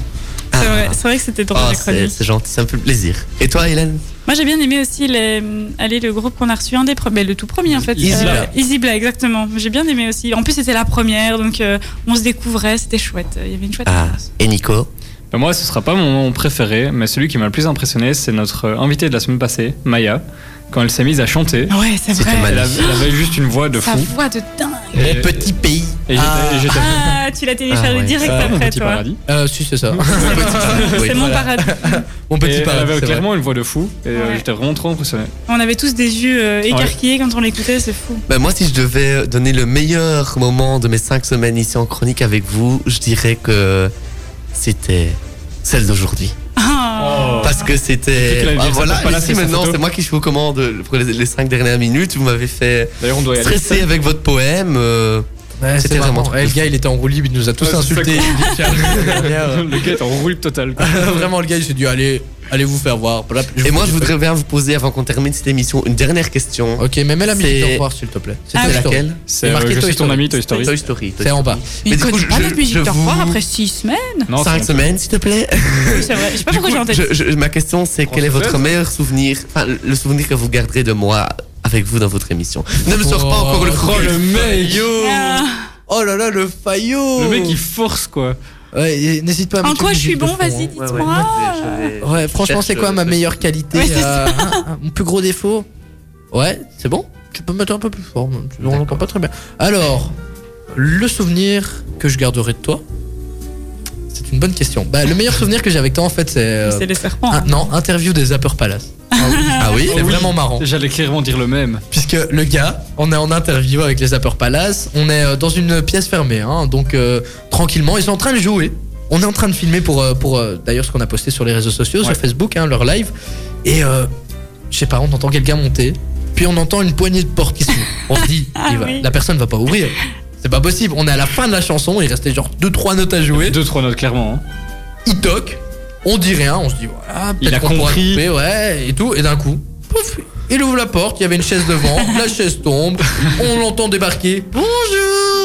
Ah.
C'est vrai, c'est vrai que c'était drôle
Oh,
la
c'est
chronique.
c'est gentil, ça me fait plaisir. Et toi, Hélène
Moi j'ai bien aimé aussi les, allez, le groupe qu'on a reçu, un des premiers, le tout premier en fait. Euh,
Easy Bla.
Easy Bla, exactement. J'ai bien aimé aussi. En plus c'était la première, donc euh, on se découvrait, c'était chouette. Il y avait une chouette
Ah,
ambiance.
et Nico
Ben, moi, ce sera pas mon moment préféré, mais celui qui m'a le plus impressionné, c'est notre euh, invitée de la semaine passée, Maya, quand elle s'est mise à chanter.
Ah Ouais, c'est
C'était
vrai.
mal.
Elle avait, elle avait juste une voix de
Sa
fou.
voix de dingue.
Et-
Mon petit pays.
Et j'étais- et j'étais-
Ah, tu l'as téléchargé
Ah ouais,
direct
Ah, mon
après
petit
toi.
paradis.
Euh, si, [LAUGHS] c'est ça.
[LAUGHS] C'est
Oui,
mon
voilà.
paradis.
Mon
Et
petit
elle
paradis.
avait
c'est vrai.
clairement une voix de fou, et euh,
Ouais.
j'étais vraiment trop impressionné.
On avait tous des yeux
Ah
euh, écarquillés quand on l'écoutait, c'est fou.
Bah, moi, si je devais donner le meilleur moment de mes 5 semaines ici en chronique avec vous, je dirais que c'était celle d'aujourd'hui.
Ah.
Oh.
Parce que
Depuis qu'elle a
c'était. Ah,
dit, ça
voilà,
passe pas là,
ici
c'est sa
maintenant,
photo.
c'est moi qui suis aux commandes pour les 5 dernières minutes. Vous m'avez fait
D'ailleurs, on doit y aller.
stresser avec votre poème. euh,
Ouais,
C'était
c'est
vraiment
marrant.
trop
Eh, le
cool.
gars, il était en roue libre, il nous a tous
Ouais, c'est
insultés.
ça,
Il dit,
[LAUGHS]
tiens, la semaine dernière,
Le gars est en roule totale. quoi.
euh, [LAUGHS] Vraiment, le gars, il s'est dit allez, allez vous faire voir.
Et moi, je voudrais bien vous poser, avant qu'on termine cette émission, une dernière question.
Ok, mais mets la musique
C'est- Ah
au revoir, s'il te plaît.
C'était
Toy Story.
laquelle
C'est
C'est
euh,
marqué
Je
Toy
suis ton
Story.
ami, Toy Story.
Toy Story.
C'est en bas.
Mais
Il
du coup,
connaît pas
je-
notre musique
je
de revoir
vous-
après six semaines.
Non,
5
c'est-
semaines, s'il te plaît.
Oui, c'est vrai. Je sais pas
Du
pourquoi j'ai
coup,
entendu.
je- je- ma question, c'est
On
quel est
se
votre
fait
meilleur souvenir, enfin le souvenir que vous garderez de moi avec vous dans votre émission Ne me sors pas
Oh,
encore le
oh, le mec.
Ah.
Oh là là, le faillot
Le mec, il force quoi.
Ouais, et n'hésite pas à
En
mettre
quoi
une
je suis
musique de
bon
fond,
Vas-y,
hein.
dis-moi.
Ouais, franchement, c'est quoi ma meilleure qualité
Ouais, c'est
euh, hein, hein, Mon plus gros défaut Ouais, c'est bon Tu peux me mettre un peu plus fort, même, tu- on l'entend pas très bien. Alors, le souvenir que je garderai de toi C'est une bonne question. Bah, le meilleur souvenir que j'ai avec toi, en fait, c'est. euh,
C'est les serpents. hein.
un- non, interview des Upper Palace.
Ah oui
C'est vraiment marrant.
J'allais clairement dire le même.
Puisque le gars, on est en interview avec les Upper Palace, on est euh, dans une pièce fermée, hein, donc euh, tranquillement, ils sont en train de jouer. On est en train de filmer pour, euh, pour euh, d'ailleurs ce qu'on a posté sur les réseaux sociaux,
Ouais.
sur Facebook, hein, leur live. Et euh, je sais pas, on entend quelqu'un monter. puis on entend une poignée de porte qui s'ouvre. On se dit, il va- la personne va pas ouvrir. C'est pas possible. On est à la fin de la chanson, il restait genre 2-3 notes à jouer.
2-3 notes, clairement. hein.
Il toque, on dit rien, on se dit, voilà,
Ah, Il
peut-être
a
qu'on pourra
compris.
couper, ouais, et tout. Et d'un coup, pouf, il ouvre la porte, il y avait une chaise [LAUGHS] devant, la chaise tombe, on l'entend débarquer. Bonjour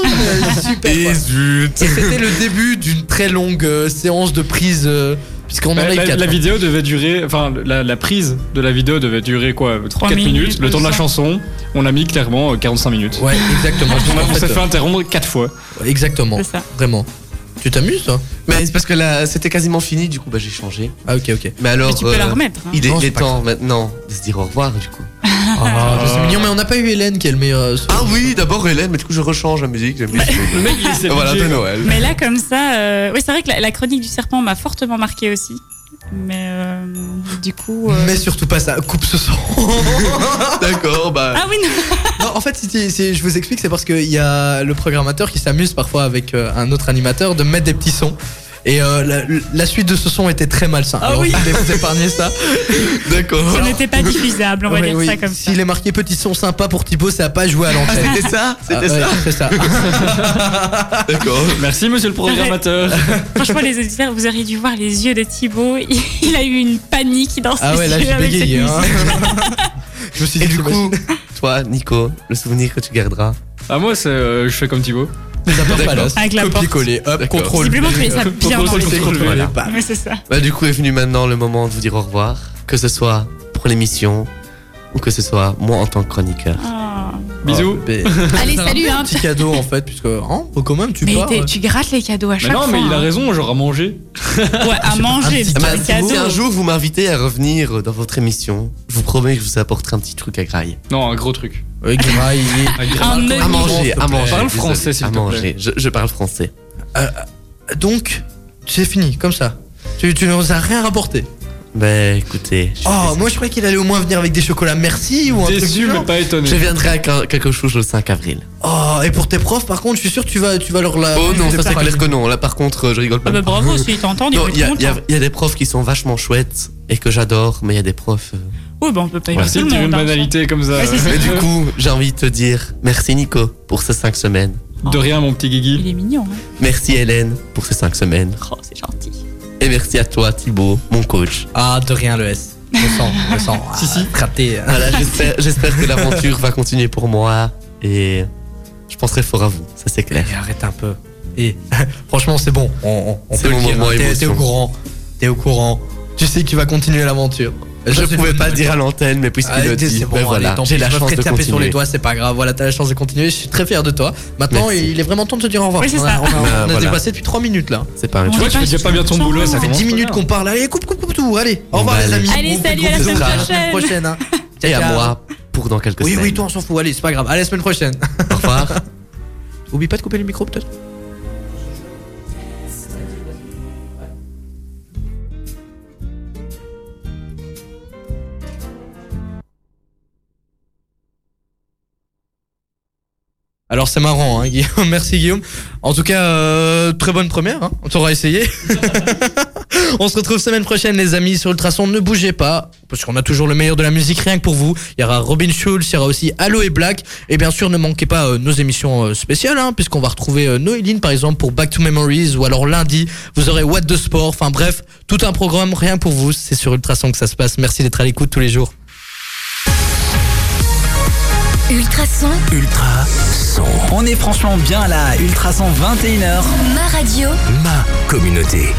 euh, Super quoi. Et C'était le début d'une très longue euh, séance de prise, euh, puisqu'on en
Bah,
a eu
la,
quatre,
la
hein.
vidéo devait durer, enfin la, la prise de la vidéo devait durer quoi 3 4 minutes,
minutes,
le temps de la
ça.
chanson, on a mis clairement euh, 45 minutes.
Ouais, exactement.
on a- on
En fait,
s'est fait
euh,
interrompre 4 fois.
Exactement. Vraiment. Tu t'amuses, toi
Mais c'est parce que là, c'était quasiment fini, du coup, bah, j'ai changé.
Ah, ok, ok.
Mais alors. euh,
tu peux la remettre, hein.
Il est,
Non,
il est
c'est pas
temps maintenant de se dire au revoir, du coup.
Ah, c'est mignon, mais on n'a pas eu Hélène qui est le meilleur. euh,
Ah oui, d'abord Hélène, mais du coup, je rechange la musique. Le mec,
il s'est
Voilà, de
obligé.
Noël.
Mais là, comme ça, euh, oui, c'est vrai que la, la chronique du serpent m'a fortement marqué aussi. Mais euh, du coup. euh,
Mais surtout pas ça, coupe ce son.
[LAUGHS] D'accord, bah.
Ah oui,
[LAUGHS] non. en fait, si- si- je vous explique, c'est parce qu'il y a le programmateur qui s'amuse parfois avec euh, un autre animateur de mettre des petits sons. Et euh, la, la suite de ce son était très malsain.
Ah
Alors,
oui.
je voulais vous
[LAUGHS]
épargner ça. D'accord.
ce n'était pas diffusable, on va
Ouais,
dire
oui.
ça comme ça.
S'il est marqué petit son sympa pour Thibaut, ça a pas joué à l'antenne.
Ah, c'était ça
C'était
Ah, ouais,
ça
c'est ça. [LAUGHS]
D'accord.
Merci monsieur
[LAUGHS]
le programmateur.
Franchement, les auditeurs, vous auriez dû voir les yeux de Thibaut. [LAUGHS] Il, il a eu une panique dans
Ah
ses
ouais, là,
yeux
j'ai
avec cette
bégayé, hein.
musique.
Je me suis
dit, Et du coup, toi, Nico, le souvenir que tu garderas.
Ah moi c'est euh, je fais
[LAUGHS]
comme Thibaut.
Avec la porte.
Copier-coller, hop, contrôle.
Visiblement, tu mets ça bien dans les
Contrôle,
yeux.
voilà.
Mais c'est ça.
Bah, du coup, est venu maintenant le moment de vous dire au revoir, que ce soit pour l'émission ou que ce soit moi en tant que chroniqueur. hein. [LAUGHS]
Bisous.
Allez, salut,
Un
hein.
petit cadeau en fait, puisque hein, faut quand même tu
mais
pars.
t'es-
ouais.
tu grattes les cadeaux à
Mais
chaque
non
fois.
mais il a
hein.
raison, genre à manger.
Ouais,
[LAUGHS]
à manger,
Ah
putain,
bah,
les
si vous- si
cadeaux.
un jour vous m'invitez à revenir dans votre émission, je vous promets que je vous apporterai un petit truc à graille.
Non, un gros truc.
[LAUGHS]
Oui, graille.
à
Un œuf.
manger, à manger.
Parle
désolé,
français, s'il
à
te plaît.
manger. Je, je parle français.
Euh, donc, c'est fini, comme ça. Tu, tu nous as rien rapporté.
Bah écoutez, je-
Oh, moi je croyais qu'il allait au moins venir avec des chocolats merci ou un truc du genre.
Je viendrai à que- quelque chose le 5 avril.
Oh, et pour tes profs, par contre, je suis sûr que tu vas, tu vas leur la.
Oh non,
tu
ça
vas
c'est
faire
clair que non. Là par contre, euh, je rigole pas.
Ah bah bravo, s'il t'entend, il
Non,
va
il y,
être
a- il y a-
content.
il y a des profs qui sont vachement chouettes et que j'adore, mais il y a des profs. euh,
Oui, bah on peut pas y
Voilà.
mettre tout le monde. hein.
comme ça.
Ouais, c'est ça.
Mais du coup, j'ai envie de te dire merci Nico pour ces 5 semaines.
De rien mon petit Guigui.
Il est mignon. hein.
Merci Hélène pour ces 5 semaines.
Oh, c'est gentil.
Et merci à toi Thibaut, mon coach.
Ah, de rien le Ah, S. Je sens, je sens.
[LAUGHS]
Si, si. Raté.
Voilà, Ah j'espère, j'espère que l'aventure va continuer pour moi et je penserai fort à vous, ça c'est clair.
Et arrête un peu. Et [LAUGHS] franchement, c'est bon. On, on- on
C'est
peut
mon
le dire.
moment
hein. T'es- T'es
émotion.
au courant. T'es au courant. Tu sais qu'il va continuer l'aventure. Et ça,
Je
c'est
pouvais
une
pas
bonne
dire à l'antenne, mais puisqu'il
Ah,
le
t'es-
dit,
c'est bon,
ben
allez,
voilà,
tant
j'ai
pis,
la
je me
chance
ferai
de
taper sur
continuer.
les doigts, c'est pas grave. Voilà, t'as la chance de continuer. Je suis très fier de toi. Maintenant,
Merci.
il est vraiment temps de te dire au revoir.
Oui, c'est
on a,
ça.
on a- on
Ah,
a
voilà.
dépassé depuis 3 minutes là.
C'est pas
Tu vois, tu fais déjà pas bien ton boulot,
Ça
ça
fait
commence
10
pas
minutes
bien.
qu'on parle. Allez, coupe, coupe, coupe tout. Allez,
Bon,
au revoir
bah,
les amis.
Allez,
Bon,
salut, à la
bon,
semaine
bon,
prochaine.
prochaine hein. Ciao,
Et à
ciao.
moi pour dans quelques
Oui,
semaines.
oui, toi, on s'en fout. Allez, c'est pas grave. À la semaine prochaine.
Au revoir.
[LAUGHS] Oublie pas de couper le micro, peut-être. Alors c'est marrant, hein, Guillaume. [LAUGHS] Merci Guillaume. En tout cas, euh, très bonne première. Hein. On t'aura essayé. [LAUGHS] On se retrouve semaine prochaine, les amis, sur Ultrason. Ne bougez pas, parce qu'on a toujours le meilleur de la musique rien que pour vous. Il y aura Robin Schulz, il y aura aussi Allo et Black. Et bien sûr, ne manquez pas euh, nos émissions euh, spéciales, hein, puisqu'on va retrouver euh, Noéline, par exemple, pour Back to Memories, ou alors lundi, vous aurez What the Sport. Enfin bref, tout un programme rien que pour vous. C'est sur Ultrason que ça se passe. Merci d'être à l'écoute tous les jours.
Ultrason,
Ultra son.
On est franchement bien là, Ultrason 21h.
ma radio.
Ma communauté.